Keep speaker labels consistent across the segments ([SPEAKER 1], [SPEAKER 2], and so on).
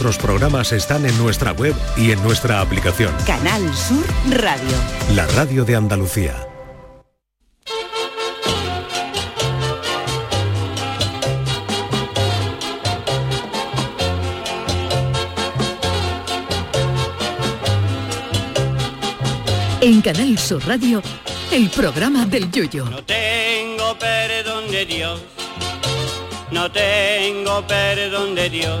[SPEAKER 1] Nuestros programas están en nuestra web y en nuestra aplicación.
[SPEAKER 2] Canal Sur Radio.
[SPEAKER 1] La radio de Andalucía.
[SPEAKER 3] En Canal Sur Radio, el programa del Yoyo.
[SPEAKER 4] No tengo perdón de Dios. No tengo perdón de Dios.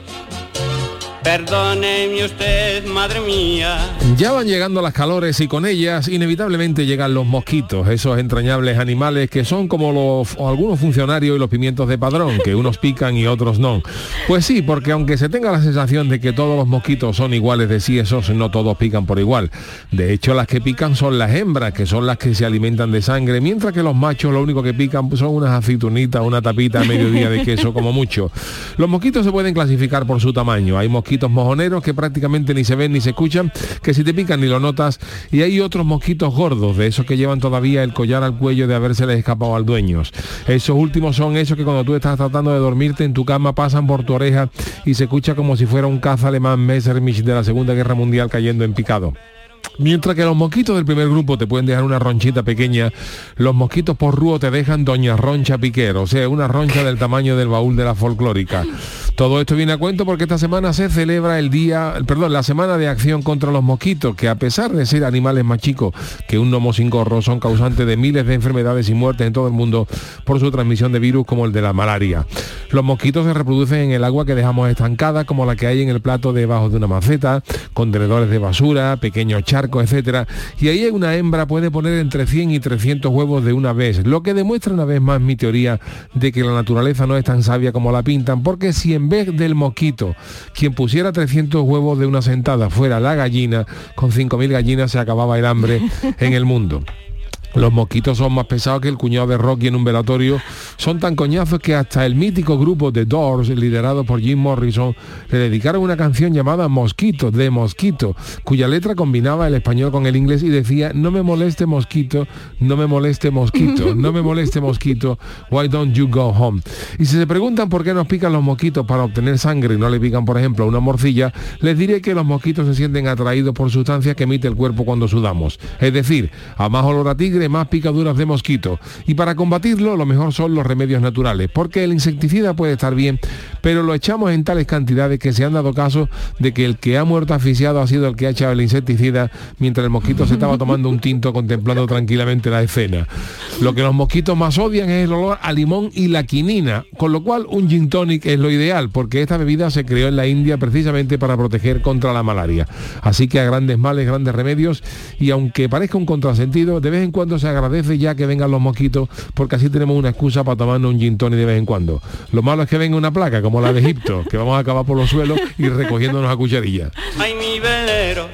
[SPEAKER 4] Perdóneme usted, madre mía.
[SPEAKER 5] Ya van llegando las calores y con ellas inevitablemente llegan los mosquitos, esos entrañables animales que son como los algunos funcionarios y los pimientos de padrón, que unos pican y otros no. Pues sí, porque aunque se tenga la sensación de que todos los mosquitos son iguales de sí, esos no todos pican por igual. De hecho, las que pican son las hembras, que son las que se alimentan de sangre, mientras que los machos lo único que pican son unas aceitunitas, una tapita a mediodía de queso como mucho. Los mosquitos se pueden clasificar por su tamaño. Hay mosquitos mosquitos mojoneros que prácticamente ni se ven ni se escuchan, que si te pican ni lo notas, y hay otros mosquitos gordos, de esos que llevan todavía el collar al cuello de habérseles escapado al dueño. Esos últimos son esos que cuando tú estás tratando de dormirte en tu cama pasan por tu oreja y se escucha como si fuera un caza alemán Messerschmitt de la Segunda Guerra Mundial cayendo en picado. Mientras que los mosquitos del primer grupo te pueden dejar una ronchita pequeña, los mosquitos por rúo te dejan doña roncha piquero, o sea, una roncha del tamaño del baúl de la folclórica. Todo esto viene a cuento porque esta semana se celebra el día, perdón, la semana de acción contra los mosquitos, que a pesar de ser animales más chicos que un gnomo sin gorro, son causantes de miles de enfermedades y muertes en todo el mundo por su transmisión de virus como el de la malaria. Los mosquitos se reproducen en el agua que dejamos estancada, como la que hay en el plato debajo de una maceta, contenedores de basura, pequeños charcos, etcétera, y ahí una hembra puede poner entre 100 y 300 huevos de una vez, lo que demuestra una vez más mi teoría de que la naturaleza no es tan sabia como la pintan, porque si en vez del mosquito quien pusiera 300 huevos de una sentada fuera la gallina, con 5.000 gallinas se acababa el hambre en el mundo. Los mosquitos son más pesados que el cuñado de Rocky en un velatorio. Son tan coñazos que hasta el mítico grupo The Doors, liderado por Jim Morrison, le dedicaron una canción llamada Mosquito, de Mosquito, cuya letra combinaba el español con el inglés y decía, no me moleste mosquito, no me moleste mosquito, no me moleste mosquito, why don't you go home? Y si se preguntan por qué nos pican los mosquitos para obtener sangre y no le pican, por ejemplo, una morcilla, les diré que los mosquitos se sienten atraídos por sustancias que emite el cuerpo cuando sudamos. Es decir, a más olor a tigre, más picaduras de mosquito. Y para combatirlo, lo mejor son los remedios naturales, porque el insecticida puede estar bien, pero lo echamos en tales cantidades que se han dado caso de que el que ha muerto asfixiado ha sido el que ha echado el insecticida mientras el mosquito se estaba tomando un tinto contemplando tranquilamente la escena. Lo que los mosquitos más odian es el olor a limón y la quinina, con lo cual un gin tonic es lo ideal, porque esta bebida se creó en la India precisamente para proteger contra la malaria. Así que a grandes males, grandes remedios, y aunque parezca un contrasentido, de vez en cuando se agradece ya que vengan los mosquitos, porque así tenemos una excusa para tomarnos un gin tonic de vez en cuando. Lo malo es que venga una placa, como la de Egipto, que vamos a acabar por los suelos y recogiéndonos a cucharillas.
[SPEAKER 4] Ay, mi velero,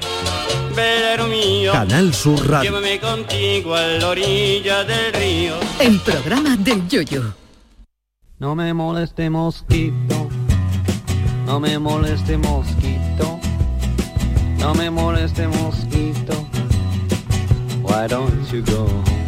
[SPEAKER 4] velero mío.
[SPEAKER 1] Canal Sur Radio.
[SPEAKER 4] Llévame contigo a la orilla del río.
[SPEAKER 3] El programa del Yoyo.
[SPEAKER 6] No me moleste mosquito, no me moleste mosquito, no me moleste mosquito. Why don't you go home?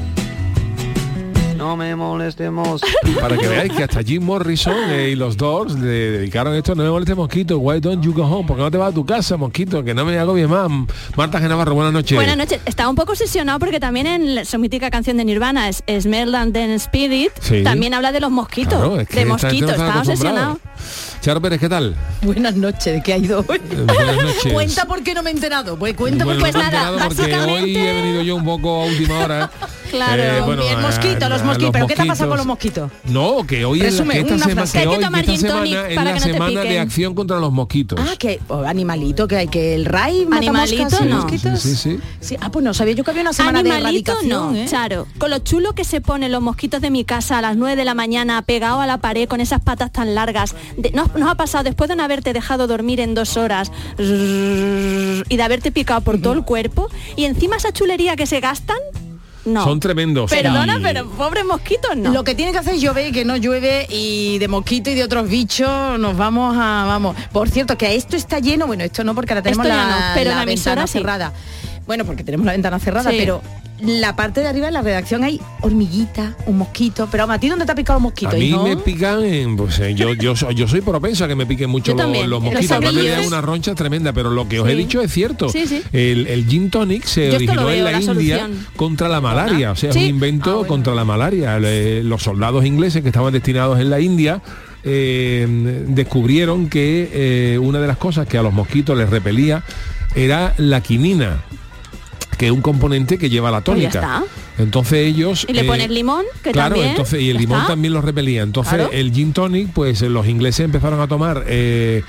[SPEAKER 6] No me moleste mosquito.
[SPEAKER 5] Para que veáis que hasta Jim Morrison eh, y los Doors le dedicaron esto, no me moleste mosquito, why don't you go home? Porque no te vas a tu casa, mosquito, que no me hago bien más. Marta Genavarro, buenas noches.
[SPEAKER 7] Buenas noches. Estaba un poco obsesionado porque también en la- su mítica canción de Nirvana, es Smell and Then Spirit,
[SPEAKER 5] Sí.
[SPEAKER 7] también habla de los mosquitos.
[SPEAKER 5] Claro, es que
[SPEAKER 7] de
[SPEAKER 5] esta gente
[SPEAKER 7] mosquitos,
[SPEAKER 5] no está
[SPEAKER 7] estaba
[SPEAKER 5] acostumbrado.
[SPEAKER 7] obsesionado.
[SPEAKER 5] Charo Pérez, ¿qué tal?
[SPEAKER 8] Buenas noches, ¿de qué ha ido hoy?
[SPEAKER 5] Eh, buenas noches.
[SPEAKER 8] Cuenta por qué no me he enterado. Pues cuenta
[SPEAKER 5] Bueno,
[SPEAKER 8] por
[SPEAKER 5] no
[SPEAKER 8] qué.
[SPEAKER 5] me he enterado porque
[SPEAKER 7] básicamente-
[SPEAKER 5] hoy he venido yo un poco a última hora
[SPEAKER 7] Claro.
[SPEAKER 8] Bien, mosquito, los
[SPEAKER 5] eh,
[SPEAKER 8] mosquitos. ¿Pero qué te ha
[SPEAKER 5] mosquitos-
[SPEAKER 8] pasado con los mosquitos?
[SPEAKER 5] No, que hoy es la,
[SPEAKER 8] Resume,
[SPEAKER 5] que esta
[SPEAKER 8] una
[SPEAKER 5] sema-
[SPEAKER 8] frase.
[SPEAKER 5] que
[SPEAKER 7] Hay que
[SPEAKER 5] hoy,
[SPEAKER 7] tomar
[SPEAKER 5] esta
[SPEAKER 7] gin tonic
[SPEAKER 5] semana es
[SPEAKER 7] para
[SPEAKER 5] la
[SPEAKER 7] que no te
[SPEAKER 5] semana de
[SPEAKER 7] piquen.
[SPEAKER 5] acción contra los mosquitos.
[SPEAKER 8] Ah, que oh, animalito, que hay que el RAI mata
[SPEAKER 7] Animalito,
[SPEAKER 8] moscas y
[SPEAKER 7] no.
[SPEAKER 8] mosquitos.
[SPEAKER 5] Sí, sí, sí.
[SPEAKER 8] Sí, Ah, pues no sabía yo que había una semana
[SPEAKER 7] Animalito
[SPEAKER 8] de
[SPEAKER 7] no,
[SPEAKER 8] erradicación. ¿eh?
[SPEAKER 7] Charo. Con lo chulo que se ponen los mosquitos de mi casa a las 9 de la mañana, pegado a la pared con esas patas tan largas. De- nos, nos ha pasado, después de no haberte dejado dormir en dos horas rrrr, y de haberte picado por todo el cuerpo, y encima esa chulería que se gastan, no.
[SPEAKER 5] Son tremendos.
[SPEAKER 7] Perdona,
[SPEAKER 5] Y-
[SPEAKER 7] pero pobres mosquitos no.
[SPEAKER 8] Lo que tiene que hacer es llover y que no llueve y de mosquito y de otros bichos nos vamos a vamos. Por cierto, que esto está lleno, bueno, esto no porque ahora tenemos
[SPEAKER 7] Esto
[SPEAKER 8] la,
[SPEAKER 7] ya no, pero la emisora
[SPEAKER 8] ventana
[SPEAKER 7] sí.
[SPEAKER 8] cerrada. Bueno, porque tenemos la ventana cerrada,
[SPEAKER 7] Sí.
[SPEAKER 8] pero la parte de arriba de la redacción hay hormiguita, un mosquito, pero vamos, ¿a ti dónde te ha picado un mosquito?
[SPEAKER 5] A mí
[SPEAKER 8] hijo?
[SPEAKER 5] me pican, en- pues eh, yo, yo, soy, yo soy propenso a que me piquen mucho
[SPEAKER 7] Yo
[SPEAKER 5] los-
[SPEAKER 7] también.
[SPEAKER 5] los
[SPEAKER 7] Los
[SPEAKER 5] mosquitos. Además me
[SPEAKER 7] abrigos.
[SPEAKER 5] dan una roncha tremenda, pero lo que os he
[SPEAKER 7] Sí.
[SPEAKER 5] dicho es cierto.
[SPEAKER 7] Sí, sí.
[SPEAKER 5] El, el gin tonic se
[SPEAKER 7] Yo esto
[SPEAKER 5] originó
[SPEAKER 7] lo
[SPEAKER 5] en
[SPEAKER 7] veo,
[SPEAKER 5] la,
[SPEAKER 7] la
[SPEAKER 5] India
[SPEAKER 7] solución.
[SPEAKER 5] contra la malaria, o sea,
[SPEAKER 7] Sí.
[SPEAKER 5] un invento
[SPEAKER 8] Ah, bueno.
[SPEAKER 5] contra la malaria. Le- los soldados ingleses que estaban destinados en la India eh, descubrieron que eh, una de las cosas que a los mosquitos les repelía era la quinina que es un componente que lleva la
[SPEAKER 7] Pues ya
[SPEAKER 5] tónica.
[SPEAKER 7] está.
[SPEAKER 5] Entonces ellos...
[SPEAKER 7] Y le
[SPEAKER 5] eh,
[SPEAKER 7] pones limón, que
[SPEAKER 5] claro,
[SPEAKER 7] también.
[SPEAKER 5] entonces, y el
[SPEAKER 7] ya
[SPEAKER 5] limón
[SPEAKER 7] está.
[SPEAKER 5] también los repelía. Entonces,
[SPEAKER 7] Claro.
[SPEAKER 5] el gin tonic, pues eh, los ingleses empezaron a tomar eh,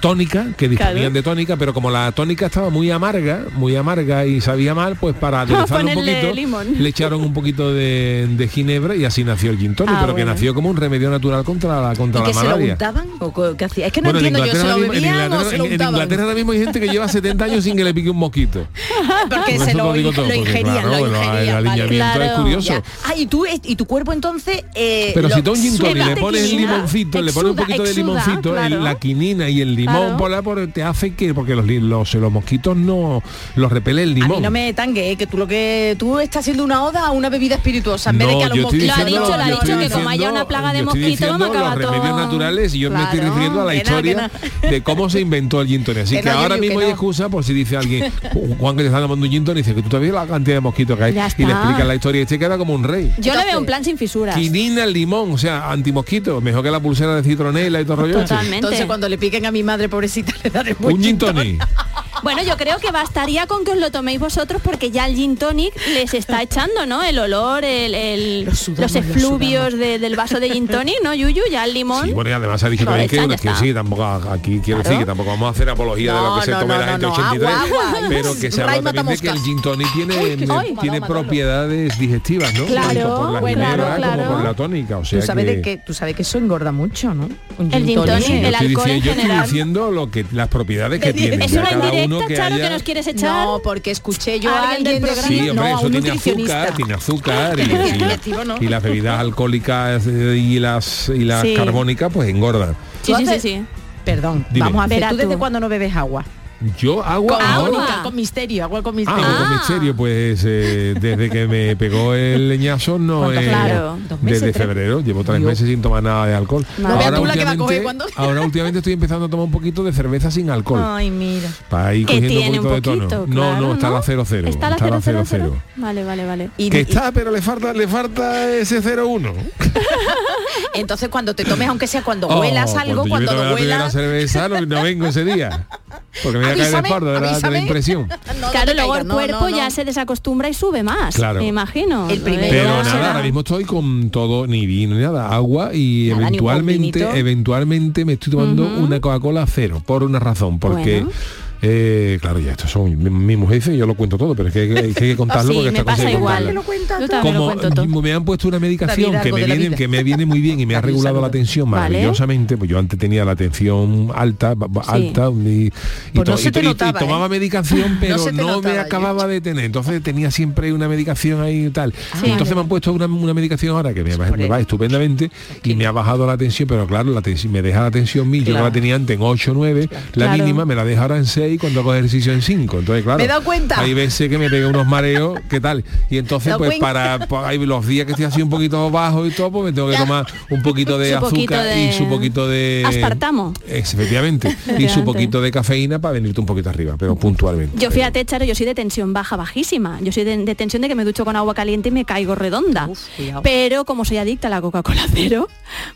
[SPEAKER 5] tónica, que disponían
[SPEAKER 7] Claro.
[SPEAKER 5] de tónica, pero como la tónica estaba muy amarga, muy amarga y sabía mal, pues para aderezar un
[SPEAKER 7] ponerle
[SPEAKER 5] poquito,
[SPEAKER 7] limón.
[SPEAKER 5] le echaron un poquito de, de ginebra y así nació el gin tonic,
[SPEAKER 7] Ah,
[SPEAKER 5] pero que
[SPEAKER 7] bueno.
[SPEAKER 5] nació como un remedio natural contra la,
[SPEAKER 8] ¿Y
[SPEAKER 5] contra la
[SPEAKER 8] que se lo
[SPEAKER 5] malaria.
[SPEAKER 8] untaban? ¿O co- qué hacía? Es que no
[SPEAKER 5] Bueno, en
[SPEAKER 8] entiendo yo, ¿se
[SPEAKER 5] Inglaterra
[SPEAKER 8] lo
[SPEAKER 5] ahora mismo- en
[SPEAKER 8] bebían o
[SPEAKER 5] Inglaterra-
[SPEAKER 8] se lo
[SPEAKER 5] en- en
[SPEAKER 8] untaban?
[SPEAKER 5] Inglaterra ahora mismo hay gente que lleva 70 años sin que le pique un mosquito.
[SPEAKER 8] Porque
[SPEAKER 5] Por
[SPEAKER 8] se
[SPEAKER 5] eso
[SPEAKER 8] lo,
[SPEAKER 5] lo digo todo,
[SPEAKER 8] lo
[SPEAKER 5] porque,
[SPEAKER 8] ingerían,
[SPEAKER 5] claro,
[SPEAKER 8] lo
[SPEAKER 5] el
[SPEAKER 8] ingerían. vale.
[SPEAKER 5] alineamiento es
[SPEAKER 7] Claro.
[SPEAKER 5] curioso.
[SPEAKER 8] Ya. Ah, y tú y tu cuerpo entonces. eh,
[SPEAKER 5] Pero
[SPEAKER 8] lo-
[SPEAKER 5] si tú a un gin tonic
[SPEAKER 7] suda,
[SPEAKER 5] le pones el
[SPEAKER 7] tequila,
[SPEAKER 5] limoncito, le pones un
[SPEAKER 7] exuda,
[SPEAKER 5] poquito de
[SPEAKER 7] exuda,
[SPEAKER 5] limoncito, el-
[SPEAKER 7] claro.
[SPEAKER 5] la quinina y el limón
[SPEAKER 7] Claro.
[SPEAKER 5] por la- por- te hace que, porque los, li- los, los mosquitos no los repele el
[SPEAKER 8] A
[SPEAKER 5] limón.
[SPEAKER 8] mí no me tangue, eh, que tú lo que tú estás haciendo una oda a una bebida espirituosa, en vez de que a los
[SPEAKER 5] yo estoy
[SPEAKER 8] mosquitos.
[SPEAKER 7] Lo ha
[SPEAKER 5] diciendo-
[SPEAKER 7] dicho, lo ha
[SPEAKER 5] yo
[SPEAKER 7] dicho,
[SPEAKER 5] estoy
[SPEAKER 7] que como haya
[SPEAKER 5] diciendo-
[SPEAKER 7] una plaga de
[SPEAKER 5] yo estoy
[SPEAKER 7] mosquito, vamos a
[SPEAKER 5] diciendo
[SPEAKER 7] acabar
[SPEAKER 5] los remedios
[SPEAKER 7] todo.
[SPEAKER 5] naturales y yo me estoy
[SPEAKER 8] Claro,
[SPEAKER 5] refiriendo a la
[SPEAKER 8] que no, que
[SPEAKER 5] historia de cómo se inventó el gin tonic. Así que,
[SPEAKER 8] Que no,
[SPEAKER 5] ahora
[SPEAKER 8] Yuyu,
[SPEAKER 5] mismo
[SPEAKER 8] que
[SPEAKER 5] hay
[SPEAKER 8] no.
[SPEAKER 5] excusa por si dice alguien, Juan que te está tomando un gin tonic, dice que tú te has visto la cantidad de mosquitos que hay.
[SPEAKER 7] Ya
[SPEAKER 5] Y le
[SPEAKER 7] está.
[SPEAKER 5] explica la historia y este queda como un rey.
[SPEAKER 7] Yo le veo
[SPEAKER 8] Entonces,
[SPEAKER 7] un plan sin fisuras.
[SPEAKER 5] Quinina, limón, o sea, antimosquito, mejor que la pulsera de citronela y todo el rollo. este.
[SPEAKER 7] Totalmente.
[SPEAKER 8] Entonces cuando le piquen a mi madre pobrecita le daré
[SPEAKER 5] Un gin tonic.
[SPEAKER 7] Bueno, yo creo que bastaría con que os lo toméis vosotros porque ya el gin tonic les está echando, ¿no? El olor, el, el-
[SPEAKER 8] Lo sudamos,
[SPEAKER 7] los
[SPEAKER 8] lo
[SPEAKER 7] efluvios de- del vaso de gin tonic, ¿no, Yuyu? Ya el limón.
[SPEAKER 5] Sí, bueno, y además ha dicho
[SPEAKER 7] Lo
[SPEAKER 5] también que,
[SPEAKER 7] echan, ya
[SPEAKER 5] que
[SPEAKER 7] está.
[SPEAKER 5] sí, tampoco aquí quiero
[SPEAKER 7] Claro.
[SPEAKER 5] decir que tampoco vamos a hacer apología de lo que
[SPEAKER 8] No,
[SPEAKER 5] se
[SPEAKER 8] no,
[SPEAKER 5] tome
[SPEAKER 8] no,
[SPEAKER 5] la
[SPEAKER 8] no,
[SPEAKER 5] gente
[SPEAKER 8] no,
[SPEAKER 5] 83,
[SPEAKER 8] agua, agua.
[SPEAKER 5] pero que se
[SPEAKER 8] Ray
[SPEAKER 5] habla también de que el
[SPEAKER 8] matamoscas.
[SPEAKER 5] gin tonic tiene,
[SPEAKER 8] Uy, que se-
[SPEAKER 5] tiene
[SPEAKER 8] Manolo, Manolo.
[SPEAKER 5] propiedades digestivas, ¿no?
[SPEAKER 7] Claro,
[SPEAKER 5] Tanto por la
[SPEAKER 7] bueno,
[SPEAKER 5] ginebra
[SPEAKER 7] claro.
[SPEAKER 5] como por la tónica, o sea
[SPEAKER 8] Tú sabes
[SPEAKER 5] que...
[SPEAKER 8] de que tú sabes que eso engorda mucho, ¿no? Un
[SPEAKER 7] El gin
[SPEAKER 5] Sí,
[SPEAKER 7] tonic,
[SPEAKER 5] yo
[SPEAKER 7] el
[SPEAKER 5] estoy
[SPEAKER 7] alcohol
[SPEAKER 5] diciendo,
[SPEAKER 7] en
[SPEAKER 5] yo estoy
[SPEAKER 7] general.
[SPEAKER 5] diciendo lo que, las propiedades que tiene.
[SPEAKER 7] es
[SPEAKER 5] ya
[SPEAKER 7] una
[SPEAKER 5] cada
[SPEAKER 7] indirecta,
[SPEAKER 5] uno que
[SPEAKER 7] Charo,
[SPEAKER 5] haya-
[SPEAKER 7] que nos quieres echar.
[SPEAKER 8] No, porque escuché yo a
[SPEAKER 7] Alguien
[SPEAKER 8] alguien
[SPEAKER 7] del
[SPEAKER 8] decir-
[SPEAKER 7] programa.
[SPEAKER 5] Sí, hombre,
[SPEAKER 8] no, a
[SPEAKER 5] eso
[SPEAKER 8] un
[SPEAKER 5] tiene
[SPEAKER 8] nutricionista.
[SPEAKER 5] azúcar, tiene azúcar y, y-
[SPEAKER 8] Digestivo, ¿no?
[SPEAKER 5] y las bebidas alcohólicas eh, y las y las
[SPEAKER 7] Sí.
[SPEAKER 5] carbónicas pues engordan.
[SPEAKER 7] Sí, sí, sí,
[SPEAKER 8] Entonces-
[SPEAKER 7] sí.
[SPEAKER 8] Perdón,
[SPEAKER 5] Dime.
[SPEAKER 8] vamos a ver.
[SPEAKER 7] Verá
[SPEAKER 8] ¿Tú
[SPEAKER 7] tú.
[SPEAKER 8] desde cuándo no bebes agua?
[SPEAKER 5] Yo agua,
[SPEAKER 8] Con-
[SPEAKER 5] ahora-
[SPEAKER 8] Con, con misterio, agua con
[SPEAKER 5] Ah,
[SPEAKER 8] misterio.
[SPEAKER 5] bueno, con misterio, pues eh, desde que me pegó el leñazo no
[SPEAKER 8] ¿Cuánto?
[SPEAKER 5] eh,
[SPEAKER 7] Claro.
[SPEAKER 8] Dos meses,
[SPEAKER 5] desde
[SPEAKER 8] tres.
[SPEAKER 5] febrero, llevo tres
[SPEAKER 8] Dios.
[SPEAKER 5] meses sin tomar nada de alcohol.
[SPEAKER 7] No veas
[SPEAKER 5] Ahora
[SPEAKER 8] tú la que va a
[SPEAKER 5] últimamente-
[SPEAKER 8] coger cuando- Ah.
[SPEAKER 5] ahora últimamente estoy empezando a tomar un poquito de cerveza sin alcohol.
[SPEAKER 8] Ay, mira.
[SPEAKER 5] Para ir
[SPEAKER 7] Que
[SPEAKER 5] cogiendo
[SPEAKER 7] tiene un
[SPEAKER 5] un poquito,
[SPEAKER 7] poquito,
[SPEAKER 5] de tono.
[SPEAKER 7] claro,
[SPEAKER 5] no, no, está
[SPEAKER 7] ¿no?
[SPEAKER 5] la 00.
[SPEAKER 7] Está la 000.
[SPEAKER 5] 000.
[SPEAKER 7] Vale, vale, vale.
[SPEAKER 8] Y-
[SPEAKER 5] Que
[SPEAKER 8] y-
[SPEAKER 5] está, pero le falta, le falta ese 01.
[SPEAKER 8] Entonces cuando te tomes, aunque sea cuando
[SPEAKER 5] Oh,
[SPEAKER 8] huelas algo,
[SPEAKER 5] cuando
[SPEAKER 8] cuando,
[SPEAKER 5] yo me tomé
[SPEAKER 8] lo
[SPEAKER 5] la primera
[SPEAKER 8] huelas.
[SPEAKER 5] cerveza, no, no vengo ese día. Porque me voy a caer de
[SPEAKER 8] Avísame,
[SPEAKER 5] espalda de la, de la
[SPEAKER 8] avísame.
[SPEAKER 5] impresión.
[SPEAKER 8] No,
[SPEAKER 7] claro,
[SPEAKER 8] no te
[SPEAKER 7] luego
[SPEAKER 8] caigas,
[SPEAKER 7] el
[SPEAKER 8] no,
[SPEAKER 7] cuerpo
[SPEAKER 8] no,
[SPEAKER 7] ya
[SPEAKER 8] no.
[SPEAKER 7] se desacostumbra y sube más.
[SPEAKER 5] Claro.
[SPEAKER 7] Me imagino.
[SPEAKER 8] El primero.
[SPEAKER 5] Pero
[SPEAKER 7] Ya
[SPEAKER 5] nada,
[SPEAKER 7] será.
[SPEAKER 5] ahora mismo estoy con todo, ni vino, ni nada, agua y
[SPEAKER 8] Nada, ni un
[SPEAKER 5] eventualmente,
[SPEAKER 8] vinito.
[SPEAKER 5] eventualmente me estoy tomando una Coca-Cola cero, por una razón, porque...
[SPEAKER 7] Bueno.
[SPEAKER 5] eh, claro, ya esto son mi, mi mujer dice, yo lo cuento todo, pero es que hay, que- hay que contarlo
[SPEAKER 7] Sí,
[SPEAKER 5] porque
[SPEAKER 7] me
[SPEAKER 5] esta cosa
[SPEAKER 7] pasa
[SPEAKER 5] hay que
[SPEAKER 7] igual.
[SPEAKER 5] contarla.
[SPEAKER 7] Yo también lo
[SPEAKER 5] Como
[SPEAKER 7] cuento todo.
[SPEAKER 5] me han puesto una medicación
[SPEAKER 8] David,
[SPEAKER 5] que
[SPEAKER 8] algo
[SPEAKER 5] me,
[SPEAKER 8] de la
[SPEAKER 5] viene,
[SPEAKER 8] vida.
[SPEAKER 5] que me viene muy bien y me ha
[SPEAKER 8] David,
[SPEAKER 5] regulado la
[SPEAKER 8] saluda.
[SPEAKER 5] tensión
[SPEAKER 7] Vale.
[SPEAKER 5] maravillosamente, pues yo antes tenía la tensión alta, ba- ba-
[SPEAKER 7] Sí.
[SPEAKER 5] alta y, y
[SPEAKER 8] Pues
[SPEAKER 5] to-
[SPEAKER 8] no se
[SPEAKER 5] y to-
[SPEAKER 8] te
[SPEAKER 5] y- y
[SPEAKER 8] notaba, ¿eh?
[SPEAKER 5] tomaba medicación, pero no,
[SPEAKER 8] se te
[SPEAKER 5] me
[SPEAKER 8] notaba,
[SPEAKER 5] acababa de tener. Entonces tenía siempre una medicación ahí y tal.
[SPEAKER 8] Ah,
[SPEAKER 7] Sí.
[SPEAKER 5] Entonces me han puesto una, una medicación ahora que me, va-
[SPEAKER 8] Por
[SPEAKER 5] me va
[SPEAKER 8] él.
[SPEAKER 5] estupendamente y me ha bajado la tensión, pero claro, la tensión, me deja la tensión mil, yo no
[SPEAKER 8] Claro.
[SPEAKER 5] la tenía antes en 8 9, la
[SPEAKER 7] Claro.
[SPEAKER 5] mínima me la deja ahora en 6 cuando hago ejercicio en 5. Entonces, claro,
[SPEAKER 8] Me he dado cuenta.
[SPEAKER 5] hay veces que me pegué unos mareos, ¿qué tal? Y entonces,
[SPEAKER 8] Dado
[SPEAKER 5] pues
[SPEAKER 8] cuenta.
[SPEAKER 5] para pa- hay los días que estoy así un poquito bajo y todo, pues me tengo que tomar un poquito de
[SPEAKER 7] Su poquito
[SPEAKER 5] azúcar y
[SPEAKER 7] de-
[SPEAKER 5] su poquito de...
[SPEAKER 7] Aspartamo.
[SPEAKER 5] Es- efectivamente. y su
[SPEAKER 7] Efectivamente.
[SPEAKER 5] poquito de cafeína para venirte un poquito arriba, pero puntualmente.
[SPEAKER 7] Yo fíjate, Charo, yo soy de tensión baja, bajísima. Yo soy de, de tensión de que me ducho con agua caliente y me caigo redonda.
[SPEAKER 8] Uf, cuidado.
[SPEAKER 7] Pero como soy adicta a la Coca-Cola cero,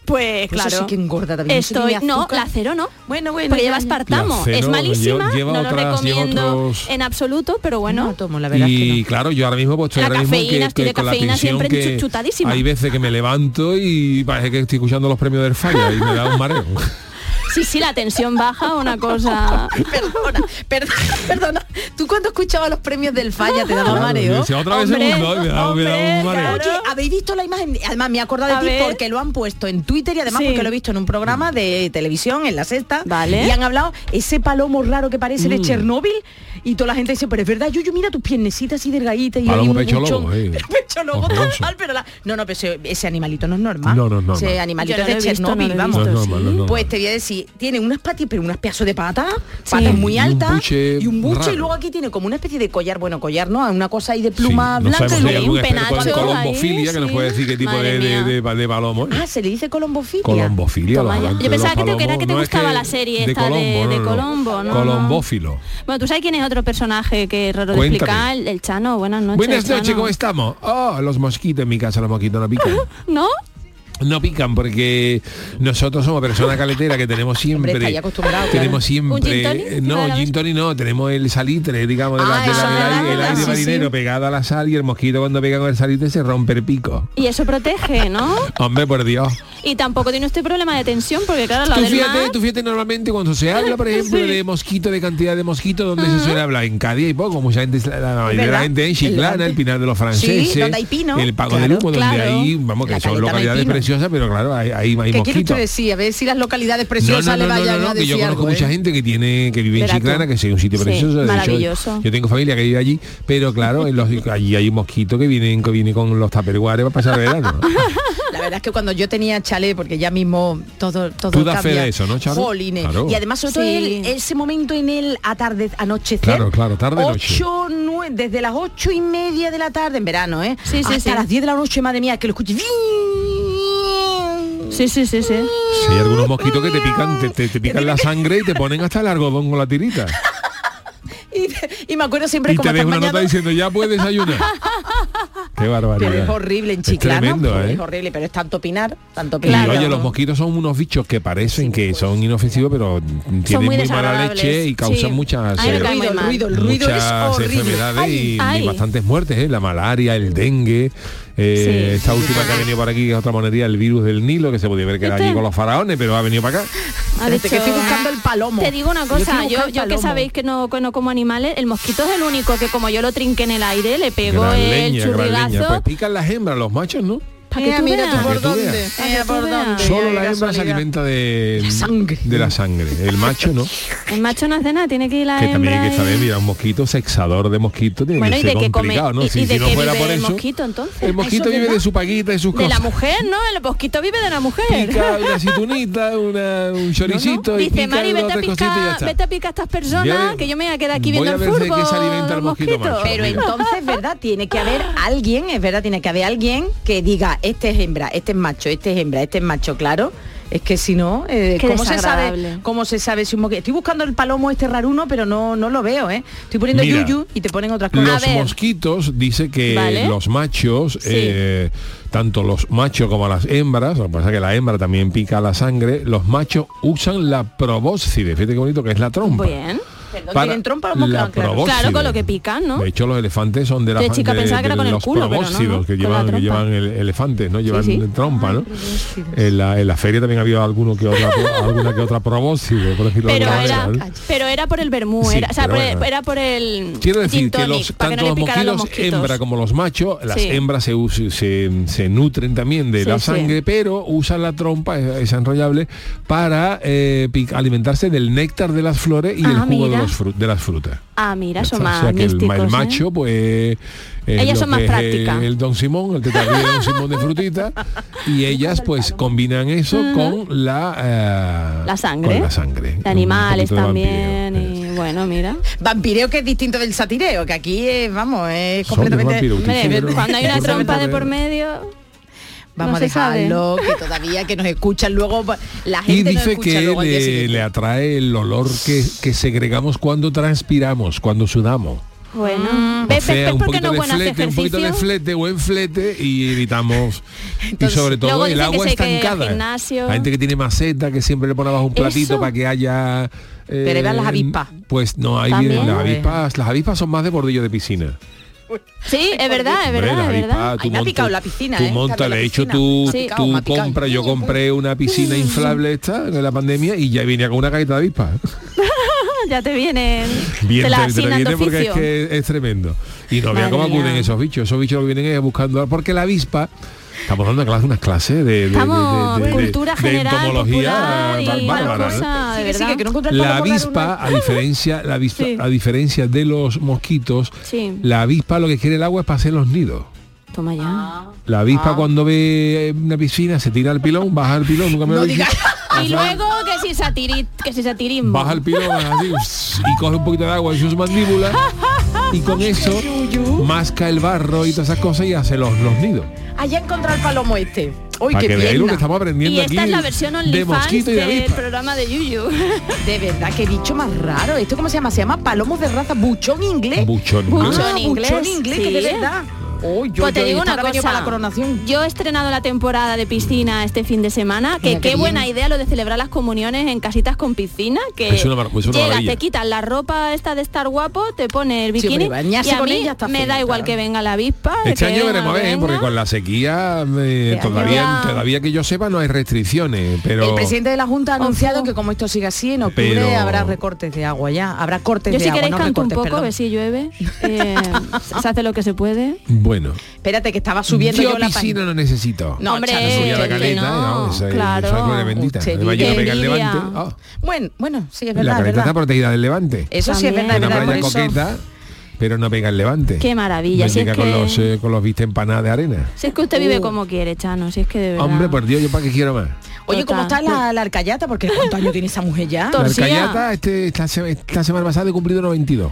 [SPEAKER 7] pues
[SPEAKER 8] Pues eso
[SPEAKER 7] claro.
[SPEAKER 8] sí que engorda también, eso
[SPEAKER 7] Estoy,
[SPEAKER 8] tiene
[SPEAKER 7] no,
[SPEAKER 8] azúcar.
[SPEAKER 7] la cero no.
[SPEAKER 8] Bueno, bueno,
[SPEAKER 7] Porque
[SPEAKER 8] ya,
[SPEAKER 7] lleva
[SPEAKER 8] ya.
[SPEAKER 7] aspartamo.
[SPEAKER 5] La cero,
[SPEAKER 7] es malísima
[SPEAKER 5] yo- lleva
[SPEAKER 7] no lo
[SPEAKER 5] otras, lleva
[SPEAKER 7] recomiendo
[SPEAKER 5] otros.
[SPEAKER 7] en absoluto, pero bueno.
[SPEAKER 8] No tomo, la verdad es que
[SPEAKER 5] Y
[SPEAKER 8] no.
[SPEAKER 5] claro, yo ahora mismo pues estoy
[SPEAKER 7] La
[SPEAKER 5] ahora mismo
[SPEAKER 7] cafeína,
[SPEAKER 5] que,
[SPEAKER 7] estoy
[SPEAKER 5] que
[SPEAKER 7] de
[SPEAKER 5] con la
[SPEAKER 7] cafeína
[SPEAKER 5] tensión
[SPEAKER 7] siempre
[SPEAKER 5] que
[SPEAKER 7] enchuchutadísima.
[SPEAKER 5] hay veces que me levanto y parece que estoy escuchando los premios del falla y me da un mareo.
[SPEAKER 7] Sí, sí, la tensión baja, una cosa.
[SPEAKER 8] Perdona, perdona, perdona. ¿Tú cuando escuchabas los premios del Falla te daba
[SPEAKER 5] Claro,
[SPEAKER 8] mareo?
[SPEAKER 5] dice, otra vez
[SPEAKER 7] Hombre,
[SPEAKER 5] segundo, y me da, me da
[SPEAKER 7] hombre,
[SPEAKER 5] un mareo.
[SPEAKER 7] claro.
[SPEAKER 8] Oye, ¿habéis visto la imagen? Además, me he acordado
[SPEAKER 7] A
[SPEAKER 8] de ti
[SPEAKER 7] ver.
[SPEAKER 8] porque lo han puesto en Twitter y además
[SPEAKER 7] Sí.
[SPEAKER 8] porque lo he visto en un programa de televisión, en La Sexta.
[SPEAKER 7] Vale.
[SPEAKER 8] Y han hablado ese palomo raro que parece
[SPEAKER 5] Mm.
[SPEAKER 8] de Chernóbil y toda la gente dice, pero es verdad, Yuyu, mira tus piernecitas así delgaditas. Y yo
[SPEAKER 5] Palomo
[SPEAKER 8] ahí un
[SPEAKER 5] pecho
[SPEAKER 8] buchón".
[SPEAKER 5] lobo, sí.
[SPEAKER 8] Pecho lobo
[SPEAKER 5] Horroroso.
[SPEAKER 8] total, pero la- No, no, pero ese, ese animalito no es normal.
[SPEAKER 5] No, no, no,
[SPEAKER 8] Ese
[SPEAKER 5] no.
[SPEAKER 8] animalito
[SPEAKER 7] Yo no
[SPEAKER 8] es de
[SPEAKER 7] lo he visto, no lo he
[SPEAKER 8] Chernóbil, vamos.
[SPEAKER 5] No es
[SPEAKER 7] Entonces,
[SPEAKER 5] normal, no es normal.
[SPEAKER 8] Pues te voy a decir, tiene unas patas, pero unas pedazos de pata, patas
[SPEAKER 5] Y
[SPEAKER 8] muy
[SPEAKER 5] un
[SPEAKER 8] altas
[SPEAKER 5] buche
[SPEAKER 8] y un buche
[SPEAKER 5] raro.
[SPEAKER 8] y luego aquí tiene como una especie de collar, bueno, collar no, una cosa ahí de pluma
[SPEAKER 5] Sí, no
[SPEAKER 8] blanca y
[SPEAKER 5] sabemos si hay
[SPEAKER 8] luego
[SPEAKER 7] hay un
[SPEAKER 5] algún experto en
[SPEAKER 7] penacho ahí,
[SPEAKER 5] colombofilia que nos
[SPEAKER 7] sí.
[SPEAKER 5] puede decir qué tipo
[SPEAKER 7] Madre
[SPEAKER 5] de, de,
[SPEAKER 7] mía.
[SPEAKER 5] de- de palomo es.
[SPEAKER 8] Ah, se le dice colombofilia.
[SPEAKER 5] Colombofilia.
[SPEAKER 7] Toma
[SPEAKER 5] los
[SPEAKER 7] ya.
[SPEAKER 5] amantes
[SPEAKER 7] Yo
[SPEAKER 5] de
[SPEAKER 7] pensaba
[SPEAKER 5] los
[SPEAKER 7] que te- que era que te
[SPEAKER 5] palomos. No, es
[SPEAKER 7] gustaba la serie esta de- de Colombo, no, no.
[SPEAKER 5] Colombófilo.
[SPEAKER 7] Bueno, tú sabes quién es otro personaje que es raro de
[SPEAKER 5] Cuéntame.
[SPEAKER 7] explicar, el, el Chano, buenas noches.
[SPEAKER 5] Buenas noches,
[SPEAKER 7] Chano.
[SPEAKER 5] ¿cómo estamos? Oh, los mosquitos en mi casa, los mosquitos no pican.
[SPEAKER 7] ¿No?
[SPEAKER 5] No pican porque nosotros somos personas caleteras que tenemos siempre.
[SPEAKER 8] estáis acostumbrados,
[SPEAKER 5] Tenemos siempre.
[SPEAKER 7] ¿Un gin tonic?
[SPEAKER 5] eh, No,
[SPEAKER 7] Claro.
[SPEAKER 5] gin tonic no, tenemos el salitre, digamos, de la-
[SPEAKER 8] Ah,
[SPEAKER 5] de la-
[SPEAKER 8] eso,
[SPEAKER 5] del
[SPEAKER 8] ¿verdad?
[SPEAKER 5] aire- el
[SPEAKER 8] ¿verdad?
[SPEAKER 5] aire
[SPEAKER 8] Sí,
[SPEAKER 5] marinero
[SPEAKER 8] sí.
[SPEAKER 5] pegado a la sal y el mosquito cuando pega con el salitre se rompe el pico.
[SPEAKER 7] Y eso protege, ¿no?
[SPEAKER 5] Hombre, por Dios.
[SPEAKER 7] Y tampoco tiene este problema de tensión, porque claro, la
[SPEAKER 5] Tú
[SPEAKER 7] del
[SPEAKER 5] fíjate,
[SPEAKER 7] mar...
[SPEAKER 5] tú fíjate normalmente cuando se habla, por ejemplo,
[SPEAKER 7] Sí.
[SPEAKER 5] de mosquito, de cantidad de mosquito, donde se suele hablar en Cádiz y poco, mucha gente, la, la mayoría de la
[SPEAKER 8] verdad,
[SPEAKER 5] gente en
[SPEAKER 8] el
[SPEAKER 5] Chiclana,
[SPEAKER 8] Levante.
[SPEAKER 5] el Pinar de los Franceses,
[SPEAKER 8] donde hay pino.
[SPEAKER 5] el Pago del
[SPEAKER 8] Claro,
[SPEAKER 5] Humo, donde
[SPEAKER 7] claro.
[SPEAKER 5] hay, vamos, que
[SPEAKER 8] La
[SPEAKER 5] son
[SPEAKER 8] caleta del
[SPEAKER 5] localidades
[SPEAKER 8] pino.
[SPEAKER 5] preciosas, pero claro, hay, hay, hay
[SPEAKER 8] ¿Qué quieres tú
[SPEAKER 5] mosquitos.
[SPEAKER 8] decir? A ver si las localidades preciosas le vayan a
[SPEAKER 5] que
[SPEAKER 8] decir
[SPEAKER 5] yo conozco
[SPEAKER 8] algo, ¿eh?
[SPEAKER 5] mucha gente que tiene que vive en
[SPEAKER 7] Verá tú.
[SPEAKER 5] Chiclana, que es un sitio
[SPEAKER 7] Sí,
[SPEAKER 5] precioso. de hecho,
[SPEAKER 7] maravilloso.
[SPEAKER 5] yo tengo familia que vive allí, pero claro, en los, allí hay un mosquito que viene, que viene con los taperguares para pasar el verano.
[SPEAKER 8] La verdad es que cuando yo tenía chalet, porque ya mismo todo todo
[SPEAKER 5] Tú das fe
[SPEAKER 8] cambia.
[SPEAKER 5] de eso, ¿no, Charo?
[SPEAKER 8] Jolines.
[SPEAKER 5] Claro.
[SPEAKER 8] Y además sobre todo
[SPEAKER 7] Sí.
[SPEAKER 8] el- ese momento en el atarde anochecer.
[SPEAKER 5] Claro, claro, tarde, noche.
[SPEAKER 8] Ocho, nue- desde las ocho y media de la tarde en verano, ¿eh?
[SPEAKER 7] Sí, sí,
[SPEAKER 8] Hasta
[SPEAKER 7] sí.
[SPEAKER 8] las 10 de la noche, madre mía, que lo escuché.
[SPEAKER 7] Sí, sí, sí, sí.
[SPEAKER 5] Si hay algunos mosquitos que te pican, te, te- te pican la sangre y te ponen hasta el algodón con la tirita.
[SPEAKER 8] Y, y me acuerdo siempre
[SPEAKER 5] Y
[SPEAKER 8] como
[SPEAKER 5] te dejo
[SPEAKER 8] están
[SPEAKER 5] una nota
[SPEAKER 8] bañados-
[SPEAKER 5] diciendo, ya puedes desayunar. Qué barbaridad.
[SPEAKER 8] Pero es horrible en
[SPEAKER 5] Es
[SPEAKER 8] Chiclana.
[SPEAKER 5] tremendo,
[SPEAKER 8] pues,
[SPEAKER 5] ¿eh?
[SPEAKER 8] Es horrible, pero es tanto pinar, tanto
[SPEAKER 5] Y
[SPEAKER 8] pinar.
[SPEAKER 5] oye, los mosquitos son unos bichos que parecen que
[SPEAKER 8] pues.
[SPEAKER 5] son inofensivos, pero tienen
[SPEAKER 7] muy
[SPEAKER 5] muy, mala
[SPEAKER 7] desagradables,
[SPEAKER 5] leche y causan
[SPEAKER 7] sí.
[SPEAKER 5] muchas,
[SPEAKER 7] A mí me
[SPEAKER 5] eh,
[SPEAKER 7] cae muy
[SPEAKER 8] ruido, el
[SPEAKER 7] mal.
[SPEAKER 8] ruido, el ruido
[SPEAKER 5] muchas
[SPEAKER 8] es horrible.
[SPEAKER 5] enfermedades
[SPEAKER 7] Ay,
[SPEAKER 5] y,
[SPEAKER 7] ay.
[SPEAKER 5] y bastantes muertes, ¿eh? la malaria, el dengue. eh,
[SPEAKER 7] Sí.
[SPEAKER 5] Esta última que ha venido por aquí, que es otra monería, el virus del Nilo, que se podía ver que era
[SPEAKER 8] Este
[SPEAKER 7] ¿Viste?
[SPEAKER 5] allí con los faraones, pero ha venido para acá.
[SPEAKER 7] Ha
[SPEAKER 8] Espérate,
[SPEAKER 7] dicho-
[SPEAKER 8] que estoy buscando el palomo.
[SPEAKER 7] Te digo una
[SPEAKER 8] Yo
[SPEAKER 7] cosa,
[SPEAKER 8] quiero
[SPEAKER 7] yo,
[SPEAKER 8] buscar
[SPEAKER 7] yo que
[SPEAKER 8] palomo.
[SPEAKER 7] sabéis que no, que no como animales, el mosquito es el único que como yo lo trinque en el aire, le pego
[SPEAKER 5] Gran
[SPEAKER 7] el
[SPEAKER 5] leña, gran leña.
[SPEAKER 7] churrigazo.
[SPEAKER 5] Pues pican las hembras, los machos, ¿no?
[SPEAKER 7] para que
[SPEAKER 8] Eh,
[SPEAKER 7] tú
[SPEAKER 8] mira
[SPEAKER 7] veas.
[SPEAKER 8] tú por
[SPEAKER 5] que tú
[SPEAKER 8] dónde.
[SPEAKER 5] veas.
[SPEAKER 8] eh, por
[SPEAKER 7] Para que tú
[SPEAKER 8] dónde.
[SPEAKER 7] veas.
[SPEAKER 5] Solo
[SPEAKER 8] Qué
[SPEAKER 5] la hembra se
[SPEAKER 8] casualidad.
[SPEAKER 5] alimenta de
[SPEAKER 8] La sangre.
[SPEAKER 5] de la sangre. El macho no.
[SPEAKER 7] El macho no hace nada, tiene que ir la
[SPEAKER 5] Que también hay
[SPEAKER 7] hembra
[SPEAKER 5] que
[SPEAKER 7] y-
[SPEAKER 5] saber, mira, un mosquito sexador de mosquito tiene
[SPEAKER 7] Bueno,
[SPEAKER 5] que
[SPEAKER 7] ¿y de
[SPEAKER 5] ser
[SPEAKER 7] qué come?
[SPEAKER 5] complicado, ¿no?
[SPEAKER 7] ¿Y-
[SPEAKER 5] si
[SPEAKER 7] y
[SPEAKER 5] si
[SPEAKER 7] de
[SPEAKER 5] no
[SPEAKER 7] qué
[SPEAKER 5] fuera
[SPEAKER 7] vive
[SPEAKER 5] por
[SPEAKER 7] el
[SPEAKER 5] eso.
[SPEAKER 7] mosquito, entonces?
[SPEAKER 5] El mosquito
[SPEAKER 8] Eso es
[SPEAKER 5] vive de
[SPEAKER 8] verdad.
[SPEAKER 5] su paguita y sus
[SPEAKER 7] De la
[SPEAKER 5] cosas.
[SPEAKER 7] mujer, ¿no? El mosquito vive de la mujer.
[SPEAKER 5] Pica una aceitunita, una- un choricito y
[SPEAKER 7] Dice
[SPEAKER 5] pica
[SPEAKER 7] Mari,
[SPEAKER 5] dos,
[SPEAKER 7] vete a,
[SPEAKER 5] tres cositas y ya
[SPEAKER 7] picar,
[SPEAKER 5] está.
[SPEAKER 7] vete a picar a estas
[SPEAKER 5] Ya
[SPEAKER 7] personas
[SPEAKER 5] ve-
[SPEAKER 7] que yo me voy a quedar aquí
[SPEAKER 5] voy
[SPEAKER 7] viendo
[SPEAKER 5] a
[SPEAKER 7] el
[SPEAKER 5] ver de qué
[SPEAKER 7] fútbol.
[SPEAKER 5] se alimenta el
[SPEAKER 7] los
[SPEAKER 5] mosquito
[SPEAKER 7] mosquitos.
[SPEAKER 5] macho.
[SPEAKER 8] Pero
[SPEAKER 5] Mira.
[SPEAKER 8] entonces, ¿verdad? Tiene que haber alguien, es verdad, tiene que haber alguien que diga, este es hembra, este es macho, este es hembra, este es macho, claro. Es que si no, eh,
[SPEAKER 7] Qué
[SPEAKER 8] ¿cómo se sabe?
[SPEAKER 7] desagradable.
[SPEAKER 8] ¿Cómo se sabe si un mosquito? Estoy buscando el palomo este raruno, pero no, no lo veo, ¿eh? Estoy poniendo
[SPEAKER 5] Mira,
[SPEAKER 8] yuyu y te ponen otras cosas.
[SPEAKER 5] Los mosquitos dice que
[SPEAKER 7] Vale.
[SPEAKER 5] los machos,
[SPEAKER 7] Sí.
[SPEAKER 5] eh, tanto los machos como las hembras, lo que pasa es que la hembra también pica la sangre, los machos usan la probóscide, fíjate qué bonito que es la trompa.
[SPEAKER 7] Bien.
[SPEAKER 8] Perdón,
[SPEAKER 5] Para
[SPEAKER 8] ¿tienen trompa o no?
[SPEAKER 5] la
[SPEAKER 8] Claro, claro.
[SPEAKER 5] probóscide.
[SPEAKER 7] Claro, con lo que pican, ¿no?
[SPEAKER 5] De hecho, los elefantes son de la
[SPEAKER 7] Yo de
[SPEAKER 5] fa-
[SPEAKER 7] chica pensaba que era con el
[SPEAKER 5] los
[SPEAKER 7] culo, pero no,
[SPEAKER 5] probóscidos
[SPEAKER 7] ¿no?
[SPEAKER 5] que
[SPEAKER 7] Con la
[SPEAKER 5] llevan, que
[SPEAKER 7] trompa.
[SPEAKER 5] llevan el- elefantes, ¿no? Llevan
[SPEAKER 7] sí. Ah,
[SPEAKER 5] trompa, ¿no? En la, en la feria también había alguno que otra, alguna que otra probóscide, por decirlo de
[SPEAKER 7] Pero
[SPEAKER 5] alguna
[SPEAKER 7] era,
[SPEAKER 5] manera, ¿no?
[SPEAKER 7] pero era por el vermú,
[SPEAKER 5] Sí,
[SPEAKER 7] era, o sea,
[SPEAKER 5] pero
[SPEAKER 7] por el-
[SPEAKER 5] bueno.
[SPEAKER 7] era por el
[SPEAKER 5] Quiero decir
[SPEAKER 7] gin
[SPEAKER 5] que
[SPEAKER 7] tonic,
[SPEAKER 5] los,
[SPEAKER 7] para
[SPEAKER 5] tanto
[SPEAKER 7] no
[SPEAKER 5] los
[SPEAKER 7] le picaran
[SPEAKER 5] mosquitos,
[SPEAKER 7] los mosquitos.
[SPEAKER 5] hembra como los machos, las
[SPEAKER 7] Sí.
[SPEAKER 5] hembras se, us- se, se nutren también de
[SPEAKER 7] Sí,
[SPEAKER 5] la
[SPEAKER 7] sí.
[SPEAKER 5] sangre, pero usan la trompa, es, es enrollable, para eh, pic- alimentarse del néctar de las flores y
[SPEAKER 7] Ah,
[SPEAKER 5] del jugo de,
[SPEAKER 7] mira.
[SPEAKER 5] los fru- de las frutas.
[SPEAKER 7] Ah, mira,
[SPEAKER 5] Ya
[SPEAKER 7] son
[SPEAKER 5] está.
[SPEAKER 7] más
[SPEAKER 5] o sea que el, ma-
[SPEAKER 7] místicos.
[SPEAKER 5] el
[SPEAKER 7] ¿eh?
[SPEAKER 5] macho, pues... es
[SPEAKER 7] Ellas
[SPEAKER 5] lo
[SPEAKER 7] son más
[SPEAKER 5] que es
[SPEAKER 7] prácticas.
[SPEAKER 5] El, el Don Simón, el tetrabrido de Don Simón de frutita, y ellas pues combinan eso con la... eh,
[SPEAKER 7] La sangre.
[SPEAKER 5] Con la sangre.
[SPEAKER 7] De animales
[SPEAKER 5] Un poquito de
[SPEAKER 7] también.
[SPEAKER 5] vampiro,
[SPEAKER 7] Y bueno, mira.
[SPEAKER 8] Vampireo que es distinto del satireo, que aquí es, vamos, es
[SPEAKER 5] Son de
[SPEAKER 8] completamente.
[SPEAKER 5] vampiro,
[SPEAKER 7] Hombre,
[SPEAKER 5] utilizan-
[SPEAKER 7] cuando hay una
[SPEAKER 5] utilizan-
[SPEAKER 7] trompa de por medio.
[SPEAKER 8] Vamos
[SPEAKER 7] No
[SPEAKER 8] a
[SPEAKER 7] se sabe.
[SPEAKER 8] dejarlo, que todavía que nos escuchan luego, la
[SPEAKER 5] Y
[SPEAKER 8] gente nos
[SPEAKER 5] dice
[SPEAKER 8] escucha
[SPEAKER 5] que
[SPEAKER 8] luego al día
[SPEAKER 5] le,
[SPEAKER 8] siguiente.
[SPEAKER 5] le atrae el olor que, que segregamos cuando transpiramos, cuando sudamos.
[SPEAKER 7] Bueno,
[SPEAKER 5] O
[SPEAKER 7] ¿ves,
[SPEAKER 5] sea,
[SPEAKER 7] ves
[SPEAKER 5] un
[SPEAKER 7] por qué no
[SPEAKER 5] poquito
[SPEAKER 7] es
[SPEAKER 5] de
[SPEAKER 7] bueno hacer
[SPEAKER 5] flete, un poquito de
[SPEAKER 7] ejercicio?
[SPEAKER 5] flete, buen flete y evitamos.
[SPEAKER 7] Entonces,
[SPEAKER 5] y sobre
[SPEAKER 7] luego
[SPEAKER 5] todo el
[SPEAKER 7] dicen que
[SPEAKER 5] agua
[SPEAKER 7] se hay que ir al
[SPEAKER 5] estancada.
[SPEAKER 7] gimnasio.
[SPEAKER 5] Hay gente que tiene maceta, que siempre le pone abajo un platito
[SPEAKER 7] Eso.
[SPEAKER 5] para que haya. eh,
[SPEAKER 8] Pero ahí van las avispas.
[SPEAKER 5] Pues no, hay
[SPEAKER 7] También.
[SPEAKER 5] las avispas. Las avispas son más de bordillo de piscina.
[SPEAKER 7] Sí, es verdad, es
[SPEAKER 5] Hombre,
[SPEAKER 7] verdad,
[SPEAKER 5] las
[SPEAKER 7] es verdad.
[SPEAKER 5] avispas, tú
[SPEAKER 8] Ay, me ha
[SPEAKER 5] monta-
[SPEAKER 8] picado la piscina,
[SPEAKER 5] Tú
[SPEAKER 8] ¿eh?
[SPEAKER 5] monta,
[SPEAKER 8] También la
[SPEAKER 5] de hecho
[SPEAKER 8] piscina.
[SPEAKER 5] tú,
[SPEAKER 8] Me ha picado, me ha
[SPEAKER 5] tú
[SPEAKER 8] picado.
[SPEAKER 5] compras, yo compré una piscina inflable esta en la pandemia y ya venía con una cajita de avispas.
[SPEAKER 7] Ya te vienen,
[SPEAKER 5] Bien,
[SPEAKER 7] te la
[SPEAKER 5] te- te
[SPEAKER 7] asignan de
[SPEAKER 5] viene porque es
[SPEAKER 7] oficio.
[SPEAKER 5] que es tremendo. Y no vea
[SPEAKER 7] Madre
[SPEAKER 5] cómo
[SPEAKER 7] mía.
[SPEAKER 5] acuden esos bichos. Esos bichos lo que vienen es buscando... Porque la avispa... Estamos dando clase, unas clases de, de- de,
[SPEAKER 7] Estamos,
[SPEAKER 5] de- de- de-
[SPEAKER 7] cultura
[SPEAKER 5] de
[SPEAKER 7] general,
[SPEAKER 5] entomología
[SPEAKER 7] popular y
[SPEAKER 5] bar- bárbara,
[SPEAKER 7] una
[SPEAKER 5] ¿no?
[SPEAKER 7] cosa, de
[SPEAKER 8] Sigue, sigue,
[SPEAKER 7] verdad.
[SPEAKER 8] que no encuentro el
[SPEAKER 5] La
[SPEAKER 8] palo por dar
[SPEAKER 5] avispa,
[SPEAKER 8] una-
[SPEAKER 5] a diferencia, la avispa-
[SPEAKER 7] Sí.
[SPEAKER 5] a diferencia de los mosquitos,
[SPEAKER 7] Sí.
[SPEAKER 5] la avispa lo que quiere el agua es para hacer los nidos.
[SPEAKER 7] Toma ya.
[SPEAKER 5] La
[SPEAKER 8] Ah.
[SPEAKER 5] avispa cuando ve eh, una piscina se tira al pilón, baja al pilón, nunca me lo he dicho.
[SPEAKER 7] Ah, Y luego que si satiri, que si satirismo.
[SPEAKER 5] Baja el pilón así, y coge un poquito de agua en sus mandíbulas y con eso masca el barro y todas esas cosas y hace los, los nidos.
[SPEAKER 8] Allá he encontrado el palomo este. Uy,
[SPEAKER 5] para
[SPEAKER 8] qué
[SPEAKER 5] que veáis lo que
[SPEAKER 8] pierna.
[SPEAKER 5] estamos aprendiendo
[SPEAKER 7] y esta
[SPEAKER 5] aquí
[SPEAKER 7] es la versión
[SPEAKER 5] de
[SPEAKER 7] OnlyFans
[SPEAKER 5] mosquito y de
[SPEAKER 7] del
[SPEAKER 5] avispa.
[SPEAKER 7] programa de Yuyu.
[SPEAKER 8] De verdad, qué bicho más raro. ¿Esto cómo se llama? Se llama palomos de raza buchón inglés.
[SPEAKER 5] Buchón
[SPEAKER 8] Ah,
[SPEAKER 5] inglés.
[SPEAKER 8] buchón inglés.
[SPEAKER 7] Buchón inglés,
[SPEAKER 8] que de
[SPEAKER 7] sí.
[SPEAKER 8] verdad. Oh, yo,
[SPEAKER 7] pues te
[SPEAKER 8] yo,
[SPEAKER 7] digo
[SPEAKER 8] esto
[SPEAKER 7] una
[SPEAKER 8] habrá venido
[SPEAKER 7] cosa.
[SPEAKER 8] para la coronación.
[SPEAKER 7] Yo he estrenado la temporada de piscina este fin de semana. Que
[SPEAKER 8] Mira, qué
[SPEAKER 7] qué buena
[SPEAKER 8] bien.
[SPEAKER 7] idea lo de celebrar las comuniones en casitas con piscina. Que
[SPEAKER 5] Es una mar- es una
[SPEAKER 7] llegas,
[SPEAKER 5] maravilla.
[SPEAKER 7] te quitas la ropa esta de estar guapo, te pone el
[SPEAKER 8] Sí, hombre,
[SPEAKER 7] bikini.
[SPEAKER 8] bañarse
[SPEAKER 7] y a
[SPEAKER 8] con
[SPEAKER 7] mí
[SPEAKER 8] ella está
[SPEAKER 7] me
[SPEAKER 8] feo,
[SPEAKER 7] da igual
[SPEAKER 8] claro.
[SPEAKER 7] que venga la avispa.
[SPEAKER 5] Este
[SPEAKER 7] que
[SPEAKER 5] año veremos a ver,
[SPEAKER 7] venga,
[SPEAKER 5] ¿eh? porque
[SPEAKER 7] venga.
[SPEAKER 5] con la sequía eh,
[SPEAKER 8] año
[SPEAKER 5] todavía,
[SPEAKER 7] ya-
[SPEAKER 5] todavía que yo sepa no hay restricciones, pero
[SPEAKER 8] El presidente de la Junta ha anunciado
[SPEAKER 7] Ojo.
[SPEAKER 8] que como esto siga así, en octubre
[SPEAKER 5] Pero-
[SPEAKER 8] habrá recortes de agua ya. Habrá cortes
[SPEAKER 7] Yo
[SPEAKER 8] de
[SPEAKER 7] si
[SPEAKER 8] agua,
[SPEAKER 7] queréis
[SPEAKER 8] no
[SPEAKER 7] canto un
[SPEAKER 8] recortes,
[SPEAKER 7] poco, a
[SPEAKER 8] perdón.
[SPEAKER 7] ver si llueve. Eh, se hace lo que se puede.
[SPEAKER 5] bueno.
[SPEAKER 8] Espérate, que estaba subiendo yo,
[SPEAKER 5] yo
[SPEAKER 8] la
[SPEAKER 5] piscina no necesito.
[SPEAKER 8] No,
[SPEAKER 7] Hombre,
[SPEAKER 8] chaval,
[SPEAKER 5] subí a la
[SPEAKER 7] Eh, que
[SPEAKER 5] caleta,
[SPEAKER 7] no,
[SPEAKER 5] vamos, eh,
[SPEAKER 7] claro.
[SPEAKER 5] esa gloria bendita.
[SPEAKER 8] Usted
[SPEAKER 5] Además,
[SPEAKER 7] dice.
[SPEAKER 5] yo no pegué el
[SPEAKER 7] Qué
[SPEAKER 5] levante.
[SPEAKER 7] envidia.
[SPEAKER 5] Ah,
[SPEAKER 8] página. Bueno, bueno, sí, es
[SPEAKER 5] la
[SPEAKER 8] verdad, es
[SPEAKER 5] caleta está
[SPEAKER 8] verdad.
[SPEAKER 5] protegida del levante.
[SPEAKER 8] Eso sí
[SPEAKER 7] También.
[SPEAKER 8] es verdad, es
[SPEAKER 5] Una
[SPEAKER 8] verdad.
[SPEAKER 5] playa
[SPEAKER 8] por eso-
[SPEAKER 5] coqueta, pero no pega el levante.
[SPEAKER 7] Qué maravilla, si
[SPEAKER 5] Bendiga
[SPEAKER 7] es
[SPEAKER 5] con
[SPEAKER 7] que-
[SPEAKER 5] los eh, con los viste empanadas de arena.
[SPEAKER 7] Si es que usted
[SPEAKER 8] Uh.
[SPEAKER 7] vive como quiere, Chano, si es que de verdad.
[SPEAKER 5] Hombre, pues por Dios, yo para qué quiero más.
[SPEAKER 8] Oye, ¿cómo
[SPEAKER 7] Total.
[SPEAKER 8] está la, la arcayata? Porque ¿cuántos años tiene esa mujer ya?
[SPEAKER 7] Tor-
[SPEAKER 5] La
[SPEAKER 7] Torcida.
[SPEAKER 5] Arcayata este, esta, se- esta semana pasada he cumplido 92.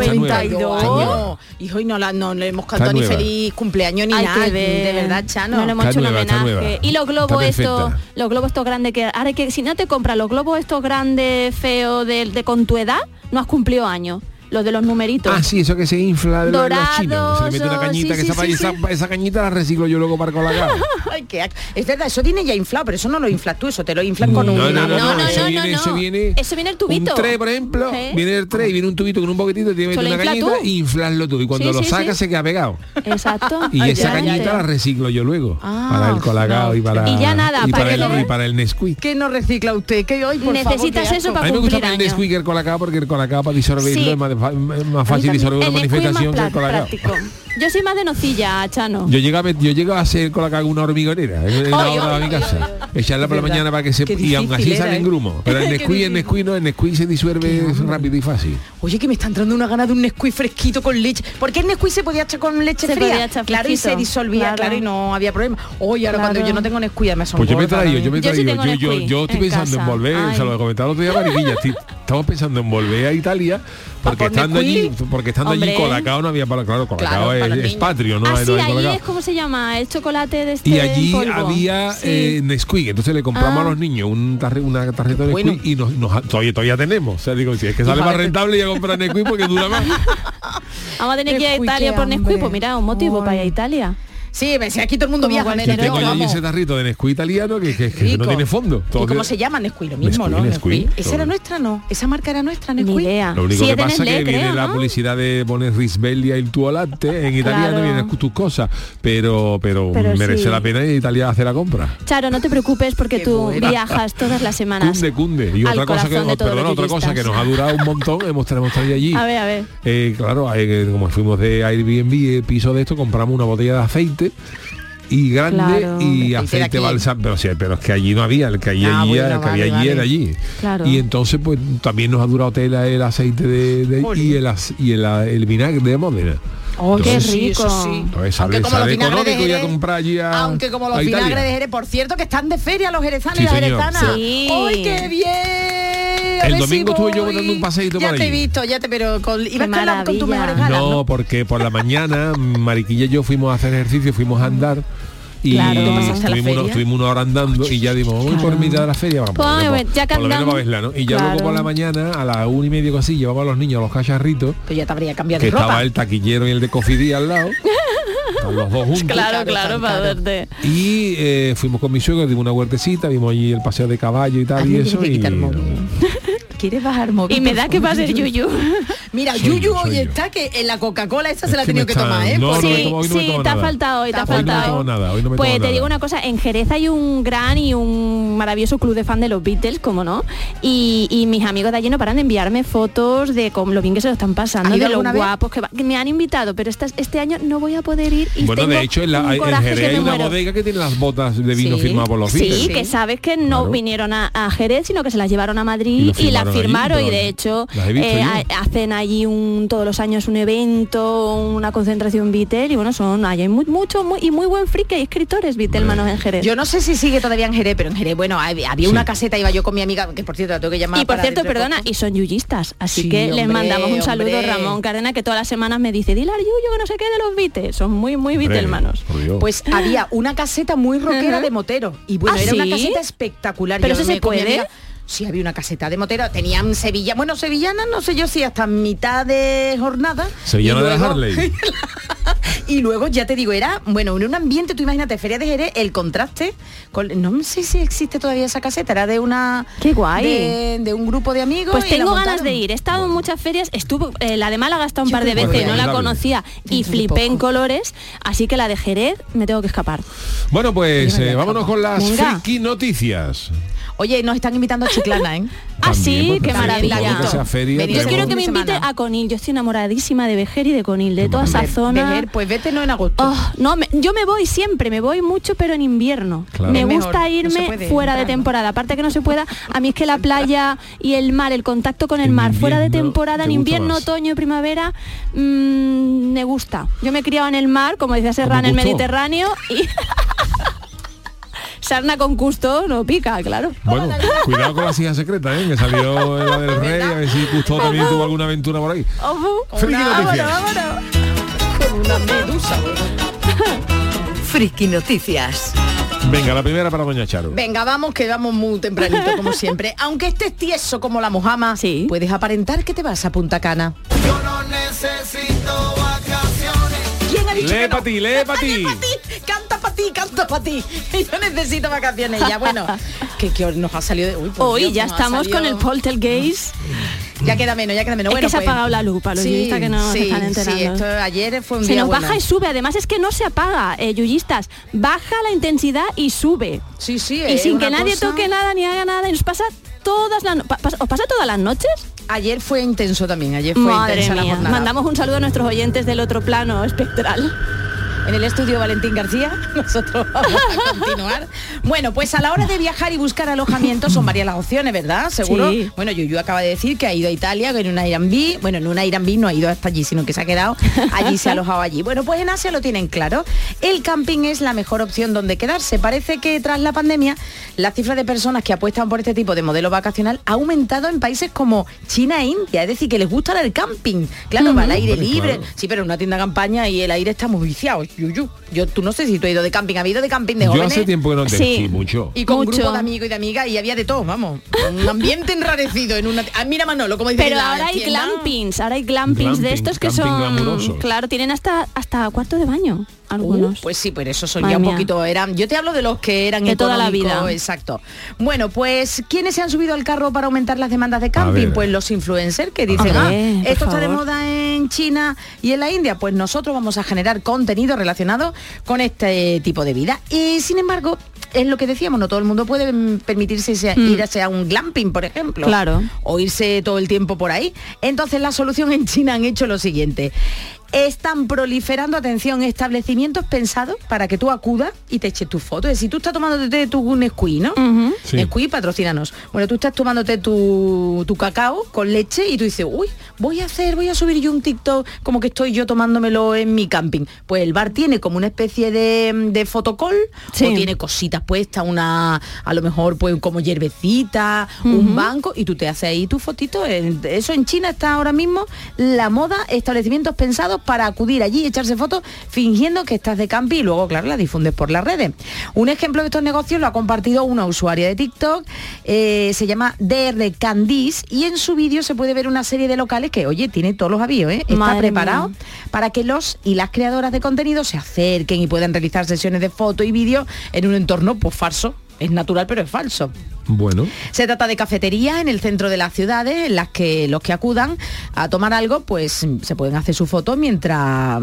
[SPEAKER 5] Está nueva.
[SPEAKER 8] años. Y hoy no, la, no le hemos cantado ni
[SPEAKER 5] nueva.
[SPEAKER 8] feliz cumpleaños ni
[SPEAKER 7] Hay
[SPEAKER 8] nada.
[SPEAKER 7] que ver.
[SPEAKER 8] De verdad,
[SPEAKER 7] No
[SPEAKER 8] Chano.
[SPEAKER 7] le hemos
[SPEAKER 5] Está
[SPEAKER 7] hecho
[SPEAKER 5] nueva,
[SPEAKER 7] un
[SPEAKER 5] está
[SPEAKER 7] homenaje.
[SPEAKER 5] nueva.
[SPEAKER 7] Y los globos
[SPEAKER 5] Está
[SPEAKER 7] estos,
[SPEAKER 5] perfecta.
[SPEAKER 7] los globos estos grandes que ahora que si no te compras los globos estos grandes feos de, de con tu edad, no has cumplido años. Los de los numeritos.
[SPEAKER 5] Ah, sí, eso que se infla de los- de los
[SPEAKER 7] Dorados,
[SPEAKER 5] chinos. Se le mete una
[SPEAKER 7] oh,
[SPEAKER 5] cañita,
[SPEAKER 7] sí,
[SPEAKER 5] que
[SPEAKER 7] sí,
[SPEAKER 5] esa,
[SPEAKER 7] sí,
[SPEAKER 5] esa-
[SPEAKER 7] sí.
[SPEAKER 5] esa cañita la reciclo yo luego para con la cara.
[SPEAKER 8] Ay, qué asco. Es verdad, eso viene ya inflado, pero eso no lo inflas tú, eso te lo inflan con un...
[SPEAKER 7] no, no, no,
[SPEAKER 5] eso
[SPEAKER 7] no,
[SPEAKER 5] viene,
[SPEAKER 7] no.
[SPEAKER 5] eso viene.
[SPEAKER 7] Eso viene el tubito.
[SPEAKER 5] Un tray, por ejemplo,
[SPEAKER 7] ¿Eh?
[SPEAKER 5] viene el tray, viene un tubito con un poquitito, tiene
[SPEAKER 7] Eso
[SPEAKER 5] una
[SPEAKER 7] lo infla
[SPEAKER 5] cañita
[SPEAKER 7] tú.
[SPEAKER 5] y inflaslo tú. Y cuando
[SPEAKER 7] Sí,
[SPEAKER 5] lo
[SPEAKER 7] sí,
[SPEAKER 5] sacas
[SPEAKER 7] sí.
[SPEAKER 5] se queda pegado.
[SPEAKER 7] Exacto.
[SPEAKER 5] Y esa
[SPEAKER 7] efectivamente.
[SPEAKER 5] cañita la reciclo yo luego.
[SPEAKER 8] Ah,
[SPEAKER 5] para el colacao y para.
[SPEAKER 7] Y ya nada,
[SPEAKER 5] y
[SPEAKER 7] para
[SPEAKER 5] para,
[SPEAKER 7] que
[SPEAKER 5] el,
[SPEAKER 7] lo-
[SPEAKER 5] y para el Nesquik.
[SPEAKER 8] ¿Qué no recicla usted? ¿Qué hoy, por favor,
[SPEAKER 7] Necesitas
[SPEAKER 8] qué
[SPEAKER 7] eso
[SPEAKER 8] asco?
[SPEAKER 5] A
[SPEAKER 7] para
[SPEAKER 5] mí me gusta
[SPEAKER 7] cumplir
[SPEAKER 5] más el
[SPEAKER 7] años.
[SPEAKER 5] Nesquik que el colacao porque el colacao para disolverlo
[SPEAKER 7] Sí.
[SPEAKER 5] es más, es
[SPEAKER 7] A
[SPEAKER 5] más
[SPEAKER 7] mí
[SPEAKER 5] fácil
[SPEAKER 7] también.
[SPEAKER 5] disolver una
[SPEAKER 7] El Nesquik es más
[SPEAKER 5] manifestación que el
[SPEAKER 7] pla-
[SPEAKER 5] colacao.
[SPEAKER 7] práctico. Yo soy más de nocilla, Chano.
[SPEAKER 5] Yo llego, a met- yo llego a hacer con la caga una hormigonera en, en la
[SPEAKER 8] Ay,
[SPEAKER 5] hora de
[SPEAKER 8] ay,
[SPEAKER 5] mi
[SPEAKER 8] ay,
[SPEAKER 5] casa. Echarla por la
[SPEAKER 8] verdad.
[SPEAKER 5] mañana para que se...
[SPEAKER 8] Qué
[SPEAKER 5] Y aún así
[SPEAKER 8] difícil era,
[SPEAKER 5] sale en
[SPEAKER 8] ¿eh?
[SPEAKER 5] grumo. Pero el
[SPEAKER 8] Qué
[SPEAKER 5] Nesquik, el
[SPEAKER 8] difícil.
[SPEAKER 5] Nesquik no, el Nesquik se disuelve rápido y fácil.
[SPEAKER 8] Oye, que me está entrando una gana de un Nesquik fresquito con leche. Porque el Nesquik se podía echar con leche
[SPEAKER 7] Se
[SPEAKER 8] fría.
[SPEAKER 7] podía echar
[SPEAKER 8] claro, y se
[SPEAKER 7] fresquito,
[SPEAKER 8] disolvía, claro.
[SPEAKER 7] claro.
[SPEAKER 8] y no había problema. Oye, ahora
[SPEAKER 7] Claro.
[SPEAKER 8] cuando yo no tengo Nesquik, me son
[SPEAKER 5] Pues yo me he traído, yo me he
[SPEAKER 7] Yo sí
[SPEAKER 5] traído.
[SPEAKER 7] tengo
[SPEAKER 5] Yo, yo,
[SPEAKER 7] Nesquik
[SPEAKER 5] yo estoy
[SPEAKER 7] en
[SPEAKER 5] pensando en
[SPEAKER 7] casa.
[SPEAKER 5] volver,
[SPEAKER 7] Ay.
[SPEAKER 5] se lo comenté el otro día a Mariquilla, estoy- estamos pensando en volver a Italia, porque
[SPEAKER 8] por
[SPEAKER 5] estando allí,
[SPEAKER 8] Nesquik?
[SPEAKER 5] porque estando allí
[SPEAKER 7] Hombre.
[SPEAKER 5] Colacao no había para. Claro, Colacao
[SPEAKER 8] Claro, para
[SPEAKER 5] es,
[SPEAKER 8] los
[SPEAKER 5] es
[SPEAKER 8] niños.
[SPEAKER 5] patrio, no, hay-
[SPEAKER 7] Así,
[SPEAKER 5] no hay
[SPEAKER 7] Ah, ahí
[SPEAKER 5] Colacao.
[SPEAKER 7] es como se llama, el chocolate de este
[SPEAKER 5] Y allí
[SPEAKER 7] polvo.
[SPEAKER 5] había
[SPEAKER 7] Sí.
[SPEAKER 5] eh, Nesquik, entonces le compramos a los niños un tarre- una tarjeta de
[SPEAKER 8] Bueno.
[SPEAKER 5] Nesquik y nos, nos- todavía, todavía tenemos. O sea, digo, si es que sale más
[SPEAKER 8] parece-
[SPEAKER 5] rentable ya comprar Nesquik porque dura más.
[SPEAKER 7] Vamos a tener que ir a
[SPEAKER 8] Nesquik,
[SPEAKER 7] Italia
[SPEAKER 8] qué
[SPEAKER 7] por Nesquik,
[SPEAKER 8] hambre.
[SPEAKER 7] pues mira, un motivo
[SPEAKER 8] Ay.
[SPEAKER 7] para ir a Italia.
[SPEAKER 8] Sí, me decía, aquí todo el mundo
[SPEAKER 7] Como
[SPEAKER 8] viaja.
[SPEAKER 7] cualquier
[SPEAKER 5] Yo
[SPEAKER 8] menos yo,
[SPEAKER 5] tengo yo allí
[SPEAKER 8] vamos.
[SPEAKER 5] ese tarrito de Nesquik italiano que, que- que no
[SPEAKER 8] Rico.
[SPEAKER 5] tiene fondo.
[SPEAKER 8] ¿Y
[SPEAKER 5] Todo
[SPEAKER 8] cómo
[SPEAKER 5] que-
[SPEAKER 8] se llama? Nesquik, lo mismo,
[SPEAKER 5] Nesquik,
[SPEAKER 8] ¿no?
[SPEAKER 5] Nesquik.
[SPEAKER 8] Esa era nuestra, ¿no? Esa marca era nuestra,
[SPEAKER 7] Ni
[SPEAKER 8] Nesquik.
[SPEAKER 7] idea.
[SPEAKER 5] Lo único
[SPEAKER 7] Sí,
[SPEAKER 5] que
[SPEAKER 7] es de
[SPEAKER 5] pasa es que
[SPEAKER 7] Nestlé,
[SPEAKER 5] viene
[SPEAKER 7] creo,
[SPEAKER 5] la
[SPEAKER 7] ¿no?
[SPEAKER 5] publicidad de poner Risbellia y el tuo latte en italiano
[SPEAKER 7] Claro.
[SPEAKER 5] vienen tus cosas, pero pero,
[SPEAKER 7] Pero
[SPEAKER 5] merece
[SPEAKER 7] sí.
[SPEAKER 5] la pena y Italia hace la compra.
[SPEAKER 7] Charo, no te preocupes porque
[SPEAKER 8] Qué
[SPEAKER 7] tú
[SPEAKER 8] buena.
[SPEAKER 7] viajas todas las semanas.
[SPEAKER 5] Cunde, cunde. Y
[SPEAKER 7] al
[SPEAKER 5] otra cosa que,
[SPEAKER 7] corazón de
[SPEAKER 5] oh,
[SPEAKER 7] todos los
[SPEAKER 5] perdona, otra cosa que
[SPEAKER 7] yuristas.
[SPEAKER 5] nos ha durado un montón, hemos, hemos traído allí.
[SPEAKER 7] A ver, a ver.
[SPEAKER 5] Eh, claro, eh, como fuimos de Airbnb, el piso de esto, compramos una botella de aceite y grande
[SPEAKER 7] Claro.
[SPEAKER 5] y
[SPEAKER 8] Aceite de
[SPEAKER 5] aceite
[SPEAKER 8] aquí.
[SPEAKER 5] balsam, pero, o sea, pero es que allí no había, el que allí,
[SPEAKER 8] Ah,
[SPEAKER 5] allí-
[SPEAKER 8] bueno,
[SPEAKER 5] el que
[SPEAKER 8] vale,
[SPEAKER 5] había allí
[SPEAKER 8] vale.
[SPEAKER 5] era allí.
[SPEAKER 7] Claro.
[SPEAKER 5] Y entonces pues también nos ha durado tela el aceite de, de- y el ac- y el, el vinagre de Módena.
[SPEAKER 7] Oh, qué
[SPEAKER 5] Entonces,
[SPEAKER 8] Sí, eso
[SPEAKER 7] rico.
[SPEAKER 8] sí.
[SPEAKER 5] Entonces, sale-
[SPEAKER 8] Aunque como los
[SPEAKER 5] sale
[SPEAKER 8] vinagres de
[SPEAKER 5] económico ir a
[SPEAKER 8] Jerez-
[SPEAKER 5] comprar allí a-
[SPEAKER 8] Aunque como los
[SPEAKER 5] a Italia.
[SPEAKER 8] vinagres de Jerez, por cierto, que están de feria los jerezanos
[SPEAKER 5] Sí,
[SPEAKER 8] y las
[SPEAKER 5] señor.
[SPEAKER 8] jerezanas.
[SPEAKER 7] Sí.
[SPEAKER 8] ¡Ay, qué bien! A
[SPEAKER 5] El
[SPEAKER 8] ver si
[SPEAKER 5] domingo estuve yo
[SPEAKER 8] voy.
[SPEAKER 5] dando un paseíto
[SPEAKER 8] Ya
[SPEAKER 5] por
[SPEAKER 8] te he
[SPEAKER 5] allí.
[SPEAKER 8] visto, ya te, pero con, ibas con, la- con
[SPEAKER 7] maravilla.
[SPEAKER 8] tus mejores galas, ¿no?
[SPEAKER 5] No, porque por la mañana Mariquilla y yo fuimos a hacer ejercicio, fuimos a andar y
[SPEAKER 8] Claro, te pasaste a la
[SPEAKER 5] estuvimos, una-
[SPEAKER 8] feria.
[SPEAKER 5] estuvimos una hora andando y ya dimos, voy por mitad de la feria, vamos,
[SPEAKER 7] Pues,
[SPEAKER 5] por-
[SPEAKER 7] bueno, ya que
[SPEAKER 5] por lo menos
[SPEAKER 7] andamos,
[SPEAKER 5] va a verla, ¿no? Y ya
[SPEAKER 7] claro.
[SPEAKER 5] luego por la mañana, a las una y media o así, llevaba a los niños a los cacharritos,
[SPEAKER 8] Pues ya te habría cambiado
[SPEAKER 5] que
[SPEAKER 8] de ropa.
[SPEAKER 5] estaba el taquillero y el de cofidí al lado, estaban los dos juntos.
[SPEAKER 7] Claro,
[SPEAKER 8] Claro, claro,
[SPEAKER 7] claro, para
[SPEAKER 8] claro.
[SPEAKER 7] verte.
[SPEAKER 5] Y eh, fuimos con mi suegro, dimos una huertecita, vimos allí el paseo de caballo y
[SPEAKER 8] Ah,
[SPEAKER 5] tal
[SPEAKER 8] me
[SPEAKER 5] y
[SPEAKER 8] tienes
[SPEAKER 5] eso.
[SPEAKER 8] que
[SPEAKER 5] Y,
[SPEAKER 8] quitar el móvil. ¿Quieres bajar el móvil?
[SPEAKER 7] Y me
[SPEAKER 8] por
[SPEAKER 7] da que va a
[SPEAKER 8] favor,
[SPEAKER 7] ser Yuyu.
[SPEAKER 8] Mira,
[SPEAKER 5] Soy
[SPEAKER 8] Yuyu
[SPEAKER 5] yo, soy
[SPEAKER 8] hoy
[SPEAKER 5] yo.
[SPEAKER 8] está que en la Coca-Cola esta se la ha
[SPEAKER 5] que me
[SPEAKER 8] tenido que
[SPEAKER 5] está-
[SPEAKER 8] tomar, ¿eh?
[SPEAKER 5] no,
[SPEAKER 8] Por-
[SPEAKER 5] me
[SPEAKER 7] sí,
[SPEAKER 5] tomo- hoy no me
[SPEAKER 7] sí,
[SPEAKER 5] tomo
[SPEAKER 7] te ha
[SPEAKER 5] nada.
[SPEAKER 7] faltado hoy, te ha
[SPEAKER 8] Hoy no me
[SPEAKER 7] faltado.
[SPEAKER 5] tomo nada, hoy no me
[SPEAKER 7] pues
[SPEAKER 5] tomo
[SPEAKER 7] te
[SPEAKER 5] nada.
[SPEAKER 7] digo una cosa, en Jerez hay un gran y un maravilloso club de fan de los Beatles, como no, y, y mis amigos de allí no paran de enviarme fotos de cómo, lo bien que se lo están pasando,
[SPEAKER 8] ¿Has ido
[SPEAKER 7] de lo
[SPEAKER 8] alguna vez?
[SPEAKER 7] guapos que, va- que me han invitado, pero estas- este año no voy a poder ir. Y
[SPEAKER 5] Bueno,
[SPEAKER 7] tengo
[SPEAKER 5] de hecho, en, la-
[SPEAKER 7] un
[SPEAKER 5] hay- en
[SPEAKER 7] coraje que
[SPEAKER 5] Jerez hay
[SPEAKER 7] me
[SPEAKER 5] una
[SPEAKER 7] muero.
[SPEAKER 5] bodega que tiene las botas de vino
[SPEAKER 8] Sí.
[SPEAKER 5] firmadas por los
[SPEAKER 7] Sí,
[SPEAKER 5] Beatles.
[SPEAKER 7] que sabes que no
[SPEAKER 5] Claro.
[SPEAKER 7] vinieron a, a Jerez, sino que se las llevaron a
[SPEAKER 5] Y
[SPEAKER 7] Madrid
[SPEAKER 5] lo
[SPEAKER 7] y, las
[SPEAKER 5] firmaron allí,
[SPEAKER 7] firmaron. y
[SPEAKER 5] pero
[SPEAKER 7] de hecho
[SPEAKER 5] las he visto
[SPEAKER 7] eh,
[SPEAKER 5] yo.
[SPEAKER 7] ha- hacen allí un, todos los años un evento, una concentración Vitel y bueno, son allí hay muy, mucho muy, y muy buen friki, hay escritores Vitelmanos en Jerez.
[SPEAKER 8] Yo no sé si sigue todavía en Jerez, pero en Jerez, bueno, hab-
[SPEAKER 5] Sí.
[SPEAKER 8] había una caseta, iba yo con mi amiga, que por cierto la tengo que llamar.
[SPEAKER 7] y por
[SPEAKER 8] para
[SPEAKER 7] cierto,
[SPEAKER 8] dentro de
[SPEAKER 7] perdona,
[SPEAKER 8] poco.
[SPEAKER 7] y son yuyistas, así
[SPEAKER 8] Sí,
[SPEAKER 7] que les
[SPEAKER 8] hombre,
[SPEAKER 7] mandamos un saludo
[SPEAKER 8] hombre.
[SPEAKER 7] Ramón Cárdenas que todas las semanas me dice, dile al Yuyo que no sé qué de los Vites, son muy, muy
[SPEAKER 5] Hombre,
[SPEAKER 7] Vitelmanos.
[SPEAKER 5] por Dios.
[SPEAKER 8] Pues había una caseta muy rockera
[SPEAKER 7] Ah. Ajá.
[SPEAKER 8] de motero. Y bueno,
[SPEAKER 7] ¿Ah,
[SPEAKER 8] era una
[SPEAKER 7] sí?
[SPEAKER 8] caseta espectacular.
[SPEAKER 7] ¿Pero
[SPEAKER 8] Yo
[SPEAKER 7] eso se
[SPEAKER 8] me comí a
[SPEAKER 7] puede?
[SPEAKER 8] amiga- Sí, había una caseta de motero. Tenían Sevilla, bueno, sevillanas, no sé yo si hasta mitad de jornada.
[SPEAKER 5] Sevillana
[SPEAKER 8] Y
[SPEAKER 5] de las
[SPEAKER 8] luego-
[SPEAKER 5] Harley.
[SPEAKER 8] Y luego, ya te digo, era, bueno, en un ambiente, tú imagínate, Feria de Jerez, el contraste, con, no sé si existe todavía esa caseta, era de una...
[SPEAKER 7] ¡Qué guay!
[SPEAKER 8] De, de un grupo de amigos.
[SPEAKER 7] Pues
[SPEAKER 8] y la
[SPEAKER 7] tengo ganas
[SPEAKER 8] montaron.
[SPEAKER 7] de ir. He estado en muchas ferias, estuvo eh, la de Málaga está un
[SPEAKER 8] Yo
[SPEAKER 7] par de
[SPEAKER 8] creo que
[SPEAKER 7] veces,
[SPEAKER 8] voy a
[SPEAKER 7] no
[SPEAKER 5] ir.
[SPEAKER 7] la conocía y
[SPEAKER 8] Dentro de
[SPEAKER 7] flipé en
[SPEAKER 8] poco.
[SPEAKER 7] colores, así que la de Jerez me tengo que escapar.
[SPEAKER 5] Bueno, pues eh, vámonos con las
[SPEAKER 7] Venga.
[SPEAKER 5] friki noticias.
[SPEAKER 8] Oye, nos están invitando a Chiclana, ¿eh?
[SPEAKER 7] Ah,
[SPEAKER 5] También,
[SPEAKER 7] sí,
[SPEAKER 5] porque
[SPEAKER 7] qué
[SPEAKER 5] supongo
[SPEAKER 7] maravilla.
[SPEAKER 5] que sea feria,
[SPEAKER 8] Venid,
[SPEAKER 7] Yo
[SPEAKER 5] tenemos-
[SPEAKER 7] quiero que me
[SPEAKER 8] Fin de
[SPEAKER 7] invite
[SPEAKER 8] semana.
[SPEAKER 7] a Conil. Yo estoy enamoradísima de Vejer y de Conil, de toda esa
[SPEAKER 8] Ver-
[SPEAKER 7] zona.
[SPEAKER 8] ver, pues vete no en agosto.
[SPEAKER 7] Oh, no, me- yo me voy siempre, me voy mucho, pero en invierno.
[SPEAKER 5] Claro.
[SPEAKER 7] Me
[SPEAKER 5] Es
[SPEAKER 8] mejor,
[SPEAKER 7] gusta
[SPEAKER 8] no se
[SPEAKER 7] irme
[SPEAKER 8] puede
[SPEAKER 7] fuera de
[SPEAKER 8] entrar, ¿no?
[SPEAKER 7] temporada. Aparte que no se pueda, a mí es que la playa y el mar, el contacto con el
[SPEAKER 5] En
[SPEAKER 7] mar, fuera de
[SPEAKER 5] invierno
[SPEAKER 7] temporada, en
[SPEAKER 5] te gusta
[SPEAKER 7] invierno,
[SPEAKER 5] más.
[SPEAKER 7] otoño, primavera, mm, me gusta. Yo me he criado en el mar, como decía Serra, en el
[SPEAKER 5] Gusto.
[SPEAKER 7] Mediterráneo y... Sarna con gusto no pica, claro.
[SPEAKER 5] Bueno, cuidado con la silla secreta, ¿eh? que salió la del rey, a ver si Custo también tuvo alguna aventura por ahí.
[SPEAKER 7] Ojo.
[SPEAKER 5] Friki noticias.
[SPEAKER 3] Friki Noticias.
[SPEAKER 5] Venga, la primera para Doña Charo.
[SPEAKER 8] Venga, vamos, que vamos muy tempranito, como siempre. Aunque estés tieso como la mojama,
[SPEAKER 7] Sí.
[SPEAKER 8] puedes aparentar que te vas a Punta Cana. Yo no necesito vacaciones. ¿Quién ha dicho
[SPEAKER 5] Lee
[SPEAKER 8] que no?
[SPEAKER 5] pa' ti, lee pa' ti.
[SPEAKER 8] Lee pa' ti, Canta para ti, canta para ti. Yo necesito vacaciones ya. Bueno, que, que nos ha salido de... Uy, por
[SPEAKER 7] Hoy
[SPEAKER 8] Dios,
[SPEAKER 7] ya
[SPEAKER 8] nos ha
[SPEAKER 7] estamos
[SPEAKER 8] salido-
[SPEAKER 7] con el poltergeist.
[SPEAKER 8] Ya queda menos, ya queda menos.
[SPEAKER 7] Es
[SPEAKER 8] bueno,
[SPEAKER 7] que se ha
[SPEAKER 8] pues-
[SPEAKER 7] apagado la luz, para los yuyistas que no se están enterando.
[SPEAKER 8] Sí, esto ayer fue un
[SPEAKER 7] Se
[SPEAKER 8] día
[SPEAKER 7] nos
[SPEAKER 8] bueno.
[SPEAKER 7] baja y sube, además es que no se apaga, eh, yuyistas. Baja la intensidad y sube.
[SPEAKER 8] Sí, sí,
[SPEAKER 7] y
[SPEAKER 8] es
[SPEAKER 7] sin que
[SPEAKER 8] una
[SPEAKER 7] nadie
[SPEAKER 8] cosa-
[SPEAKER 7] toque nada ni haga nada. Y nos pasa todas las no- pa- pas- ¿Os pasa todas las noches?
[SPEAKER 8] Ayer fue intenso también, ayer fue
[SPEAKER 7] Madre
[SPEAKER 8] intensa la
[SPEAKER 7] mía.
[SPEAKER 8] jornada.
[SPEAKER 7] Mandamos un saludo a nuestros oyentes del otro plano espectral.
[SPEAKER 8] en el estudio Valentín García. Nosotros vamos a continuar. Bueno, pues a la hora de viajar y buscar alojamiento son varias las opciones, ¿verdad? Seguro.
[SPEAKER 7] Sí.
[SPEAKER 8] Bueno, Yuyu acaba de decir que ha ido a Italia en un Airbnb. Bueno, en un Airbnb no ha ido hasta allí, sino que se ha quedado allí, se ha alojado allí. Bueno, pues en Asia lo tienen claro. El camping es la mejor opción donde quedarse. Parece que tras la pandemia, la cifra de personas que apuestan por este tipo de modelo vacacional ha aumentado en países como China e India. Es decir, que les gusta el camping. Claro, va al aire
[SPEAKER 5] Hombre,
[SPEAKER 8] libre,
[SPEAKER 5] claro.
[SPEAKER 8] Sí, pero en una tienda de campaña y el aire está muy viciado. Yuyu, yo tú no sé si tú has ido de camping, ha ido de camping de
[SPEAKER 5] Yo
[SPEAKER 8] jóvenes.
[SPEAKER 5] hace tiempo que no te
[SPEAKER 7] Sí.
[SPEAKER 5] sí, mucho.
[SPEAKER 8] Y con
[SPEAKER 7] Mucho.
[SPEAKER 8] grupo de amigos y de amigas y había de todo, vamos. Un ambiente enrarecido en una. Ah, mira Manolo, como dice
[SPEAKER 7] Pero
[SPEAKER 8] en la
[SPEAKER 7] ahora hay
[SPEAKER 8] tienda.
[SPEAKER 7] glampings, ahora hay glampings de
[SPEAKER 5] Glamping,
[SPEAKER 7] estos que
[SPEAKER 5] camping
[SPEAKER 7] son.
[SPEAKER 5] glamurosos.
[SPEAKER 7] Claro, tienen hasta hasta cuarto de baño
[SPEAKER 8] Uh,
[SPEAKER 7] algunos.
[SPEAKER 8] pues sí, pero eso son
[SPEAKER 7] Madre
[SPEAKER 8] ya un
[SPEAKER 7] mía.
[SPEAKER 8] poquito eran. Yo te hablo de los que eran
[SPEAKER 7] De toda la
[SPEAKER 8] económicos,
[SPEAKER 7] vida.
[SPEAKER 8] Exacto. Bueno, pues ¿quiénes se han subido al carro para aumentar las demandas de camping?
[SPEAKER 5] ver.
[SPEAKER 8] Pues los influencers que dicen,
[SPEAKER 7] Hombre,
[SPEAKER 8] "Ah,
[SPEAKER 7] por
[SPEAKER 8] esto está de
[SPEAKER 7] favor.
[SPEAKER 8] moda en China y en la India. Pues nosotros vamos a generar contenido relacionado con este tipo de vida. Y sin embargo. Es lo que decíamos, no todo el mundo puede mm, permitirse irse a- irse a un glamping, por ejemplo.
[SPEAKER 7] Claro.
[SPEAKER 8] O irse todo el tiempo por ahí. Entonces la solución en China han hecho lo siguiente. Están proliferando, atención, establecimientos pensados para que tú acudas y te eches tu foto. Es decir, tú estás tomándote tu Nesquí, ¿no?
[SPEAKER 7] Ujú.
[SPEAKER 5] Sí.
[SPEAKER 8] Nesquí, patrocínanos. Bueno, tú estás tomándote tu, tu cacao con leche y tú dices, uy, voy a hacer, voy a subir yo un TikTok como que estoy yo tomándomelo en mi camping. Pues el bar tiene como una especie de, de fotocol
[SPEAKER 7] Sí.
[SPEAKER 8] o tiene cositas puestas, una, a lo mejor pues como hierbecita, un banco, y tú te haces ahí tu fotito. En- Eso en China está ahora mismo la moda, establecimientos pensados momentos para acudir allí y echarse fotos fingiendo que estás de camping y luego, claro, la difundes por las redes. Un ejemplo de estos negocios lo ha compartido una usuaria de TikTok, eh, se llama DR Candice y en su vídeo se puede ver una serie de locales que, oye, tiene todos los avíos, ¿eh? está
[SPEAKER 7] Madre
[SPEAKER 8] preparado
[SPEAKER 7] mía.
[SPEAKER 8] para que los y las creadoras de contenido se acerquen y puedan realizar sesiones de foto y vídeo en un entorno pues falso. Es natural, pero es falso.
[SPEAKER 5] Bueno,
[SPEAKER 8] Se trata de cafeterías en el centro de las ciudades en las que los que acudan a tomar algo pues se pueden hacer sus fotos mientras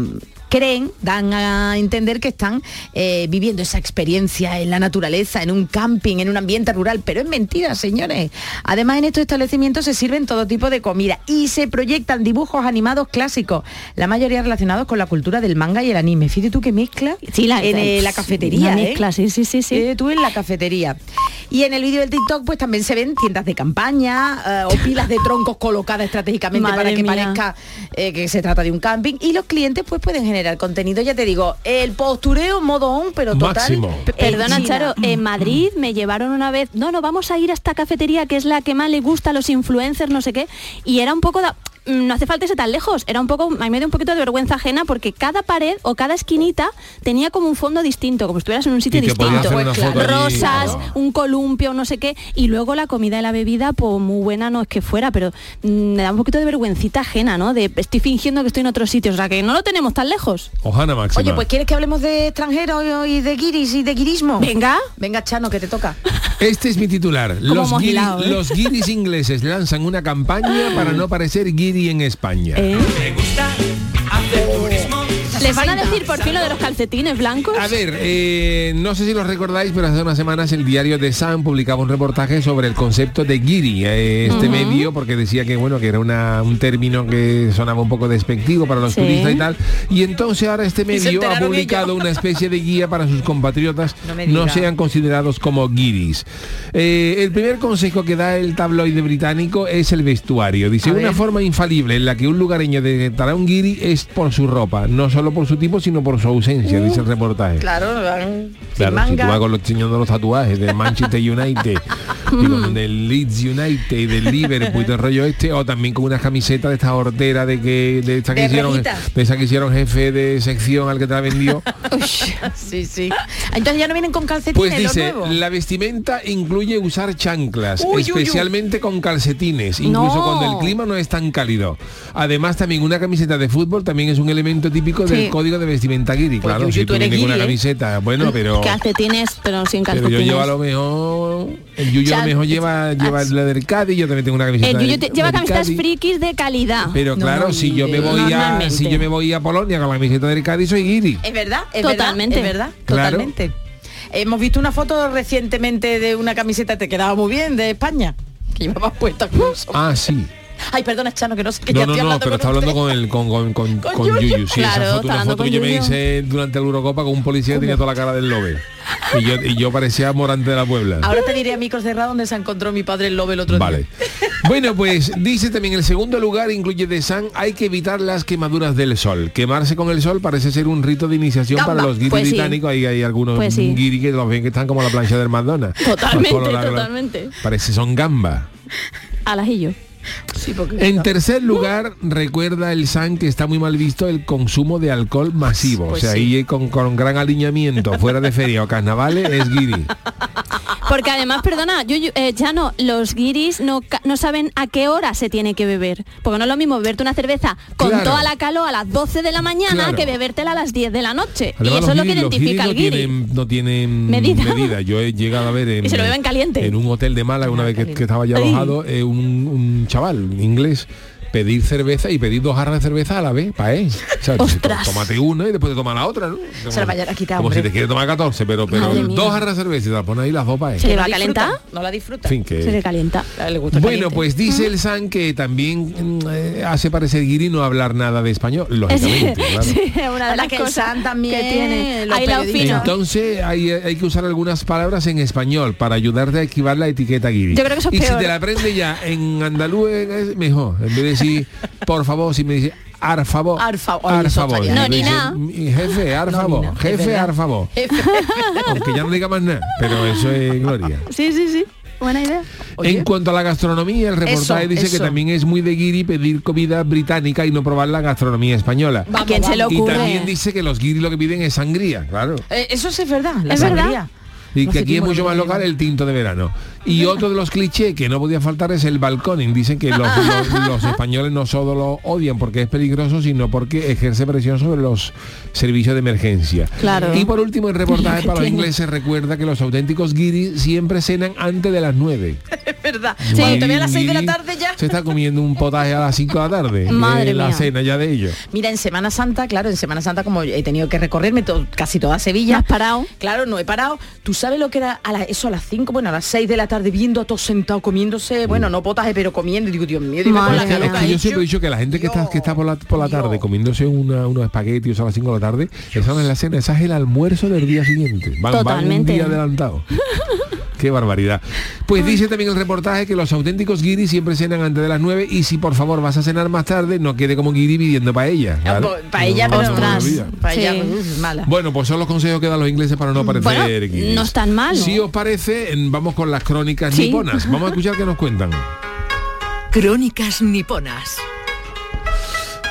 [SPEAKER 8] creen, dan a entender que están eh, viviendo esa experiencia en la naturaleza, en un camping, en un ambiente rural, pero es mentira, señores. Además, en estos establecimientos se sirven todo tipo de comida y se proyectan dibujos animados clásicos, la mayoría relacionados con la cultura del manga y el anime. Fíjate tú que mezcla
[SPEAKER 7] Sí, la-
[SPEAKER 8] en eh, la cafetería.
[SPEAKER 7] una
[SPEAKER 8] ¿eh?
[SPEAKER 7] mezcla, sí, sí, sí, sí.
[SPEAKER 8] Eh, tú en la cafetería. Y en el vídeo del TikTok pues también se ven tiendas de campaña eh, o pilas de troncos colocadas estratégicamente para
[SPEAKER 7] Madre
[SPEAKER 8] que
[SPEAKER 7] mía.
[SPEAKER 8] parezca eh, que se trata de un camping. Y los clientes pues pueden generar contenido, ya te digo, el postureo modo on, pero total.
[SPEAKER 5] Máximo.
[SPEAKER 8] pe-
[SPEAKER 7] Perdona,
[SPEAKER 8] China.
[SPEAKER 7] Charo, en Madrid me llevaron una vez, no, no, vamos a ir a esta cafetería que es la que más le gusta a los influencers, no sé qué, y era un poco... da- mm, no hace falta irse tan lejos, era un poco, a mí me dio un poquito de vergüenza ajena porque cada pared o cada esquinita tenía como un fondo distinto, como si estuvieras en un sitio
[SPEAKER 5] Y te podías
[SPEAKER 7] distinto.
[SPEAKER 5] hacer una
[SPEAKER 8] Pues foto
[SPEAKER 5] claro. allí,
[SPEAKER 7] Rosas,
[SPEAKER 5] claro.
[SPEAKER 7] un columpio, no sé qué, y luego la comida y la bebida, pues muy buena no es que fuera, pero mm, me da un poquito de vergüencita ajena, ¿no? De estoy fingiendo que estoy en otro sitio, o sea que no lo tenemos tan lejos.
[SPEAKER 5] Ojana Máxima.
[SPEAKER 8] Oye, pues ¿quieres que hablemos de extranjeros y de guiris y de guirismo?
[SPEAKER 7] Venga.
[SPEAKER 8] Venga, Chano, que te toca.
[SPEAKER 5] Este es mi titular.
[SPEAKER 7] Como
[SPEAKER 5] Los,
[SPEAKER 7] hemos
[SPEAKER 5] guiri-
[SPEAKER 7] hilado, ¿eh?
[SPEAKER 5] los guiris ingleses lanzan una campaña para no parecer guiri en España.
[SPEAKER 7] ¿Eh?
[SPEAKER 4] Me gusta hacer turismo.
[SPEAKER 7] ¿Les van a decir por fin lo de los calcetines blancos?
[SPEAKER 5] A ver, eh, no sé si lo recordáis, pero hace unas semanas el diario The Sun publicaba un reportaje sobre el concepto de guiri, eh, este medio, porque decía que bueno que era una- un término que sonaba un poco despectivo para los
[SPEAKER 7] Sí.
[SPEAKER 5] turistas y tal. Y entonces ahora este
[SPEAKER 8] se
[SPEAKER 5] medio ha
[SPEAKER 8] enteraron
[SPEAKER 5] publicado
[SPEAKER 8] ellos.
[SPEAKER 5] una especie de guía para sus compatriotas
[SPEAKER 8] No me
[SPEAKER 5] no,
[SPEAKER 8] digas.
[SPEAKER 5] sean considerados como guiris. Eh, el primer consejo que da el tabloide británico es el vestuario. Dice
[SPEAKER 8] A
[SPEAKER 5] una
[SPEAKER 8] ver.
[SPEAKER 5] forma infalible en la que un lugareño detectará un guiri es por su ropa, no solo por su tipo, sino por su ausencia, dice el reportaje.
[SPEAKER 8] Claro, van sin
[SPEAKER 5] Claro, si tú
[SPEAKER 8] manga.
[SPEAKER 5] vas con los chinos de los tatuajes del Manchester United y con del Leeds United y del Liverpool y todo el rollo este, o también con una camiseta de esta hortera de que de esta que
[SPEAKER 8] De
[SPEAKER 5] hicieron
[SPEAKER 8] rejita.
[SPEAKER 5] de esa que hicieron jefe de sección al que te la vendió.
[SPEAKER 8] Sí, sí. Entonces ya no vienen con calcetines
[SPEAKER 5] Pues
[SPEAKER 8] los
[SPEAKER 5] dice,
[SPEAKER 8] nuevos?
[SPEAKER 5] la vestimenta incluye usar chanclas,
[SPEAKER 8] Uy, uy,
[SPEAKER 5] especialmente con calcetines, incluso
[SPEAKER 7] No.
[SPEAKER 5] cuando el clima no es tan cálido. Además, también una camiseta de fútbol también es un elemento típico del
[SPEAKER 8] Sí. Pues
[SPEAKER 5] código de vestimenta guiri. claro,
[SPEAKER 8] Yuyu,
[SPEAKER 5] si
[SPEAKER 8] tú
[SPEAKER 5] tú
[SPEAKER 8] eres
[SPEAKER 5] vienes con una
[SPEAKER 8] guiri, ¿eh?
[SPEAKER 5] camiseta, bueno, pero...
[SPEAKER 7] Calcetines, pero sin
[SPEAKER 5] Pero yo
[SPEAKER 7] calcetines.
[SPEAKER 5] llevo a lo mejor... El Yuyo a lo
[SPEAKER 7] Chan-
[SPEAKER 5] mejor lleva, lleva
[SPEAKER 7] as-
[SPEAKER 5] la del Cádiz, yo también tengo una camiseta
[SPEAKER 7] El Yuyu
[SPEAKER 5] del-
[SPEAKER 7] Eh, te- lleva
[SPEAKER 5] del
[SPEAKER 7] camisetas
[SPEAKER 5] Cádiz.
[SPEAKER 7] frikis de calidad.
[SPEAKER 5] Pero
[SPEAKER 8] No,
[SPEAKER 5] claro, si yo me voy a si
[SPEAKER 7] normalmente.
[SPEAKER 5] yo me voy a Polonia con la camiseta del Cádiz soy guiri.
[SPEAKER 8] Es verdad, es
[SPEAKER 7] Totalmente.
[SPEAKER 8] verdad, es verdad,
[SPEAKER 5] Claro.
[SPEAKER 8] totalmente. Hemos visto una foto recientemente de una camiseta que te quedaba muy bien de España, que llevabas puesta incluso.
[SPEAKER 5] Ah, sí.
[SPEAKER 8] Ay, perdona, Chano, que no sé que
[SPEAKER 5] No,
[SPEAKER 8] ya
[SPEAKER 5] no,
[SPEAKER 8] estoy
[SPEAKER 5] no,
[SPEAKER 8] hablando
[SPEAKER 5] pero está hablando
[SPEAKER 8] usted.
[SPEAKER 5] con el con, con, con,
[SPEAKER 8] Con
[SPEAKER 5] con
[SPEAKER 8] Yuyu.
[SPEAKER 5] Yuyu. Sí,
[SPEAKER 7] Claro,
[SPEAKER 5] esa
[SPEAKER 7] está
[SPEAKER 5] foto, una
[SPEAKER 7] hablando
[SPEAKER 5] foto que
[SPEAKER 7] con
[SPEAKER 5] yo me
[SPEAKER 7] Yuyu.
[SPEAKER 5] hice durante la Eurocopa con un policía que tenía toda la cara del lobe. Y yo, y yo parecía morante de la Puebla.
[SPEAKER 8] Ahora te diré a micro cerrado donde se encontró mi padre el lobo el otro
[SPEAKER 5] Vale.
[SPEAKER 8] día.
[SPEAKER 5] Bueno, pues dice también el segundo lugar incluye de San, hay que evitar las quemaduras del sol. Quemarse con el sol parece ser un rito de iniciación
[SPEAKER 8] Gamba.
[SPEAKER 5] para los guiris
[SPEAKER 7] Pues sí.
[SPEAKER 5] británicos. Ahí hay algunos
[SPEAKER 7] Pues sí.
[SPEAKER 5] guiris que los ven que están como la plancha del Madonna.
[SPEAKER 7] Totalmente,
[SPEAKER 5] Los colores-
[SPEAKER 7] totalmente.
[SPEAKER 5] Parece son gamba.
[SPEAKER 7] Al ajillo.
[SPEAKER 8] Sí, porque
[SPEAKER 5] En tercer lugar, recuerda el San que está muy mal visto el consumo de alcohol masivo.
[SPEAKER 8] Pues
[SPEAKER 5] o sea,
[SPEAKER 8] sí.
[SPEAKER 5] ahí con, con gran alineamiento, fuera de feria o carnavales, es guiri.
[SPEAKER 7] Porque además, perdona, Yuyu, eh, ya no, los guiris no, ca- no saben a qué hora se tiene que beber. Porque no es lo mismo beberte una cerveza con
[SPEAKER 5] Claro.
[SPEAKER 7] toda la calor a las 12 de la mañana
[SPEAKER 5] Claro.
[SPEAKER 7] que bebértela a las 10 de la noche.
[SPEAKER 5] Además,
[SPEAKER 7] y eso es lo que
[SPEAKER 5] guiris- los
[SPEAKER 7] identifica al
[SPEAKER 5] guiris
[SPEAKER 7] guiri.
[SPEAKER 5] No tienen, no tienen medida.
[SPEAKER 7] Medida.
[SPEAKER 5] Yo he llegado a ver en,
[SPEAKER 7] Y se lo beben caliente.
[SPEAKER 5] en un hotel de Málaga, una vez que, que estaba ya
[SPEAKER 7] Ay.
[SPEAKER 5] alojado, eh, un, un chaval inglés pedir cerveza y pedir dos jarras de cerveza a la vez, para él. O sea, dice,
[SPEAKER 7] Ostras.
[SPEAKER 5] tómate una y después te toma la otra, ¿no? Como,
[SPEAKER 8] Se la vayan a quitar,
[SPEAKER 5] Como
[SPEAKER 8] hombre.
[SPEAKER 5] si te quiere tomar 14, pero, pero
[SPEAKER 7] Madre mía.
[SPEAKER 5] dos jarras de cerveza y te las pones ahí las dos para él.
[SPEAKER 7] Sí.
[SPEAKER 8] que
[SPEAKER 7] ¿Le
[SPEAKER 8] no
[SPEAKER 7] va a
[SPEAKER 8] disfruta,
[SPEAKER 7] calentar?
[SPEAKER 8] No la disfruta.
[SPEAKER 5] En fin, que...
[SPEAKER 7] Se le calienta.
[SPEAKER 8] A él le gusta
[SPEAKER 5] Bueno,
[SPEAKER 8] caliente.
[SPEAKER 5] pues dice el San que también mm, eh, hace parecer guiri no hablar nada de español, lógicamente. claro.
[SPEAKER 7] Sí, es una de
[SPEAKER 8] Anda
[SPEAKER 7] las
[SPEAKER 8] que el
[SPEAKER 7] cosas
[SPEAKER 8] Sam también,
[SPEAKER 7] que tiene.
[SPEAKER 8] los
[SPEAKER 7] Ahí la
[SPEAKER 8] periodistas.
[SPEAKER 7] opino.
[SPEAKER 5] Entonces hay, eh, hay que usar algunas palabras en español para ayudarte a esquivar la etiqueta guiri.
[SPEAKER 7] Yo creo que eso es
[SPEAKER 5] y
[SPEAKER 7] peor.
[SPEAKER 5] si te la aprendes ya en andaluz eh, es mejor. En vez de decir por favor, si me dice ar favor.
[SPEAKER 8] Ar fa- oye, eso estaría
[SPEAKER 5] En
[SPEAKER 7] bien.
[SPEAKER 5] vez de
[SPEAKER 7] No, ni
[SPEAKER 5] decir, "Mi Jefe, ar
[SPEAKER 8] No, ni
[SPEAKER 5] favor.
[SPEAKER 8] nada, es
[SPEAKER 5] jefe,
[SPEAKER 8] verdad.
[SPEAKER 5] ar favor. Aunque ya no diga más nada, pero eso es gloria.
[SPEAKER 7] Sí, sí, sí. Buena idea.
[SPEAKER 5] En cuanto a la gastronomía, el reportaje
[SPEAKER 8] Eso,
[SPEAKER 5] dice que
[SPEAKER 8] eso.
[SPEAKER 5] también es muy de guiri pedir comida británica y no probar la gastronomía española.
[SPEAKER 7] ¿A quién se le
[SPEAKER 5] Y también
[SPEAKER 7] ocurre?
[SPEAKER 5] dice que los guiris lo que piden es sangría, claro.
[SPEAKER 8] Eh, eso sí es verdad, la
[SPEAKER 7] Es verdad.
[SPEAKER 8] sangría.
[SPEAKER 5] Y
[SPEAKER 8] No
[SPEAKER 5] que aquí
[SPEAKER 8] hace
[SPEAKER 5] es
[SPEAKER 8] tiempo
[SPEAKER 5] mucho
[SPEAKER 8] que
[SPEAKER 5] más
[SPEAKER 8] no
[SPEAKER 5] local
[SPEAKER 8] llego.
[SPEAKER 5] el tinto de verano. Y otro de los clichés que no podía faltar es el balconing. Dicen que los, los- los españoles no solo lo odian porque es peligroso, sino porque ejerce presión sobre los servicios de emergencia.
[SPEAKER 7] Claro.
[SPEAKER 5] Y por último, el
[SPEAKER 7] Lo
[SPEAKER 5] reportaje
[SPEAKER 7] que
[SPEAKER 5] para los
[SPEAKER 7] tiene.
[SPEAKER 5] ingleses recuerda que los auténticos guiris siempre cenan antes de las 9.
[SPEAKER 8] Es verdad.
[SPEAKER 5] Sí.
[SPEAKER 8] Cuando te ve a las 6 de la tarde ya.
[SPEAKER 5] Se está comiendo un potaje a las 5 de la tarde.
[SPEAKER 7] Madre
[SPEAKER 5] Eh, la
[SPEAKER 7] mía.
[SPEAKER 5] cena ya de ellos.
[SPEAKER 8] Mira, en Semana Santa, claro, en Semana Santa como he tenido que recorrerme to- casi toda Sevilla.
[SPEAKER 7] ¿No has parado?
[SPEAKER 8] Claro, no he parado. ¿Tú sabes lo que era a la- eso a las 5, bueno, a las 6 de la tarde viendo a todos sentados comiéndose, bueno, no potaje, pero comiendo? Y digo, Dios mío, dime con
[SPEAKER 7] Madre
[SPEAKER 8] la
[SPEAKER 5] Es que-
[SPEAKER 8] cara
[SPEAKER 7] mía.
[SPEAKER 5] es
[SPEAKER 8] que
[SPEAKER 5] que yo
[SPEAKER 8] has
[SPEAKER 5] siempre he dicho que la gente que está, que está por la, por la tarde
[SPEAKER 8] Dios.
[SPEAKER 5] comiéndose una, unos espaguetis a las 5 de la tarde, esa no es la cena, esa es el almuerzo del día siguiente. Van, van
[SPEAKER 7] Totalmente.
[SPEAKER 5] un día adelantado. Qué barbaridad. Pues dice también el reportaje que los auténticos guiris siempre cenan antes de las 9 y si por favor vas a cenar más tarde, no quede como guiri pidiendo paella.
[SPEAKER 8] Ah,
[SPEAKER 5] ¿vale?
[SPEAKER 8] po- Paella,
[SPEAKER 5] No, no,
[SPEAKER 8] pero
[SPEAKER 5] no, no, no,
[SPEAKER 7] ostras.
[SPEAKER 5] olvida.
[SPEAKER 8] Paella,
[SPEAKER 7] Sí.
[SPEAKER 8] uf, mala.
[SPEAKER 5] Bueno, pues son los consejos que dan los ingleses para no parecer
[SPEAKER 7] Bueno,
[SPEAKER 5] guiris.
[SPEAKER 7] Ah, no están mal.
[SPEAKER 5] Si os parece, en- vamos con las crónicas
[SPEAKER 7] Sí.
[SPEAKER 5] niponas. Vamos a escuchar qué nos cuentan.
[SPEAKER 3] Crónicas niponas.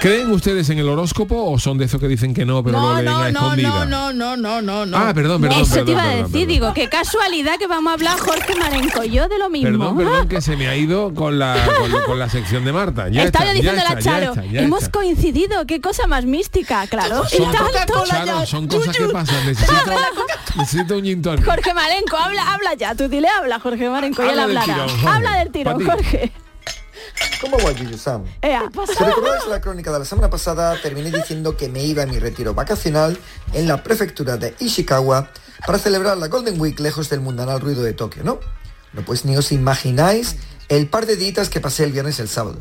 [SPEAKER 5] ¿Creen ustedes en el horóscopo o son de esos que dicen que no, pero lo
[SPEAKER 8] No,
[SPEAKER 5] leen a
[SPEAKER 8] no, no,
[SPEAKER 5] escondidas?
[SPEAKER 8] no, no, no, no, no, no.
[SPEAKER 5] Ah, perdón, perdón.
[SPEAKER 7] Eso
[SPEAKER 5] perdón,
[SPEAKER 7] te iba a
[SPEAKER 5] perdón,
[SPEAKER 7] decir,
[SPEAKER 5] perdón.
[SPEAKER 7] digo, qué casualidad que vamos a hablar Jorge Marenco y yo de lo mismo. Ah,
[SPEAKER 5] Perdón, perdón, que se me ha ido con la, con, la- con la sección de Marta. Ya
[SPEAKER 7] Estaba
[SPEAKER 5] está, ya
[SPEAKER 7] diciendo la
[SPEAKER 5] está, ya
[SPEAKER 7] Charo,
[SPEAKER 5] está, ya
[SPEAKER 7] hemos
[SPEAKER 5] está.
[SPEAKER 7] coincidido, qué cosa más mística, claro. Y
[SPEAKER 5] Son,
[SPEAKER 7] tanto.
[SPEAKER 5] Charo, son cosas que pasan. Necesito, necesito un gin tonic.
[SPEAKER 7] Jorge Marenco, habla, habla ya, tú dile habla, Jorge Marenco, ya él
[SPEAKER 5] Habla del
[SPEAKER 7] hablará.
[SPEAKER 5] tirón, Jorge.
[SPEAKER 7] habla del tirón,
[SPEAKER 5] Pa' ti.
[SPEAKER 7] Jorge.
[SPEAKER 9] ¿Cómo va, Yuyu Sam?
[SPEAKER 7] Ea,
[SPEAKER 9] Si recordáis la crónica de la semana pasada, terminé diciendo que me iba a mi retiro vacacional en la prefectura de Ishikawa para celebrar la Golden Week lejos del mundanal ruido de Tokio, ¿no? No, pues ni os imagináis el par de ditas que pasé el viernes y el sábado.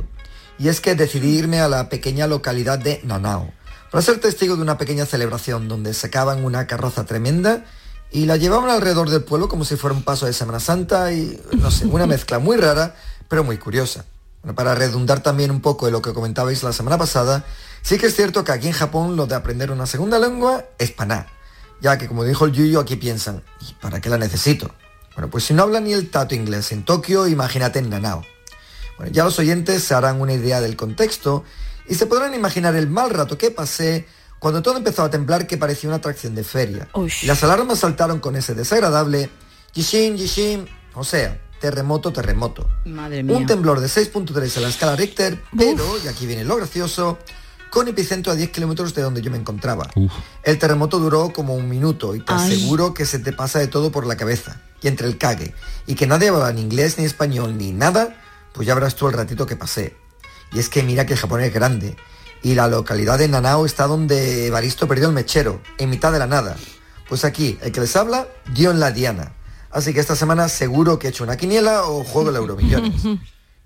[SPEAKER 9] Y es que decidí irme a la pequeña localidad de Nanao para ser testigo de una pequeña celebración donde sacaban una carroza tremenda y la llevaban alrededor del pueblo como si fuera un paso de Semana Santa y, no sé, una mezcla muy rara, pero muy curiosa. Bueno, para redundar también un poco de lo que comentabais la semana pasada, sí que es cierto que aquí en Japón lo de aprender una segunda lengua es paná, ya que como dijo el Yuyo, aquí piensan, ¿y para qué la necesito? Bueno, pues si no hablan ni el tato inglés en Tokio, imagínate en Nanao. Bueno, ya los oyentes se harán una idea del contexto y se podrán imaginar el mal rato que pasé cuando todo empezó a temblar que parecía una atracción de feria.
[SPEAKER 7] Ush.
[SPEAKER 9] Y las alarmas saltaron con ese desagradable Jishin, Jishin, o sea, terremoto, terremoto.
[SPEAKER 8] Madre
[SPEAKER 9] Un temblor de 6.3 en la escala Richter, pero, y aquí viene lo gracioso, con epicentro a 10 kilómetros de donde yo me encontraba. El terremoto duró como un minuto y te
[SPEAKER 7] Ay.
[SPEAKER 9] aseguro que se te pasa de todo por la cabeza y entre el cague y que nadie habla ni inglés ni español ni nada, pues ya verás tú el ratito que pasé. Y es que mira que Japón es grande y la localidad de Nanao está donde Evaristo perdió el mechero, en mitad de la nada. Pues aquí, el que les habla, dio en la diana. Así que esta semana seguro que he hecho una quiniela o juego el Euromillones. Y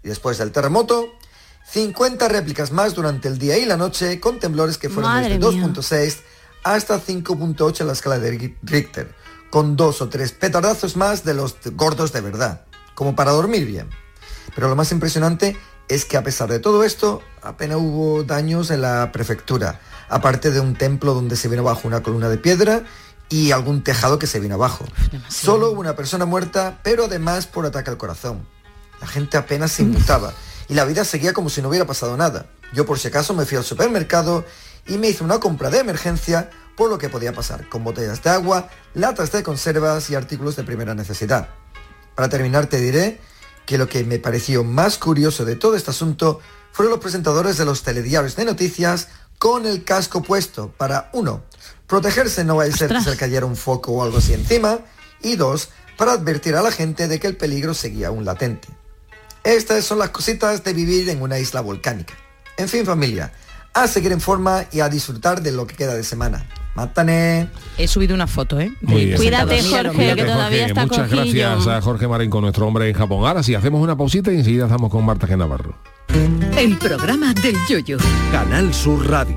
[SPEAKER 9] después del terremoto, 50 réplicas más durante el día y la noche con temblores que fueron
[SPEAKER 7] Madre
[SPEAKER 9] desde
[SPEAKER 7] mía.
[SPEAKER 9] 2.6 hasta 5.8 en la escala de Ri- Richter, con dos o tres petardazos más de los t- gordos de verdad, como para dormir bien. Pero lo más impresionante es que a pesar de todo esto, apenas hubo daños en la prefectura, aparte de un templo donde se vino abajo una columna de piedra y algún tejado que se vino abajo. Solo hubo una persona muerta, pero además por ataque al corazón. La gente apenas se inmutaba y la vida seguía como si no hubiera pasado nada. Yo por si acaso me fui al supermercado y me hice una compra de emergencia por lo que podía pasar, con botellas de agua, latas de conservas y artículos de primera necesidad. Para terminar te diré que lo que me pareció más curioso de todo este asunto fueron los presentadores de los telediarios de noticias con el casco puesto para, uno, protegerse no vaya a ser que se le cayera un foco o algo así encima, y dos, para advertir a la gente de que el peligro seguía aún latente. Estas son las cositas de vivir en una isla volcánica. En fin, familia, a seguir en forma y a disfrutar de lo que queda de semana. ¡Mátane!
[SPEAKER 8] He subido una foto, ¿eh?
[SPEAKER 5] Muy bien.
[SPEAKER 7] Cuídate,
[SPEAKER 8] Mira,
[SPEAKER 7] Jorge,
[SPEAKER 8] mira,
[SPEAKER 7] que
[SPEAKER 5] Fíjate,
[SPEAKER 7] todavía
[SPEAKER 5] Jorge,
[SPEAKER 7] está
[SPEAKER 5] Muchas
[SPEAKER 7] cojillo.
[SPEAKER 5] gracias a Jorge Marenco, nuestro hombre en Japón. Ahora sí, hacemos una pausita y enseguida estamos con Marta G. Navarro.
[SPEAKER 3] El programa del yoyo.
[SPEAKER 1] Canal Sur Radio.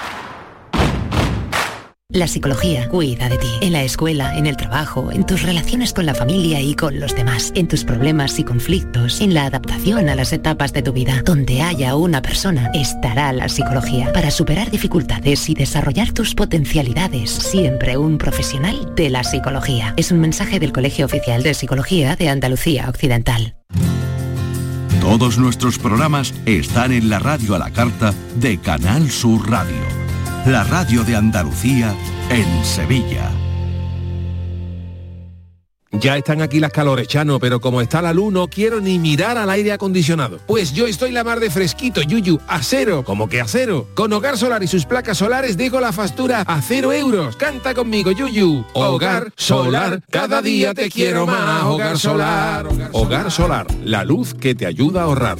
[SPEAKER 10] La psicología cuida de ti. En la escuela, en el trabajo, en tus relaciones con la familia y con los demás, en tus problemas y conflictos, en la adaptación a las etapas de tu vida. Donde haya una persona, estará la psicología. Para superar dificultades y desarrollar tus potencialidades, siempre un profesional de la psicología. Es un mensaje del Colegio Oficial de Psicología de Andalucía Occidental.
[SPEAKER 11] Todos nuestros programas están en la radio a la carta de Canal Sur Radio, la radio de Andalucía en Sevilla.
[SPEAKER 5] Ya están aquí las calores, Chano, pero como está la luz no quiero ni mirar al aire acondicionado. Pues yo estoy la mar de fresquito, Yuyu, a cero, como que a cero. Con Hogar Solar y sus placas solares dejo la factura a cero euros. Canta conmigo, Yuyu. Hogar Solar, cada día te quiero más. Hogar Solar. Hogar Solar, la luz que te ayuda a ahorrar.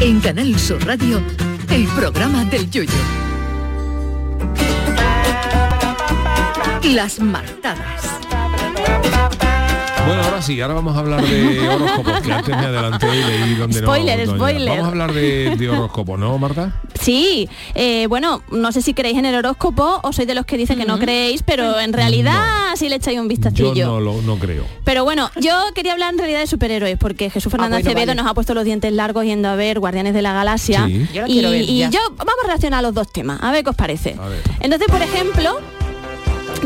[SPEAKER 3] En Canal Sur Radio, el programa del Yoyo. Las martadas.
[SPEAKER 5] Bueno, ahora sí, ahora vamos a hablar de horóscopos, que antes me adelanté y leí donde no-
[SPEAKER 7] Spoiler,
[SPEAKER 5] no.
[SPEAKER 7] spoiler.
[SPEAKER 5] Vamos a hablar de, de horóscopos, ¿no, Marta?
[SPEAKER 7] Sí, eh, bueno, no sé si creéis en el horóscopo o sois de los que dicen que no creéis, pero en realidad sí le echáis un
[SPEAKER 5] Mm. Yo
[SPEAKER 7] vistacillo.
[SPEAKER 5] no, lo, no creo.
[SPEAKER 7] Pero bueno, yo quería hablar en realidad de superhéroes, porque Jesús Fernández
[SPEAKER 5] Ah, bueno,
[SPEAKER 7] Acevedo
[SPEAKER 5] vale.
[SPEAKER 7] nos ha puesto los dientes largos yendo a ver Guardianes de la Galaxia.
[SPEAKER 5] Sí. Yo la
[SPEAKER 7] y
[SPEAKER 5] quiero ver
[SPEAKER 7] y
[SPEAKER 5] ya.
[SPEAKER 7] yo vamos a relacionar los dos temas, a ver qué os parece.
[SPEAKER 5] A ver.
[SPEAKER 7] Entonces, por ejemplo,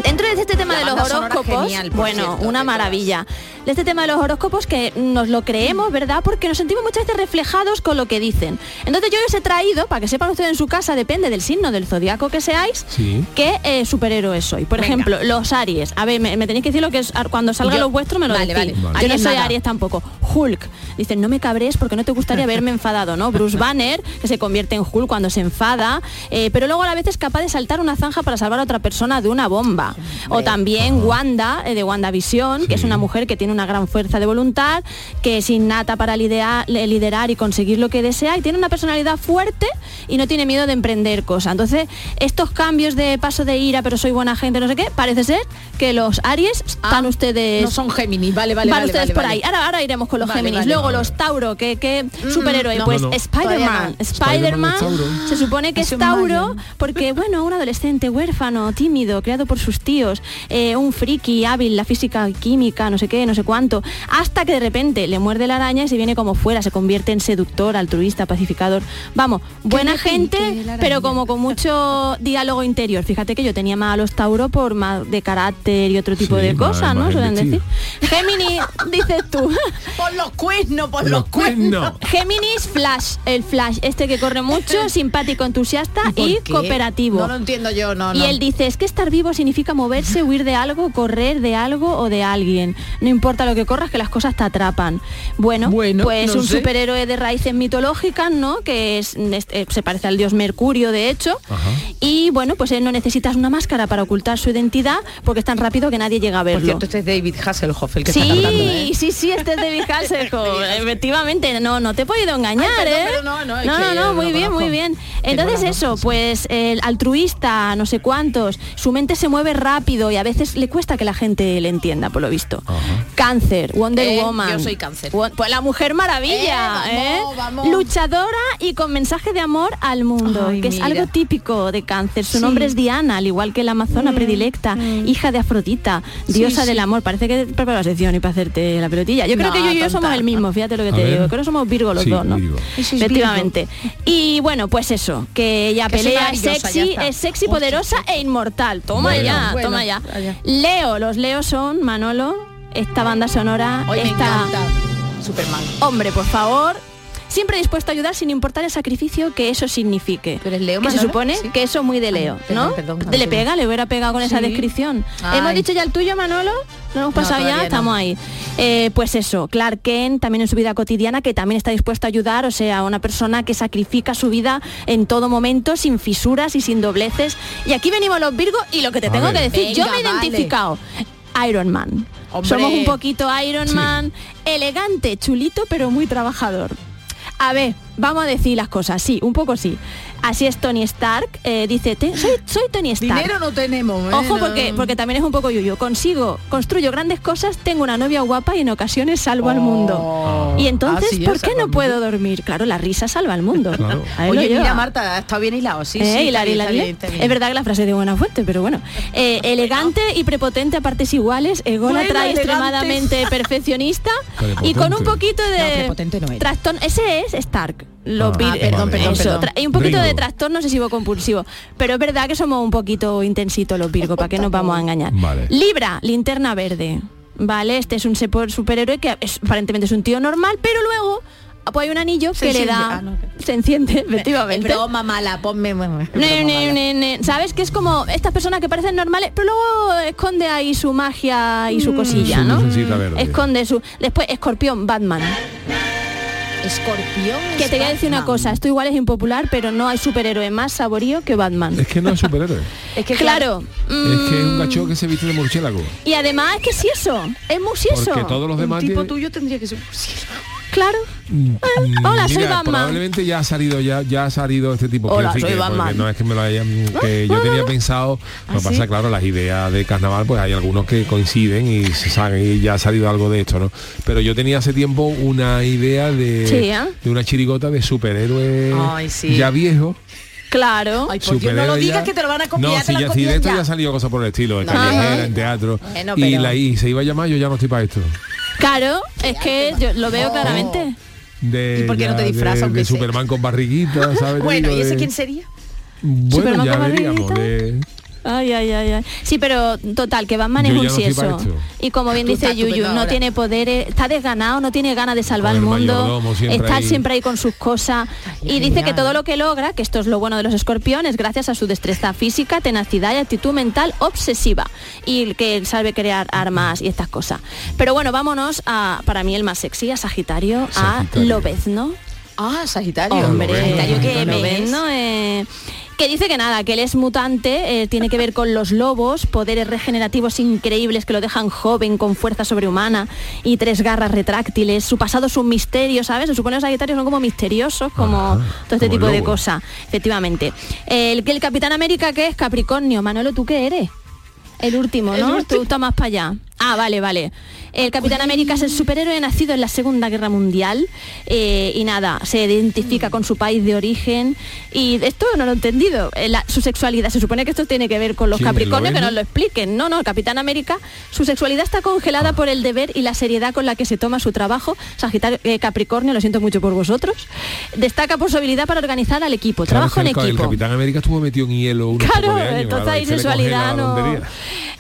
[SPEAKER 7] dentro de este tema
[SPEAKER 8] La
[SPEAKER 7] de los
[SPEAKER 8] banda sonora
[SPEAKER 7] horóscopos,
[SPEAKER 8] genial, por
[SPEAKER 7] bueno,
[SPEAKER 8] cierto,
[SPEAKER 7] una maravilla. De este tema de los horóscopos que nos lo creemos, ¿verdad? Porque nos sentimos muchas veces reflejados con lo que dicen. Entonces yo os he traído, para que sepan ustedes en su casa, depende del signo del zodiaco que seáis,
[SPEAKER 5] Sí.
[SPEAKER 7] qué eh, superhéroe soy. Por
[SPEAKER 8] Venga.
[SPEAKER 7] ejemplo, los Aries. A ver, me, me tenéis que decir lo que es ar- cuando salga
[SPEAKER 8] Yo-
[SPEAKER 7] lo vuestro me lo
[SPEAKER 8] vale,
[SPEAKER 7] decís.
[SPEAKER 8] vale. Vale.
[SPEAKER 7] Yo no
[SPEAKER 8] Aries
[SPEAKER 7] soy
[SPEAKER 8] nada.
[SPEAKER 7] Aries tampoco. Hulk. Dicen, no me cabrees porque no te gustaría verme enfadado, ¿no? Bruce Banner, que se convierte en Hulk cuando se enfada, eh, pero luego a la vez es capaz de saltar una zanja para salvar a otra persona de una bomba. O también Wanda, eh, de WandaVision, que es una mujer que tiene una gran fuerza de voluntad, que es innata para liderar, liderar y conseguir lo que desea y tiene una personalidad fuerte y no tiene miedo de emprender cosas. Entonces, estos cambios de paso de ira, pero soy buena gente, no sé qué, parece ser que los Aries están ustedes...
[SPEAKER 8] Ah, No son Géminis, vale, vale,
[SPEAKER 7] Van
[SPEAKER 8] vale,
[SPEAKER 7] ustedes
[SPEAKER 8] vale,
[SPEAKER 7] por
[SPEAKER 8] vale.
[SPEAKER 7] ahí. Ahora, ahora iremos con los
[SPEAKER 8] Vale,
[SPEAKER 7] Géminis.
[SPEAKER 8] vale. Mm,
[SPEAKER 7] Luego los Tauro, que, que superhéroe.
[SPEAKER 8] no.
[SPEAKER 7] pues
[SPEAKER 8] No, no. Todavía
[SPEAKER 7] Spider-Man.
[SPEAKER 8] no.
[SPEAKER 7] Spider-Man
[SPEAKER 8] Spider-Man es Tauro.
[SPEAKER 7] se supone que
[SPEAKER 8] Es
[SPEAKER 7] es,
[SPEAKER 8] un
[SPEAKER 7] Tauro
[SPEAKER 8] Mayan.
[SPEAKER 7] porque, bueno, un adolescente huérfano, tímido, creado por sus tíos, eh, un friki hábil, la física química, no sé qué, no sé cuánto, hasta que de repente le muerde la araña y se viene como fuera, se convierte en seductor, altruista, pacificador. Vamos, buena
[SPEAKER 8] le pique
[SPEAKER 7] gente,
[SPEAKER 8] la araña.
[SPEAKER 7] pero como con mucho diálogo interior. Fíjate que yo tenía más a los Tauro por más de carácter y otro tipo
[SPEAKER 5] Sí,
[SPEAKER 7] de
[SPEAKER 5] más-
[SPEAKER 7] cosas, ¿no?
[SPEAKER 5] más
[SPEAKER 7] Suelen decir.
[SPEAKER 5] embestido.
[SPEAKER 7] Géminis, dices tú.
[SPEAKER 8] Por los cuernos, por
[SPEAKER 5] Los
[SPEAKER 8] los
[SPEAKER 5] cuernos.
[SPEAKER 8] cuernos.
[SPEAKER 7] Géminis Flash, el Flash, este que corre mucho, simpático, entusiasta
[SPEAKER 8] ¿Por
[SPEAKER 7] y
[SPEAKER 8] qué?
[SPEAKER 7] cooperativo.
[SPEAKER 8] No lo entiendo yo, no,
[SPEAKER 7] Y
[SPEAKER 8] no.
[SPEAKER 7] él dice, es que estar vivo significa moverse, huir de algo, correr de algo o de alguien. No importa lo que corras, que las cosas te atrapan. Bueno,
[SPEAKER 8] Bueno,
[SPEAKER 7] pues
[SPEAKER 8] no
[SPEAKER 7] un
[SPEAKER 8] sé.
[SPEAKER 7] superhéroe de raíces mitológicas, ¿no? Que es, este, se parece al dios Mercurio, de hecho. Y bueno, pues él no necesita una máscara para ocultar su identidad porque es tan rápido que nadie llega a verlo.
[SPEAKER 8] Por cierto, este es David Hasselhoff, el que está cantando. ¿eh?
[SPEAKER 7] Sí, sí, sí, este es David Hasselhoff. Efectivamente, no, no te he podido engañar,
[SPEAKER 8] Ay, perdón,
[SPEAKER 7] ¿eh?
[SPEAKER 8] pero no, no, es
[SPEAKER 7] no,
[SPEAKER 8] que
[SPEAKER 7] no,
[SPEAKER 8] lo
[SPEAKER 7] muy bien,
[SPEAKER 8] conozco.
[SPEAKER 7] muy bien.
[SPEAKER 8] Que
[SPEAKER 7] Entonces
[SPEAKER 8] conozco,
[SPEAKER 7] eso, pues el altruista, no sé cuántos, su mente se mueve rápido y a veces le cuesta que la gente le entienda, por lo visto. Cáncer, Wonder
[SPEAKER 8] Eh,
[SPEAKER 7] Woman.
[SPEAKER 8] yo soy Cáncer.
[SPEAKER 7] Wo- Pues la mujer maravilla,
[SPEAKER 8] Eh, vamos,
[SPEAKER 7] ¿eh?
[SPEAKER 8] vamos.
[SPEAKER 7] Luchadora y con mensaje de amor al mundo,
[SPEAKER 8] Ay,
[SPEAKER 7] que es
[SPEAKER 8] mira.
[SPEAKER 7] algo típico de cáncer. Su
[SPEAKER 8] Sí. Mm,
[SPEAKER 7] nombre es Diana, al igual que la amazona predilecta, hija de Afrodita, diosa
[SPEAKER 8] sí.
[SPEAKER 7] del amor. Parece que preparo la sección y para hacerte la pelotilla. Yo creo
[SPEAKER 8] No,
[SPEAKER 7] que yo y yo
[SPEAKER 8] tonta.
[SPEAKER 7] somos el mismo, fíjate lo que
[SPEAKER 5] A
[SPEAKER 7] te
[SPEAKER 5] ver.
[SPEAKER 7] digo. Creo que somos Virgo los
[SPEAKER 5] Sí,
[SPEAKER 7] dos, ¿no?
[SPEAKER 5] Virgo.
[SPEAKER 8] Y sois
[SPEAKER 7] Efectivamente. Y bueno, pues eso, que ella
[SPEAKER 8] Que soy
[SPEAKER 7] pelea, es
[SPEAKER 8] maravillosa, ya
[SPEAKER 7] sexy,
[SPEAKER 8] está.
[SPEAKER 7] es sexy,
[SPEAKER 8] Hostia,
[SPEAKER 7] poderosa e inmortal. Toma
[SPEAKER 5] Bueno.
[SPEAKER 7] ya,
[SPEAKER 8] Bueno,
[SPEAKER 7] toma ya.
[SPEAKER 8] allá.
[SPEAKER 7] Leo, los Leos son Manolo, esta banda sonora,
[SPEAKER 8] Hoy me
[SPEAKER 7] esta
[SPEAKER 8] encanta Superman.
[SPEAKER 7] hombre, por favor. siempre dispuesto a ayudar sin importar el sacrificio que eso signifique.
[SPEAKER 8] Pero es Leo
[SPEAKER 7] que se
[SPEAKER 8] Manolo,
[SPEAKER 7] supone
[SPEAKER 8] sí. Ah,
[SPEAKER 7] que eso es muy de Leo,
[SPEAKER 8] perdón,
[SPEAKER 7] ¿no?
[SPEAKER 8] perdón,
[SPEAKER 7] De le
[SPEAKER 8] Antonio.
[SPEAKER 7] pega, le hubiera pegado con esa
[SPEAKER 8] Sí.
[SPEAKER 7] descripción.
[SPEAKER 8] Ay.
[SPEAKER 7] Hemos dicho ya el tuyo, Manolo. No hemos
[SPEAKER 8] No,
[SPEAKER 7] pasado
[SPEAKER 8] todavía
[SPEAKER 7] ya,
[SPEAKER 8] no.
[SPEAKER 7] estamos ahí. Eh, pues eso, Clark Kent también en su vida cotidiana, que también está dispuesto a ayudar, o sea, una persona que sacrifica su vida en todo momento, sin fisuras y sin dobleces. Y aquí venimos los Virgos y lo que te
[SPEAKER 8] A
[SPEAKER 7] tengo
[SPEAKER 8] ver.
[SPEAKER 7] que decir, yo
[SPEAKER 8] Venga,
[SPEAKER 7] me he
[SPEAKER 8] vale.
[SPEAKER 7] identificado. Oh, Iron Man.
[SPEAKER 8] Hombre.
[SPEAKER 7] Somos un poquito Iron Man, elegante, chulito, pero muy trabajador. A ver, vamos a decir las cosas, sí, un poco sí. Así es Tony Stark, eh, dice, "Te- soy, soy Tony Stark.
[SPEAKER 8] Dinero no tenemos. ¿eh?
[SPEAKER 7] Ojo
[SPEAKER 8] No.
[SPEAKER 7] porque, porque también es un poco yuyo. Consigo, construyo grandes cosas, tengo una novia guapa y en ocasiones salvo al
[SPEAKER 8] Oh.
[SPEAKER 7] mundo. Y entonces,
[SPEAKER 8] Así es,
[SPEAKER 7] ¿por qué
[SPEAKER 8] Ah, salva
[SPEAKER 7] no
[SPEAKER 8] al
[SPEAKER 7] puedo dormir? Claro, la risa salva al mundo. Ahí lo
[SPEAKER 8] Oye,
[SPEAKER 7] lleva.
[SPEAKER 8] mira Marta, está bien hilado, sí,
[SPEAKER 7] Eh,
[SPEAKER 8] sí. está
[SPEAKER 7] Hilari,
[SPEAKER 8] bien, está
[SPEAKER 7] Hilari.
[SPEAKER 8] bien, está bien.
[SPEAKER 7] Es verdad que la frase es de buena fuente, pero bueno. Eh, elegante y prepotente a partes iguales, ególatra
[SPEAKER 8] Bueno,
[SPEAKER 7] y
[SPEAKER 8] elegante.
[SPEAKER 7] extremadamente perfeccionista y
[SPEAKER 8] Prepotente.
[SPEAKER 7] con un poquito
[SPEAKER 8] No,
[SPEAKER 7] de
[SPEAKER 8] prepotente no era.
[SPEAKER 7] trastorno. Ese es Stark. Lo eh,
[SPEAKER 8] Ah,
[SPEAKER 7] pide-
[SPEAKER 8] vale. perdón, perdón,
[SPEAKER 7] Eso,
[SPEAKER 8] perdón.
[SPEAKER 7] tra- Y un poquito de
[SPEAKER 8] Ringo.
[SPEAKER 7] trastorno obsesivo compulsivo. Pero es verdad que somos un poquito intensitos los Virgo, ¿para qué nos vamos a engañar? Libra, linterna verde. Vale, este es un sepo- superhéroe que es- aparentemente es un tío normal, pero luego pues hay un anillo
[SPEAKER 8] Se
[SPEAKER 7] que le
[SPEAKER 8] enciende.
[SPEAKER 7] da.
[SPEAKER 8] Ah, no, eh,
[SPEAKER 7] Se enciende,
[SPEAKER 8] Es
[SPEAKER 7] efectivamente.
[SPEAKER 8] broma mala, ponme.
[SPEAKER 7] Ne,
[SPEAKER 8] broma
[SPEAKER 7] ne,
[SPEAKER 8] mala.
[SPEAKER 7] ne, ne. ¿Sabes? Que es como estas personas que parecen normales, pero luego esconde ahí su magia y su cosilla,
[SPEAKER 5] Mm, Su
[SPEAKER 7] ¿no?
[SPEAKER 5] lucecita verde.
[SPEAKER 7] Esconde su... Después, escorpión, Batman.
[SPEAKER 8] Escorpión.
[SPEAKER 7] Que te voy a decir una cosa, esto igual es impopular, pero no hay superhéroe más saborío que Batman.
[SPEAKER 5] Es que no es superhéroe.
[SPEAKER 7] Es que claro.
[SPEAKER 5] es que es un
[SPEAKER 7] mm,
[SPEAKER 5] gacho que se viste de murciélago.
[SPEAKER 7] Y además es que sí eso, es muy sí eso.
[SPEAKER 5] Porque todos los demás tienen-
[SPEAKER 7] tuyo tendría que ser Claro.
[SPEAKER 5] Mm,
[SPEAKER 7] Hola, soy
[SPEAKER 5] mira,
[SPEAKER 7] Batman.
[SPEAKER 5] Probablemente ya ha salido, ya, ya ha salido este tipo.
[SPEAKER 7] Hola,
[SPEAKER 5] Quiero decir
[SPEAKER 7] soy
[SPEAKER 5] que- porque
[SPEAKER 7] Batman.
[SPEAKER 5] No es que me lo hayan, que yo tenía pensado. Lo que
[SPEAKER 7] ¿Ah,
[SPEAKER 5] pasa,
[SPEAKER 7] sí?
[SPEAKER 5] claro, las ideas de carnaval, pues hay algunos que coinciden y se saben y ya ha salido algo de esto, ¿no? Pero yo tenía hace tiempo una idea de,
[SPEAKER 7] Sí, ¿eh?
[SPEAKER 5] de una chirigota de superhéroe
[SPEAKER 7] Ay, sí.
[SPEAKER 5] ya viejo.
[SPEAKER 7] Claro. Ay,
[SPEAKER 5] por Dios, no lo superhéroe digas ya- que te
[SPEAKER 8] lo van a
[SPEAKER 5] no, si, ya, si de esto ya ha salido cosas por el estilo, en
[SPEAKER 7] No.
[SPEAKER 5] callejera,
[SPEAKER 7] Ajá.
[SPEAKER 5] en teatro.
[SPEAKER 7] Bueno,
[SPEAKER 5] y
[SPEAKER 7] pero-
[SPEAKER 5] la y se iba a llamar, yo ya no estoy para esto.
[SPEAKER 7] Claro, es que yo lo veo claramente.
[SPEAKER 5] De,
[SPEAKER 7] ¿Y por qué no
[SPEAKER 5] ya
[SPEAKER 7] te disfrazas,
[SPEAKER 5] De,
[SPEAKER 7] aunque
[SPEAKER 5] de
[SPEAKER 7] sea?
[SPEAKER 5] Superman con barriguita, ¿sabes? Te
[SPEAKER 8] Bueno,
[SPEAKER 5] digo,
[SPEAKER 8] ¿y ese
[SPEAKER 5] de-
[SPEAKER 8] quién sería?
[SPEAKER 5] Bueno,
[SPEAKER 7] Superman
[SPEAKER 5] ya
[SPEAKER 7] con
[SPEAKER 5] veríamos. de-
[SPEAKER 7] Ay, ay, ay, ay. Sí, pero total, que Batman
[SPEAKER 5] Yo
[SPEAKER 7] es
[SPEAKER 5] ya
[SPEAKER 7] un
[SPEAKER 5] no estoy para
[SPEAKER 7] sieso.
[SPEAKER 5] esto.
[SPEAKER 7] Y como bien
[SPEAKER 8] Tú
[SPEAKER 7] dice
[SPEAKER 8] estás
[SPEAKER 7] Yuyu,
[SPEAKER 8] estupendo
[SPEAKER 7] no
[SPEAKER 8] ahora.
[SPEAKER 7] tiene poderes, está desganado, no tiene ganas de salvar
[SPEAKER 5] Con
[SPEAKER 7] el
[SPEAKER 5] el
[SPEAKER 7] mundo,
[SPEAKER 5] mayordomo siempre
[SPEAKER 7] está
[SPEAKER 5] ahí.
[SPEAKER 7] siempre ahí con sus cosas. y dice que todo lo que logra, que esto es lo bueno de los escorpiones, gracias a su destreza física, tenacidad y actitud mental obsesiva. Y que él sabe crear armas y estas cosas. Pero bueno, vámonos a, para mí el más sexy, a Sagitario,
[SPEAKER 8] Sagitario.
[SPEAKER 7] a López, ¿no?
[SPEAKER 8] Ah, Sagitario.
[SPEAKER 7] Hombre,
[SPEAKER 8] Sagitario que
[SPEAKER 7] lo
[SPEAKER 8] me
[SPEAKER 7] ven, ¿no? Eh, que dice que nada, que él es mutante, eh, tiene que ver con los lobos, poderes regenerativos increíbles que lo dejan joven, con fuerza sobrehumana y tres garras retráctiles. Su pasado es un misterio, ¿sabes? Se supone que los sagitarios son como misteriosos, como todo este
[SPEAKER 12] como
[SPEAKER 7] tipo
[SPEAKER 12] el
[SPEAKER 7] de
[SPEAKER 12] lobo.
[SPEAKER 7] cosas, efectivamente. El, que el Capitán América, que es Capricornio. Manolo, ¿tú qué eres? El último, ¿no? Tú estás más para allá. Ah, vale, vale. El Capitán América es el superhéroe nacido en la Segunda Guerra Mundial eh, y nada, se identifica con su país de origen y esto no lo he entendido. Eh, la- su sexualidad, se supone que esto tiene que ver con los
[SPEAKER 12] ¿Quién, el
[SPEAKER 7] Capricornios, que
[SPEAKER 12] noveno?
[SPEAKER 7] nos lo expliquen. No, no, el Capitán América, su sexualidad está congelada por el deber y la seriedad con la que se toma su trabajo. Sagitario, eh, Capricornio, lo siento mucho por vosotros. Destaca por su habilidad para organizar al equipo,
[SPEAKER 5] Claro,
[SPEAKER 7] trabajo
[SPEAKER 5] es
[SPEAKER 7] en
[SPEAKER 5] que el, El
[SPEAKER 7] equipo.
[SPEAKER 5] Capitán América estuvo metido en hielo unos
[SPEAKER 7] Claro,
[SPEAKER 5] pocos de años,
[SPEAKER 7] entonces
[SPEAKER 5] claro,
[SPEAKER 7] ahí
[SPEAKER 5] ahí se le
[SPEAKER 7] sensualidad
[SPEAKER 5] congela la
[SPEAKER 7] no.
[SPEAKER 5] tontería.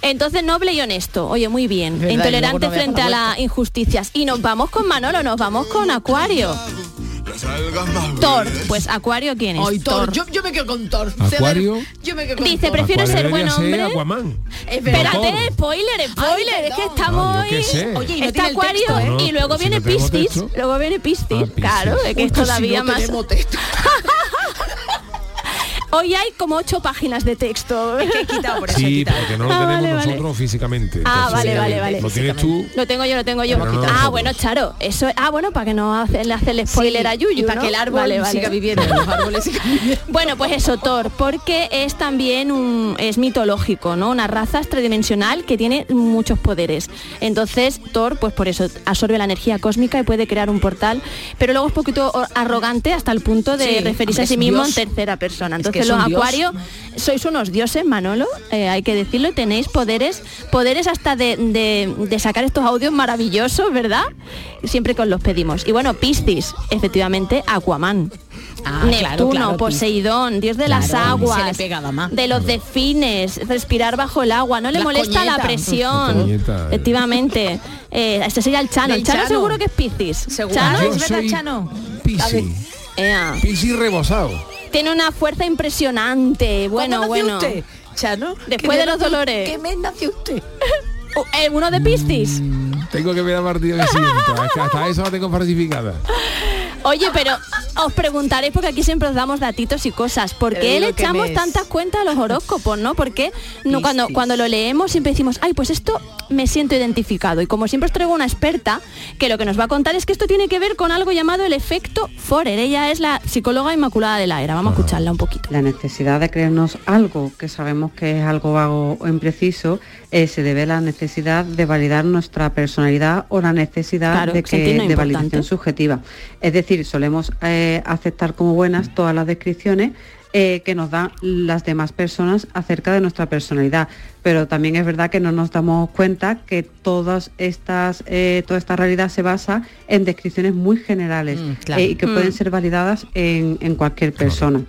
[SPEAKER 7] Entonces noble y honesto, oye, muy bien.
[SPEAKER 12] Verdad, y
[SPEAKER 7] Intolerante
[SPEAKER 12] luego no
[SPEAKER 7] frente a
[SPEAKER 12] había dado
[SPEAKER 7] las injusticias. Y nos vamos con Manolo, nos vamos con Acuario. Thor, pues Acuario quién es?
[SPEAKER 8] Ay, Thor, yo, yo me quedo con Thor.
[SPEAKER 5] Acuario.
[SPEAKER 8] Yo me quedo con
[SPEAKER 7] Dice,
[SPEAKER 8] Thor.
[SPEAKER 7] prefiero
[SPEAKER 5] Acuario
[SPEAKER 7] ser buen
[SPEAKER 5] debería
[SPEAKER 7] hombre.
[SPEAKER 5] Aquaman.
[SPEAKER 7] Espérate,
[SPEAKER 5] Doctor.
[SPEAKER 7] spoiler, spoiler, es que estamos
[SPEAKER 5] Ah, yo qué sé.
[SPEAKER 7] hoy.
[SPEAKER 5] Oye,
[SPEAKER 8] y
[SPEAKER 7] está
[SPEAKER 8] no tiene el texto,
[SPEAKER 7] Acuario
[SPEAKER 5] ¿eh?
[SPEAKER 7] y luego
[SPEAKER 5] No, si
[SPEAKER 7] viene
[SPEAKER 5] no tenemos
[SPEAKER 7] Piscis,
[SPEAKER 5] texto. Ah,
[SPEAKER 7] luego viene Piscis, claro, es que es
[SPEAKER 8] Porque si
[SPEAKER 7] todavía
[SPEAKER 8] no
[SPEAKER 7] más.
[SPEAKER 8] tenemos texto.
[SPEAKER 7] Hoy hay como ocho páginas de texto. Es que he quitado por
[SPEAKER 5] Sí, pues. porque no lo
[SPEAKER 7] Ah,
[SPEAKER 5] tenemos
[SPEAKER 7] vale, vale.
[SPEAKER 5] nosotros físicamente.
[SPEAKER 7] Ah,
[SPEAKER 5] Entonces,
[SPEAKER 7] vale, vale, vale.
[SPEAKER 5] Lo tienes tú.
[SPEAKER 7] Lo tengo yo, lo tengo yo.
[SPEAKER 5] Pero no
[SPEAKER 7] ah,
[SPEAKER 5] nosotros.
[SPEAKER 7] bueno, Charo, eso Ah, bueno, para que no hace- le hace el spoiler a Yuyu.
[SPEAKER 8] y para
[SPEAKER 7] ¿no?
[SPEAKER 8] que el árbol siga viviendo, los árboles sigan viviendo.
[SPEAKER 7] Bueno, pues eso, Thor, porque es también un, es mitológico, ¿no? Una raza es tridimensional que tiene muchos poderes. Entonces, Thor, pues por eso, absorbe la energía cósmica y puede crear un portal, pero luego es un poquito o- arrogante hasta el punto de
[SPEAKER 12] Sí,
[SPEAKER 7] referirse
[SPEAKER 12] hombre,
[SPEAKER 7] a sí
[SPEAKER 12] es un
[SPEAKER 7] mismo
[SPEAKER 12] dios.
[SPEAKER 7] en tercera persona.
[SPEAKER 12] que
[SPEAKER 7] Entonces,
[SPEAKER 12] es
[SPEAKER 7] los
[SPEAKER 12] un dios.
[SPEAKER 7] acuarios sois unos dioses, Manolo, eh, hay que decirlo, y tenéis poderes, poderes hasta de, de- de sacar estos audios maravillosos, ¿verdad? Siempre que os los pedimos. Y bueno, Piscis, efectivamente, Aquaman. Neptuno,
[SPEAKER 8] Ah, claro, claro,
[SPEAKER 7] Poseidón, dios de
[SPEAKER 8] Claro,
[SPEAKER 7] las
[SPEAKER 8] se
[SPEAKER 7] aguas,
[SPEAKER 8] le pega, dama.
[SPEAKER 7] de los delfines, respirar bajo el agua, no le
[SPEAKER 8] Las
[SPEAKER 7] molesta la
[SPEAKER 8] coñetas.
[SPEAKER 7] presión.
[SPEAKER 8] Las coñetas, eh.
[SPEAKER 7] Efectivamente. Eh, este sería el Chano.
[SPEAKER 8] Del
[SPEAKER 7] El Chano,
[SPEAKER 8] Chano.
[SPEAKER 7] seguro que Ah, es Piscis. Chano,
[SPEAKER 8] Yo soy
[SPEAKER 7] Chano?
[SPEAKER 5] Piscis. Pilsi.
[SPEAKER 7] Ea.
[SPEAKER 5] Pilsi rebosado.
[SPEAKER 7] Tiene una fuerza impresionante. Bueno,
[SPEAKER 8] nació
[SPEAKER 7] bueno.
[SPEAKER 8] usted, Chano?
[SPEAKER 7] Después
[SPEAKER 8] ¿Qué
[SPEAKER 7] de
[SPEAKER 8] mes
[SPEAKER 7] los
[SPEAKER 8] nació-
[SPEAKER 7] dolores.
[SPEAKER 8] ¿Qué mes nació usted?
[SPEAKER 7] Uh, eh, uno de Piscis.
[SPEAKER 5] Mm, Tengo que ver a partir de siguiente. es que Hasta eso la tengo falsificada.
[SPEAKER 7] Oye, pero os preguntaréis porque aquí siempre os damos datitos y cosas. ¿Por
[SPEAKER 8] Te
[SPEAKER 7] qué
[SPEAKER 8] digo
[SPEAKER 7] le
[SPEAKER 8] que
[SPEAKER 7] echamos
[SPEAKER 8] mes.
[SPEAKER 7] tantas cuentas a los horóscopos, no? Porque no, cuando, cuando lo leemos siempre decimos, ay, pues esto me siento identificado. Y como siempre os traigo una experta que lo que nos va a contar es que esto tiene que ver con algo llamado el efecto Forer. Ella es la psicóloga inmaculada de la era. Vamos a escucharla un poquito.
[SPEAKER 12] La necesidad de creernos algo que sabemos que es algo vago o impreciso eh, se debe a la necesidad de validar nuestra personalidad o la necesidad
[SPEAKER 7] Claro,
[SPEAKER 12] de, que-
[SPEAKER 7] sentirnos
[SPEAKER 12] de validación
[SPEAKER 7] importantes.
[SPEAKER 12] subjetiva. Es decir, solemos eh, aceptar como buenas todas las descripciones eh, que nos dan las demás personas acerca de nuestra personalidad. Pero también es verdad que no nos damos cuenta que todas estas, eh, toda esta realidad se basa en descripciones muy generales
[SPEAKER 13] claro.
[SPEAKER 12] eh, y que
[SPEAKER 13] Mm.
[SPEAKER 12] pueden ser validadas eh, en, en cualquier persona.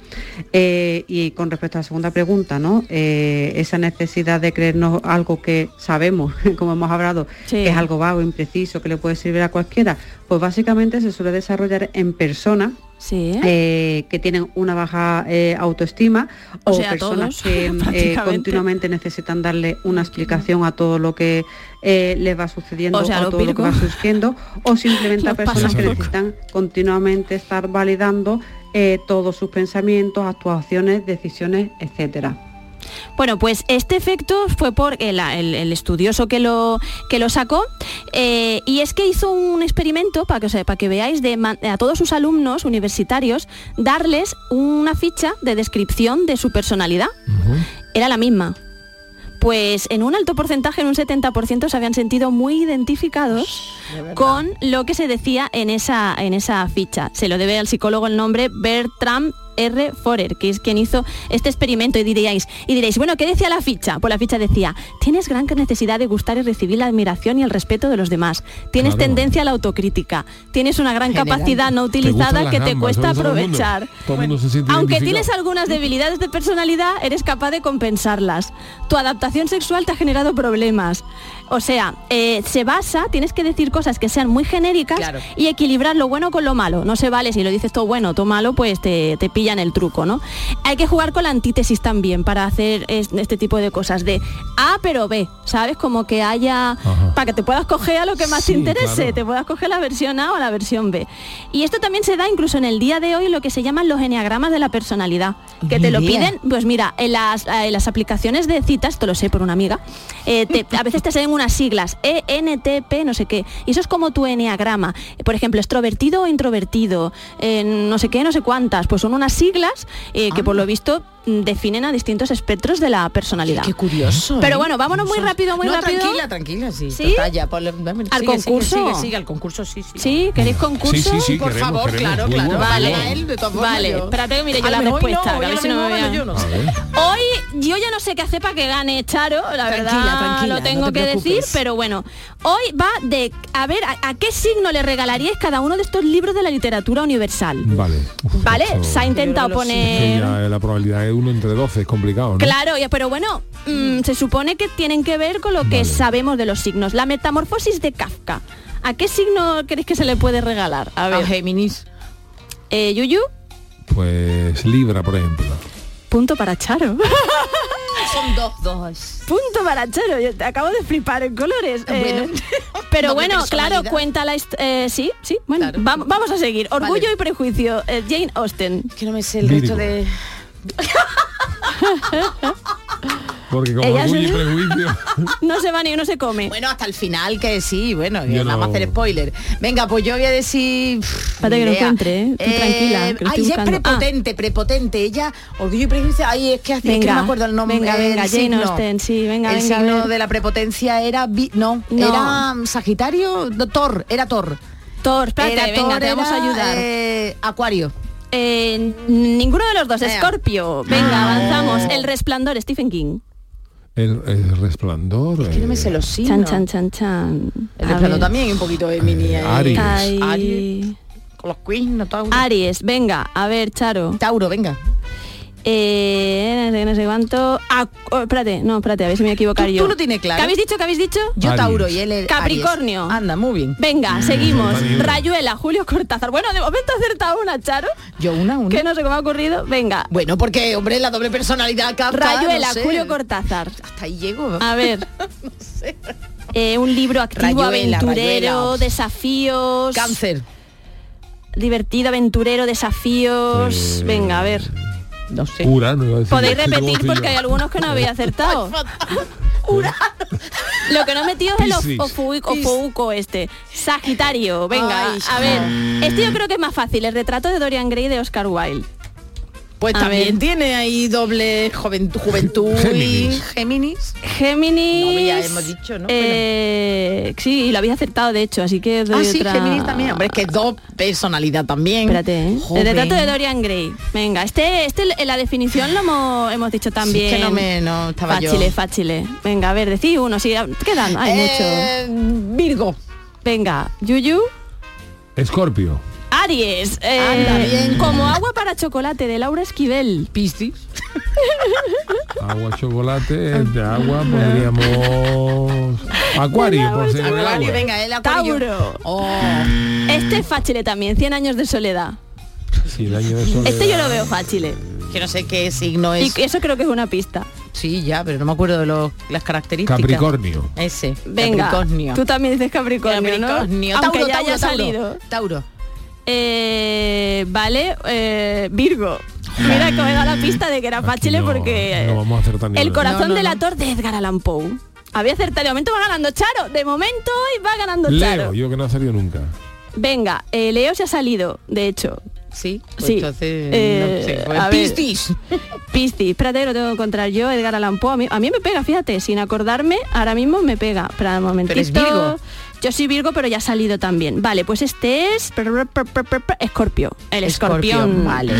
[SPEAKER 12] Eh, y con respecto a la segunda pregunta, ¿no? Eh, esa necesidad de creernos algo que sabemos, como hemos hablado,
[SPEAKER 7] Sí.
[SPEAKER 12] que es algo vago, impreciso, que le puede servir a cualquiera, pues básicamente se suele desarrollar en personas eh, que tienen una baja eh, autoestima
[SPEAKER 7] O
[SPEAKER 12] o,
[SPEAKER 7] sea,
[SPEAKER 12] personas
[SPEAKER 7] todos,
[SPEAKER 12] que eh,
[SPEAKER 7] prácticamente.
[SPEAKER 12] continuamente necesitan darle una explicación a todo lo que eh, les va sucediendo
[SPEAKER 7] O sea,
[SPEAKER 12] a
[SPEAKER 7] los
[SPEAKER 12] todo lo que va
[SPEAKER 7] Virgo.
[SPEAKER 12] surgiendo o simplemente a
[SPEAKER 7] Los
[SPEAKER 12] personas
[SPEAKER 7] pasan
[SPEAKER 12] que
[SPEAKER 7] poco.
[SPEAKER 12] necesitan continuamente estar validando eh, todos sus pensamientos, actuaciones, decisiones, etcétera.
[SPEAKER 7] Bueno, pues este efecto fue por el, el- el estudioso que lo, que lo sacó eh, y es que hizo un experimento, para que, os- para que veáis, de man- a todos sus alumnos universitarios darles una ficha de descripción de su personalidad. Era la misma. Pues en un alto porcentaje, en un 70%, se habían sentido muy identificados con lo que se decía en esa, en esa ficha. Se lo debe al psicólogo el nombre Bertram R. Forer, que es quien hizo este experimento y diréis, y diréis, bueno, ¿qué decía la ficha? Pues la ficha decía, tienes gran necesidad de gustar y recibir la admiración y el respeto de los demás. Tienes
[SPEAKER 5] Claro.
[SPEAKER 7] tendencia a la autocrítica. Tienes una gran
[SPEAKER 5] General.
[SPEAKER 7] capacidad no
[SPEAKER 5] Te gustan
[SPEAKER 7] utilizada
[SPEAKER 5] las
[SPEAKER 7] que te
[SPEAKER 5] gambas,
[SPEAKER 7] cuesta
[SPEAKER 5] eso lo sabe todo el mundo.
[SPEAKER 7] aprovechar.
[SPEAKER 5] Todo el mundo se siente
[SPEAKER 7] Aunque
[SPEAKER 5] identificado.
[SPEAKER 7] tienes algunas debilidades de personalidad, eres capaz de compensarlas. Tu adaptación sexual te ha generado problemas. O sea, eh, se basa, tienes que decir cosas que sean muy genéricas y equilibrar lo bueno con lo malo. No se vale si lo dices todo bueno, todo malo, pues te, te pillan el truco, ¿no? Hay que jugar con la antítesis también para hacer es- este tipo de cosas de A pero B, ¿sabes? Como que haya... Para que te puedas coger a lo que más te
[SPEAKER 14] Sí,
[SPEAKER 7] interese,
[SPEAKER 14] claro.
[SPEAKER 7] te puedas coger la versión A o la versión B. Y esto también se da incluso en el día de hoy en lo que se llaman los eneagramas de la personalidad, que te lo
[SPEAKER 14] Mira.
[SPEAKER 7] piden, pues mira, en las, eh, en las aplicaciones de citas, esto lo sé por una amiga, eh, te- a veces te salen unas siglas, E ENTP, no sé qué, y eso es como tu eneagrama. Por ejemplo, extrovertido o introvertido, eh, no sé qué, no sé cuántas, pues son unas siglas eh, que por lo visto mm, definen a distintos espectros de la personalidad. Qué
[SPEAKER 8] curioso.
[SPEAKER 7] Pero bueno, vámonos muy rápido, muy
[SPEAKER 8] No,
[SPEAKER 7] rápido.
[SPEAKER 8] Tranquila, tranquila, sí.
[SPEAKER 7] ¿Sí?
[SPEAKER 8] total, ya, ponle- dame-
[SPEAKER 7] ¿Al
[SPEAKER 8] sigue, sigue,
[SPEAKER 7] concurso?
[SPEAKER 8] Sigue, sigue, al concurso, sí, sí.
[SPEAKER 7] ¿Sí? ¿Queréis concurso?
[SPEAKER 8] Sí, sí, sí, Por queremos, favor, queremos. claro, Muy claro. bueno,
[SPEAKER 7] Vale,
[SPEAKER 8] muy bueno. Él, de todas formas,
[SPEAKER 7] vale.
[SPEAKER 8] yo- Ah,
[SPEAKER 7] Espérate que mire yo
[SPEAKER 8] Ay,
[SPEAKER 7] la
[SPEAKER 8] pero hoy
[SPEAKER 7] respuesta.
[SPEAKER 8] no,
[SPEAKER 7] que a
[SPEAKER 8] hoy
[SPEAKER 7] ver
[SPEAKER 8] ahora
[SPEAKER 7] si no me
[SPEAKER 8] mismo
[SPEAKER 7] vean.
[SPEAKER 8] gano yo, no sé.
[SPEAKER 5] ¿Eh?
[SPEAKER 7] Hoy yo ya no sé qué hacer para que gane Charo, la
[SPEAKER 8] Tranquila,
[SPEAKER 7] verdad
[SPEAKER 8] tranquila,
[SPEAKER 7] lo tengo
[SPEAKER 8] no te
[SPEAKER 7] que decir,
[SPEAKER 8] preocupes.
[SPEAKER 7] pero bueno. Hoy va de, a ver, a, a qué signo le regalaríais cada uno de estos libros de la literatura universal?
[SPEAKER 5] Vale. pues Uf,
[SPEAKER 7] ¿Vale?
[SPEAKER 5] eso-
[SPEAKER 7] Se ha intentado
[SPEAKER 5] Es que
[SPEAKER 7] poner...
[SPEAKER 5] ya, eh, la probabilidad de uno entre 12 es complicado, ¿no?
[SPEAKER 7] Claro, ya, pero bueno, mm, se supone que tienen que ver con lo que sabemos de los signos. La metamorfosis de Kafka. ¿A qué signo creéis que se le puede regalar? A ver.
[SPEAKER 8] Géminis.
[SPEAKER 7] Eh, Yuyu,
[SPEAKER 5] Pues Libra, por ejemplo.
[SPEAKER 7] punto para Charo.
[SPEAKER 8] Son dos, dos.
[SPEAKER 7] punto para Charo. Yo te acabo de flipar en colores. Eh,
[SPEAKER 8] doble
[SPEAKER 7] pero bueno,
[SPEAKER 8] personalidad.
[SPEAKER 7] claro, cuenta la... hist- eh, sí, sí, bueno, vam- vamos a seguir. Orgullo y prejuicio. eh, Jane Austen.
[SPEAKER 8] que no me sé el resto de...
[SPEAKER 5] Porque como
[SPEAKER 8] Ella
[SPEAKER 5] orgullo
[SPEAKER 8] se-
[SPEAKER 5] y prejuicio.
[SPEAKER 7] No se va ni uno se come.
[SPEAKER 8] Bueno, hasta el final que sí, bueno,
[SPEAKER 5] Yo
[SPEAKER 8] y vamos a
[SPEAKER 5] no-
[SPEAKER 8] hacer spoiler. Venga, pues yo voy a decir. Para
[SPEAKER 7] que lo encuentre, ¿eh? Tú tranquila, que lo estoy
[SPEAKER 8] ay, ella es
[SPEAKER 7] buscando. Ah.
[SPEAKER 8] prepotente, prepotente. Ella, orgullo y prejuicio. Ay, es que, hace- es que
[SPEAKER 7] Venga,
[SPEAKER 8] no me acuerdo el nombre.
[SPEAKER 7] venga,
[SPEAKER 8] el
[SPEAKER 7] venga, Jane
[SPEAKER 8] signo.
[SPEAKER 7] Austen, sí, venga,
[SPEAKER 8] El
[SPEAKER 7] venga, a
[SPEAKER 8] signo
[SPEAKER 7] ver.
[SPEAKER 8] de la prepotencia era vi- no,
[SPEAKER 7] No.
[SPEAKER 8] era mm, Sagitario, no, Thor, era Thor.
[SPEAKER 7] Thor, espérate, venga, te vamos a ayudar.
[SPEAKER 8] eh, Acuario.
[SPEAKER 7] Eh, ninguno de los dos, Escorpio. Venga, avanzamos. El resplandor, Stephen King.
[SPEAKER 5] El, el resplandor. eh,
[SPEAKER 8] los
[SPEAKER 7] Chan, chan, chan, chan.
[SPEAKER 8] El
[SPEAKER 7] A
[SPEAKER 8] resplandor
[SPEAKER 7] ver.
[SPEAKER 8] también, un poquito de mini. ahí.
[SPEAKER 5] Aries.
[SPEAKER 7] Ay.
[SPEAKER 8] Con los queens, no todo.
[SPEAKER 7] Aries, venga, a ver, Charo.
[SPEAKER 8] Tauro, venga.
[SPEAKER 7] Eh, sé qué, no sé cuánto. Ah, oh, espérate, no, espérate, a ver si me voy a equivocar
[SPEAKER 8] Tú-
[SPEAKER 7] yo.
[SPEAKER 8] tú lo tienes claro.
[SPEAKER 7] ¿Qué habéis dicho? ¿Qué habéis dicho?
[SPEAKER 8] Yo Tauro y él es
[SPEAKER 7] Capricornio.
[SPEAKER 8] Anda, muy bien.
[SPEAKER 7] Venga, seguimos.
[SPEAKER 8] está bien.
[SPEAKER 7] Rayuela, Julio Cortázar. Bueno, de momento he acertado una, Charo.
[SPEAKER 8] Yo una, una.
[SPEAKER 7] Que no sé cómo ha ocurrido. Venga.
[SPEAKER 8] Bueno, porque, hombre, la doble personalidad capta,
[SPEAKER 7] Rayuela,
[SPEAKER 8] no sé.
[SPEAKER 7] Julio Cortázar.
[SPEAKER 8] Hasta ahí llego.
[SPEAKER 7] A ver. Eh, un libro activo,
[SPEAKER 8] Rayuela,
[SPEAKER 7] aventurero,
[SPEAKER 8] Rayuela.
[SPEAKER 7] desafíos. Cáncer. Divertido, aventurero, desafíos. Venga, a ver.
[SPEAKER 8] No sé.
[SPEAKER 5] Pura, no iba a decir.
[SPEAKER 7] Podéis
[SPEAKER 5] Sí, como
[SPEAKER 7] repetir
[SPEAKER 5] tú y yo.
[SPEAKER 7] porque hay algunos que no habéis acertado. Lo que no he metido es el
[SPEAKER 5] Piscis.
[SPEAKER 7] ofuico, ofouco este. Sagitario, venga,
[SPEAKER 8] Ay,
[SPEAKER 7] a ver. Este yo creo que es más fácil, el retrato de Dorian Gray de Oscar Wilde.
[SPEAKER 8] Pues
[SPEAKER 7] A ver.
[SPEAKER 8] también tiene ahí doble joven- juventud y
[SPEAKER 7] Géminis.
[SPEAKER 8] Géminis.
[SPEAKER 7] Géminis.
[SPEAKER 8] No, ya hemos dicho, ¿no?
[SPEAKER 7] eh, sí, y lo habéis acertado, de hecho, así que... doy
[SPEAKER 8] ah, sí,
[SPEAKER 7] otra-
[SPEAKER 8] Géminis también. Hombre, es que dos personalidad también.
[SPEAKER 7] Espérate, ¿eh? El retrato de Dorian
[SPEAKER 8] Dorian
[SPEAKER 7] Gray. Venga, este, este en la definición lo hemos, hemos dicho también.
[SPEAKER 8] Sí, es que no me- no estaba yo.
[SPEAKER 7] fácile, fácile. Venga, a ver, decí uno, sí, quedan, hay
[SPEAKER 8] Eh,
[SPEAKER 7] mucho. Virgo. Venga, Yuyu.
[SPEAKER 5] Escorpio.
[SPEAKER 7] Aries. eh,
[SPEAKER 5] Anda, bien.
[SPEAKER 7] Como agua para chocolate de Laura Esquivel.
[SPEAKER 8] Piscis.
[SPEAKER 5] Agua,
[SPEAKER 7] Ah.
[SPEAKER 5] chocolate, de agua podríamos... Acuario, por si no hay agua.
[SPEAKER 8] venga, Oh, el
[SPEAKER 7] acuario. Tauro. Este es fácil también, 100 años de soledad.
[SPEAKER 5] Sí, el año de soledad.
[SPEAKER 7] Este yo lo veo fácil.
[SPEAKER 8] Que no sé qué signo es.
[SPEAKER 7] Y eso creo que es una pista.
[SPEAKER 8] Sí, ya, pero no me acuerdo de los- las características.
[SPEAKER 5] Capricornio.
[SPEAKER 8] Ese.
[SPEAKER 7] Venga,
[SPEAKER 8] Capricornio.
[SPEAKER 7] tú también dices Capricornio,
[SPEAKER 8] Capricornio.
[SPEAKER 7] ¿no? Aunque
[SPEAKER 8] Tauro,
[SPEAKER 7] ya haya
[SPEAKER 8] Tauro, Tauro.
[SPEAKER 7] salido.
[SPEAKER 8] Tauro.
[SPEAKER 7] Eh, vale, eh, Virgo. Mira que os he dado la pista de que era fácil eh, porque
[SPEAKER 5] No vamos a acertar ni
[SPEAKER 7] el
[SPEAKER 5] una.
[SPEAKER 7] corazón
[SPEAKER 5] No, no,
[SPEAKER 7] del
[SPEAKER 5] no.
[SPEAKER 7] actor de Edgar Allan Poe. Había acertado, de momento va ganando Charo, de momento hoy va ganando
[SPEAKER 5] Leo,
[SPEAKER 7] Charo.
[SPEAKER 5] yo que no ha salido nunca.
[SPEAKER 7] Venga, eh, Leo se ha salido, de hecho.
[SPEAKER 8] Sí, pues
[SPEAKER 7] sí.
[SPEAKER 8] entonces,
[SPEAKER 7] Eh,
[SPEAKER 8] no sé, pues,
[SPEAKER 7] a ver.
[SPEAKER 8] Piscis.
[SPEAKER 7] Piscis, espérate, lo tengo que encontrar yo, Edgar Allan Poe. A mí, a mí me pega, fíjate, sin acordarme, ahora mismo me pega. Para un momentito.
[SPEAKER 8] Pero es Virgo.
[SPEAKER 7] Yo soy Virgo, pero ya ha salido también. Vale, pues este es Escorpio, el
[SPEAKER 8] Escorpio,
[SPEAKER 7] escorpión.
[SPEAKER 8] vale.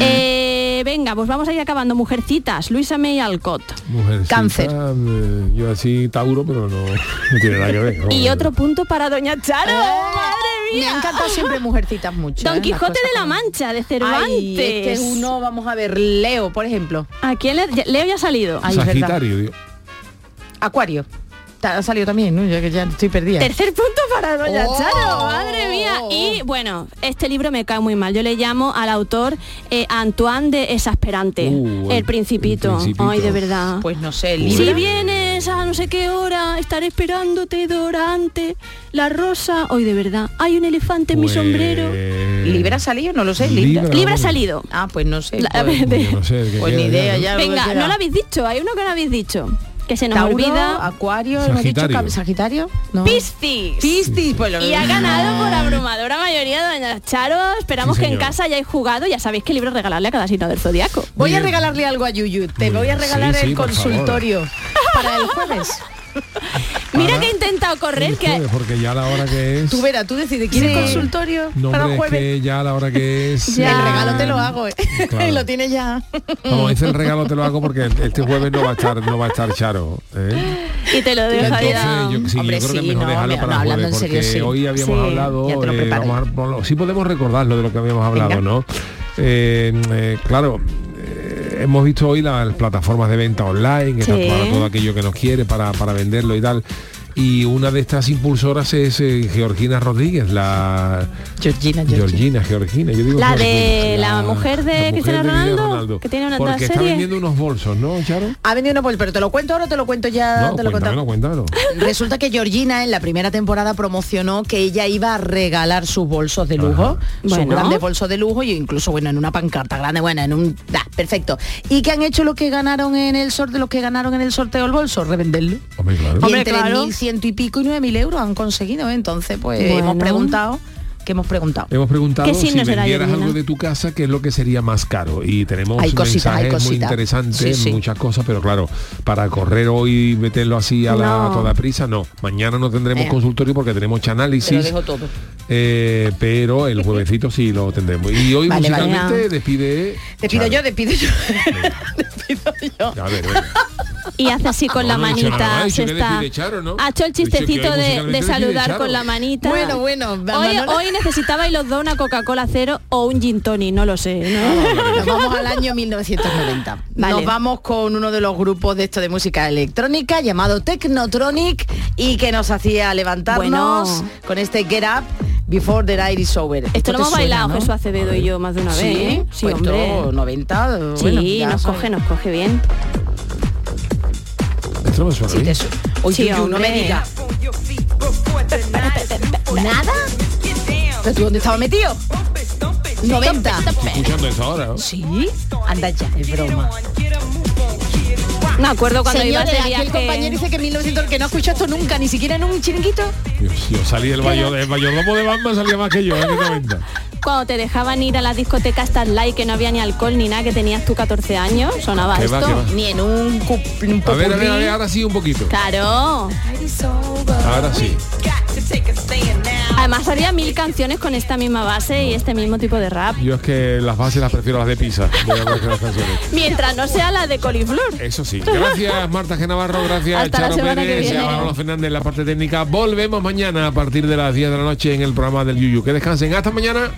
[SPEAKER 7] Eh, venga, pues vamos a ir acabando. Mujercitas, Luisa May Alcott.
[SPEAKER 5] Mujercita,
[SPEAKER 7] Cáncer.
[SPEAKER 5] eh, yo así Tauro, pero no, no tiene nada que ver. ¿no?
[SPEAKER 7] Y otro punto para Doña Charo. Oh, ¡Madre mía!
[SPEAKER 8] ¡Oh! Me ha encantado siempre Mujercitas mucho.
[SPEAKER 7] Don
[SPEAKER 8] ¿eh? Las
[SPEAKER 7] Quijote
[SPEAKER 8] cosas
[SPEAKER 7] de la
[SPEAKER 8] como-
[SPEAKER 7] Mancha, de Cervantes.
[SPEAKER 8] Ay, este es que uno, vamos a ver, Leo, por ejemplo.
[SPEAKER 7] ¿A quién le, ya- Leo ya ha salido?
[SPEAKER 8] Ay, es verdad.
[SPEAKER 5] Sagitario. digo.
[SPEAKER 8] Acuario. Ta- Ha salido también, ¿no? Ya que ya estoy perdida.
[SPEAKER 7] Tercer punto para Doña
[SPEAKER 8] Oh.
[SPEAKER 7] Charo, madre mía. Y bueno, este libro me cae muy mal. Yo le llamo al autor eh, Antoine de Exasperante,
[SPEAKER 8] Uh,
[SPEAKER 7] el,
[SPEAKER 8] el-
[SPEAKER 7] principito.
[SPEAKER 8] Principito.
[SPEAKER 7] Ay, de verdad.
[SPEAKER 8] Pues no sé,
[SPEAKER 7] Si
[SPEAKER 8] Libra.
[SPEAKER 7] vienes a no sé qué hora, estaré esperándote dorante. La rosa, hoy de verdad, hay un elefante
[SPEAKER 5] Pues,
[SPEAKER 7] en
[SPEAKER 8] Pues
[SPEAKER 7] mi sombrero.
[SPEAKER 8] ¿Libra ha salido? No lo sé,
[SPEAKER 7] Libra,
[SPEAKER 8] Libra.
[SPEAKER 7] Libra ha salido.
[SPEAKER 8] Ah, pues no sé.
[SPEAKER 7] La-
[SPEAKER 8] pues,
[SPEAKER 7] de-
[SPEAKER 5] No sé, el que
[SPEAKER 8] Pues
[SPEAKER 5] queda
[SPEAKER 8] ni idea
[SPEAKER 5] ¿no?
[SPEAKER 8] ya. lo que
[SPEAKER 7] Venga,
[SPEAKER 8] queda.
[SPEAKER 7] no lo habéis dicho, hay uno que no habéis dicho. Que se nos
[SPEAKER 8] Tauro,
[SPEAKER 7] olvida.
[SPEAKER 8] Acuario, hemos dicho
[SPEAKER 5] Sagitario.
[SPEAKER 8] Cap- Sagitario. No.
[SPEAKER 7] Piscis.
[SPEAKER 8] Piscis, pues lo
[SPEAKER 7] Y ha ganado por abrumadora mayoría doña Charo. Esperamos
[SPEAKER 8] Sí,
[SPEAKER 7] que en
[SPEAKER 8] señor.
[SPEAKER 7] casa hayáis jugado. Ya sabéis qué libro regalarle a cada signo del zodiaco.
[SPEAKER 8] Voy a regalarle algo a Yuyu. Te voy a
[SPEAKER 7] bien.
[SPEAKER 8] regalar
[SPEAKER 7] Sí, sí,
[SPEAKER 8] el
[SPEAKER 7] por favor.
[SPEAKER 8] consultorio para el jueves.
[SPEAKER 7] Mira que he intentado correr,
[SPEAKER 5] El jueves,
[SPEAKER 7] que
[SPEAKER 5] Porque ya a la hora que es...
[SPEAKER 8] Tú verás, tú decides, ¿quieres
[SPEAKER 5] Sí.
[SPEAKER 8] consultorio
[SPEAKER 5] No,
[SPEAKER 8] para
[SPEAKER 5] hombre,
[SPEAKER 8] el
[SPEAKER 5] es
[SPEAKER 8] jueves?
[SPEAKER 5] que ya a la hora que es...
[SPEAKER 8] El
[SPEAKER 5] eh,
[SPEAKER 8] regalo te lo hago, ¿eh?
[SPEAKER 5] Claro.
[SPEAKER 8] lo tienes ya.
[SPEAKER 5] Como dice el regalo te lo hago porque este jueves no va a estar, no va a estar Charo. ¿eh?
[SPEAKER 7] y te lo dejo
[SPEAKER 5] Entonces,
[SPEAKER 7] ya.
[SPEAKER 5] yo, sí,
[SPEAKER 7] Hombre,
[SPEAKER 5] yo creo que
[SPEAKER 7] sí,
[SPEAKER 5] es mejor
[SPEAKER 7] no,
[SPEAKER 5] dejarlo
[SPEAKER 7] no,
[SPEAKER 5] para el
[SPEAKER 7] hablando
[SPEAKER 5] jueves,
[SPEAKER 7] en serio,
[SPEAKER 5] porque
[SPEAKER 7] sí.
[SPEAKER 5] hoy habíamos
[SPEAKER 7] Sí,
[SPEAKER 5] hablado,
[SPEAKER 7] ya te lo
[SPEAKER 5] eh,
[SPEAKER 7] preparé.
[SPEAKER 5] vamos a- bueno, sí podemos recordarlo de lo que habíamos hablado, ¿no? Eh, eh, claro, eh, hemos visto hoy las plataformas de venta online, que
[SPEAKER 13] Sí.
[SPEAKER 5] están todo- todo aquello que nos quiere para, para venderlo y tal. Y una de estas impulsoras es eh, Georgina Rodríguez, la...
[SPEAKER 8] Georgina,
[SPEAKER 5] Georgina. Georgina, yo digo
[SPEAKER 7] La
[SPEAKER 5] Georgina,
[SPEAKER 7] de la mujer de Cristiano
[SPEAKER 5] Cristiano
[SPEAKER 7] Ronaldo, que tiene una
[SPEAKER 5] Porque está
[SPEAKER 7] serie.
[SPEAKER 5] vendiendo unos bolsos, ¿no, Charo?
[SPEAKER 8] Ha venido una vuelta, pero te lo cuento ahora o te lo cuento ya.
[SPEAKER 7] Ah,
[SPEAKER 5] No,
[SPEAKER 8] te lo cuento.
[SPEAKER 5] cuéntamelo, cuéntamelo.
[SPEAKER 8] Resulta que Georgina en la primera temporada promocionó que ella iba a regalar sus bolsos de lujo, sus
[SPEAKER 7] Bueno.
[SPEAKER 8] grandes bolsos de lujo y incluso bueno en una pancarta grande, bueno en un da, perfecto. Y que han hecho los que ganaron en el sorteo, los que ganaron en el sorteo el bolso, revenderlo.
[SPEAKER 5] Hombre, claro.
[SPEAKER 8] Y
[SPEAKER 5] Hombre,
[SPEAKER 8] entre
[SPEAKER 5] claro.
[SPEAKER 8] 1.100 y pico y 9.000 euros han conseguido. ¿eh? Entonces pues
[SPEAKER 5] Bueno. Eh,
[SPEAKER 8] hemos preguntado, que hemos preguntado.
[SPEAKER 5] Hemos preguntado
[SPEAKER 8] ¿Qué
[SPEAKER 5] si
[SPEAKER 8] signo será,
[SPEAKER 5] vendieras
[SPEAKER 8] Georgina?
[SPEAKER 5] algo de tu casa, ¿qué es lo que sería más caro? Y tenemos
[SPEAKER 8] Hay cositas, hay
[SPEAKER 5] mensajes muy
[SPEAKER 8] cositas.
[SPEAKER 5] interesantes,
[SPEAKER 8] Sí, sí.
[SPEAKER 5] muchas cosas, pero claro, para correr hoy y meterlo así a, la,
[SPEAKER 8] No.
[SPEAKER 5] a toda prisa, no. Mañana no tendremos
[SPEAKER 8] Eh.
[SPEAKER 5] consultorio porque tenemos
[SPEAKER 8] Te lo
[SPEAKER 5] análisis,
[SPEAKER 8] dejo todo.
[SPEAKER 5] eh, pero el juevesito sí lo tendremos. Y hoy
[SPEAKER 8] Vale, vale.
[SPEAKER 5] musicalmente despide...
[SPEAKER 8] Despido
[SPEAKER 5] Charo.
[SPEAKER 8] yo, despido yo.
[SPEAKER 5] A ver, venga.
[SPEAKER 7] y hace así con
[SPEAKER 5] No,
[SPEAKER 7] la
[SPEAKER 5] no he dicho nada
[SPEAKER 7] manita.
[SPEAKER 5] más,
[SPEAKER 7] se
[SPEAKER 5] he dicho que
[SPEAKER 7] está,
[SPEAKER 5] decide Charo, ¿no?
[SPEAKER 7] Ha hecho el
[SPEAKER 5] He dicho que
[SPEAKER 7] chistecito
[SPEAKER 5] hoy
[SPEAKER 7] de,
[SPEAKER 5] musicalmente
[SPEAKER 7] de
[SPEAKER 5] decide
[SPEAKER 7] saludar
[SPEAKER 5] Charo.
[SPEAKER 7] con la manita.
[SPEAKER 8] Bueno, bueno,
[SPEAKER 7] Hoy,
[SPEAKER 8] Manolo-
[SPEAKER 7] hoy necesitabais los dos una Coca-Cola cero o un gin tonic, no lo sé.
[SPEAKER 8] Ah,
[SPEAKER 7] ¿no?
[SPEAKER 8] Nos vamos al año 1990. Nos vamos con uno de los grupos de esto de música electrónica llamado Technotronic y que nos hacía levantarnos
[SPEAKER 7] Bueno.
[SPEAKER 8] con este Get Up Before the Night is Over.
[SPEAKER 7] Esto lo
[SPEAKER 8] Pues te
[SPEAKER 7] hemos
[SPEAKER 8] suena,
[SPEAKER 7] bailado
[SPEAKER 8] ¿no?
[SPEAKER 7] Jesús Acevedo y yo más de una
[SPEAKER 8] Sí,
[SPEAKER 7] vez. ¿eh? Sí,
[SPEAKER 8] pues esto,
[SPEAKER 7] hombre.
[SPEAKER 8] 90.
[SPEAKER 7] Sí,
[SPEAKER 8] bueno, ya
[SPEAKER 7] nos
[SPEAKER 8] sabes.
[SPEAKER 7] coge, nos coge bien.
[SPEAKER 5] Esto no me suena
[SPEAKER 8] Sí,
[SPEAKER 5] bien.
[SPEAKER 8] te su- Oye,
[SPEAKER 7] Sí,
[SPEAKER 8] Yuyu, no me
[SPEAKER 7] hombre.
[SPEAKER 8] digas. ¿Nada? ¿Pero tú dónde estaba metido? 90.
[SPEAKER 5] Estoy escuchando eso ahora. ¿no?
[SPEAKER 8] Sí. Anda ya, es broma.
[SPEAKER 7] Me acuerdo cuando ibas de
[SPEAKER 8] aquí
[SPEAKER 7] viaje.
[SPEAKER 8] el compañero dice que 1900 que no escuchó esto nunca, ni siquiera en un chiringuito.
[SPEAKER 5] Dios, yo salí del mayor, el mayordomo de Bamba salía más que yo ¿eh? en el 90.
[SPEAKER 7] Cuando te dejaban ir a las discotecas tan light que no había ni alcohol ni nada, que tenías tú 14 años, sonaba
[SPEAKER 5] Qué
[SPEAKER 7] esto.
[SPEAKER 5] va, qué va.
[SPEAKER 8] Ni en un, cup- un
[SPEAKER 5] A ver, a ver, a ver,
[SPEAKER 8] popurrí.
[SPEAKER 5] ahora sí un poquito.
[SPEAKER 7] Claro.
[SPEAKER 5] Ahora sí.
[SPEAKER 7] Además había mil canciones con esta misma base y este mismo tipo de rap.
[SPEAKER 5] Yo es que las bases las prefiero a las de Pisa. de algunas de las canciones.
[SPEAKER 7] Mientras no sea la de coliflor.
[SPEAKER 5] Eso sí. Gracias Marta Genavarro, gracias
[SPEAKER 7] Hasta la
[SPEAKER 5] Charo
[SPEAKER 7] semana que
[SPEAKER 5] Pérez y a
[SPEAKER 7] viene.
[SPEAKER 5] Manolo Fernández en la parte técnica. Volvemos mañana a partir de las 10 de la noche en el programa del Yuyu. Que descansen. Hasta mañana.